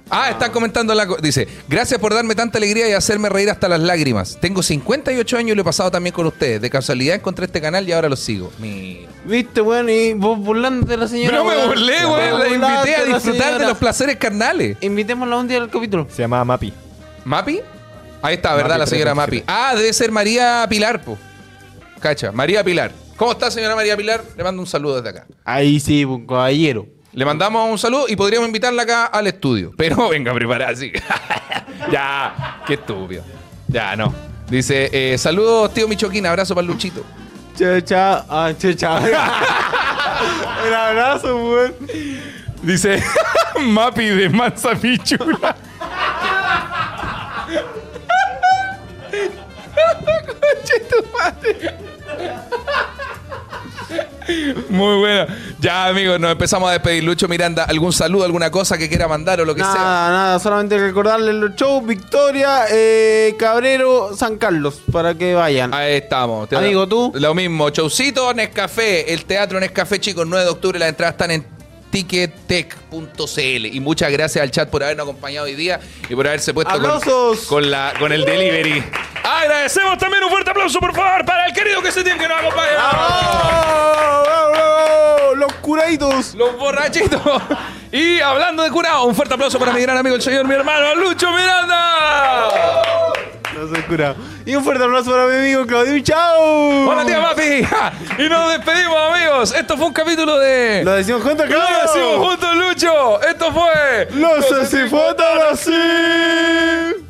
A: Ah, están comentando en la. co- Dice, gracias por darme tanta alegría y hacerme reír hasta las lágrimas. Tengo 58 años y lo he pasado también con ustedes. De casualidad encontré este canal y ahora lo sigo. Mi-
B: Viste, weón, y vos burlándote de la señora.
A: Pero no me
B: weón.
A: burlé,
B: Vos
A: weón. La
B: burlándote
A: invité a
B: de la
A: disfrutar de
B: señora.
A: los placeres carnales.
B: Invitémosla un día al capítulo.
F: Se llamaba Mapi.
A: ¿Mapi? Ahí está, ¿verdad?
F: Mapi,
A: la señora Mapi.
F: 337.
A: Ah, debe ser María Pilar, po. Cacha, María Pilar. ¿Cómo está, señora María Pilar? Le mando un saludo desde acá.
B: Ahí sí, po, caballero.
A: Le mandamos un saludo y podríamos invitarla acá al estudio. Pero venga preparada, así. ya, qué estúpido. Ya, no. Dice, eh, saludos, tío Michoquín, abrazo para el Luchito.
C: Chao, chao. Ah, chao, chao. Un abrazo, weón.
E: Dice, Mapi de Mansa Pichula.
A: Muy buena. Ya, amigos, nos empezamos a despedir. Lucho Miranda, ¿algún saludo, alguna cosa que quiera mandar o lo que
B: Nada,
A: sea?
B: nada, solamente recordarles los shows, Victoria, eh, Cabrero, San Carlos, para que vayan.
A: Ahí estamos. Te-
B: Amigo, ¿tú?
A: Lo mismo. Chaucito, Nescafé. El teatro Nescafé, chicos, 9 de octubre. Las entradas están en ticketech.cl. Y muchas gracias al chat por habernos acompañado hoy día y por haberse puesto con,
B: ¡Aplausos!
A: con la, con el delivery.
E: Agradecemos también un fuerte aplauso, por favor, para el querido que se tiene que nos acompaña.
C: Los curaditos.
A: Los borrachitos. Y hablando de curado, un fuerte aplauso para mi gran amigo, el señor, mi hermano, Lucho Miranda.
C: No soy curado. Y un fuerte abrazo para mi amigo Claudio. ¡Chao!
A: Hola, tía Mapi. Y nos despedimos, amigos. Esto fue un capítulo de...
C: Lo decimos juntos,
A: Lo
C: Claudio.
A: decimos juntos, Lucho. Esto fue...
C: Los así.